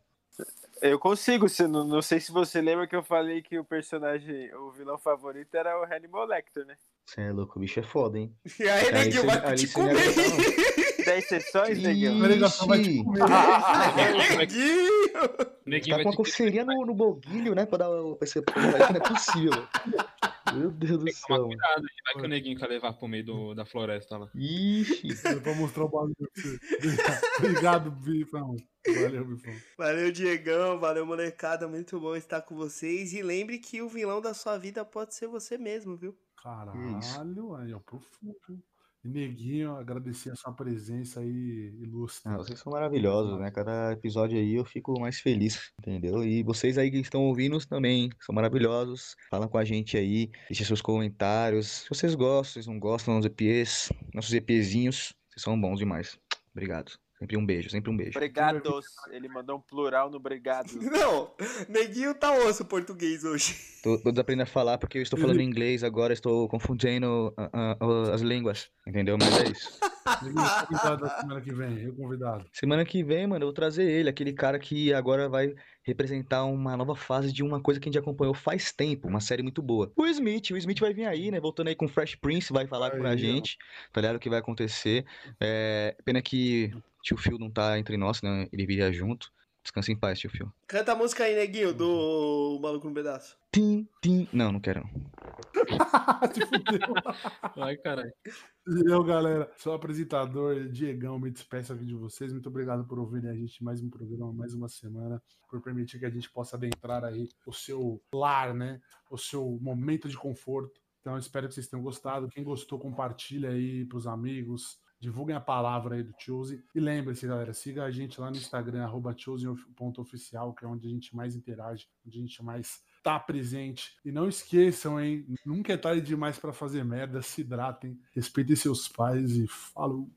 Speaker 3: Eu consigo. Você não, não sei se você lembra que eu falei que o personagem, o vilão favorito era o Hannibal Lecter, né?
Speaker 5: Você é louco, o bicho é foda, hein?
Speaker 4: E aí,
Speaker 5: Aí
Speaker 4: Neguinho,
Speaker 5: cê-
Speaker 4: vai
Speaker 5: ali
Speaker 4: te
Speaker 5: cê
Speaker 4: comer.
Speaker 5: não é aguenta, não.
Speaker 3: Dez sessões, Neguinho.
Speaker 8: é A delegação vai te
Speaker 5: Ixi.
Speaker 8: comer.
Speaker 4: Neguinho!
Speaker 1: é Neguinho vai
Speaker 5: Tá com uma
Speaker 1: ter que
Speaker 5: coceirinha no, no boguilho, né? Pra dar o. Pra ser... Não é possível. Meu Deus do céu. mano.
Speaker 1: vai que o neguinho quer levar pro meio do- da floresta lá.
Speaker 5: Ixi.
Speaker 8: Deu pra mostrar o bagulho pra você. Obrigado, Bifão. Valeu, Bifão.
Speaker 4: Valeu, Diegão, valeu, molecada. Muito bom estar com vocês. E lembre que o vilão da sua vida pode ser você mesmo, viu?
Speaker 8: Caralho, aí, ó, profundo. hein? E Neguinho, agradecer a sua presença aí, ilustre.
Speaker 5: Ah, vocês são maravilhosos, né? Cada episódio aí eu fico mais feliz, entendeu? E vocês aí que estão ouvindo também são maravilhosos. Falam com a gente aí, deixem seus comentários. Se vocês gostam, se não gostam dos EPs, nossos EPzinhos, vocês são bons demais. Obrigado. Sempre um beijo, sempre um beijo.
Speaker 3: Obrigados. Ele mandou um plural no obrigado.
Speaker 4: Não, Neguinho tá osso português hoje.
Speaker 5: Tô, tô aprendendo a falar porque eu estou falando inglês agora, estou confundindo ah, ah, ah, as línguas, entendeu? Mas é isso.
Speaker 8: Neguinho, eu convidado da semana que vem, eu convidado.
Speaker 5: Semana que vem, mano, eu vou trazer ele, aquele cara que agora vai representar uma nova fase de uma coisa que a gente acompanhou faz tempo, uma série muito boa. O Smith, o Smith vai vir aí, né? Voltando aí com o Fresh Prince, vai falar com a
Speaker 8: Aí, ó.
Speaker 5: gente, tá ligado? O que vai acontecer. É, pena que tio Phil não tá entre nós, né? Ele viria junto. Descansa em paz, tio Phil.
Speaker 4: Canta a música aí, Neguinho, do Maluco no Pedaço.
Speaker 5: Tim, tim. Não, não quero não.
Speaker 8: Te fudeu.
Speaker 2: Ai, caralho.
Speaker 8: E eu, galera, sou o apresentador Diegão, me despeço aqui de vocês. Muito obrigado por ouvirem a gente mais um programa, mais uma semana, por permitir que a gente possa adentrar aí o seu lar, né? O seu momento de conforto. Então, eu espero que vocês tenham gostado. Quem gostou, compartilha aí pros amigos. Divulguem a palavra aí do Chose. E lembre-se, galera, siga a gente lá no Instagram, arroba chosen.oficial, que é onde a gente mais interage, onde a gente mais tá presente. E não esqueçam, hein? Nunca é tarde demais para fazer merda. Se hidratem, respeitem seus pais e falou!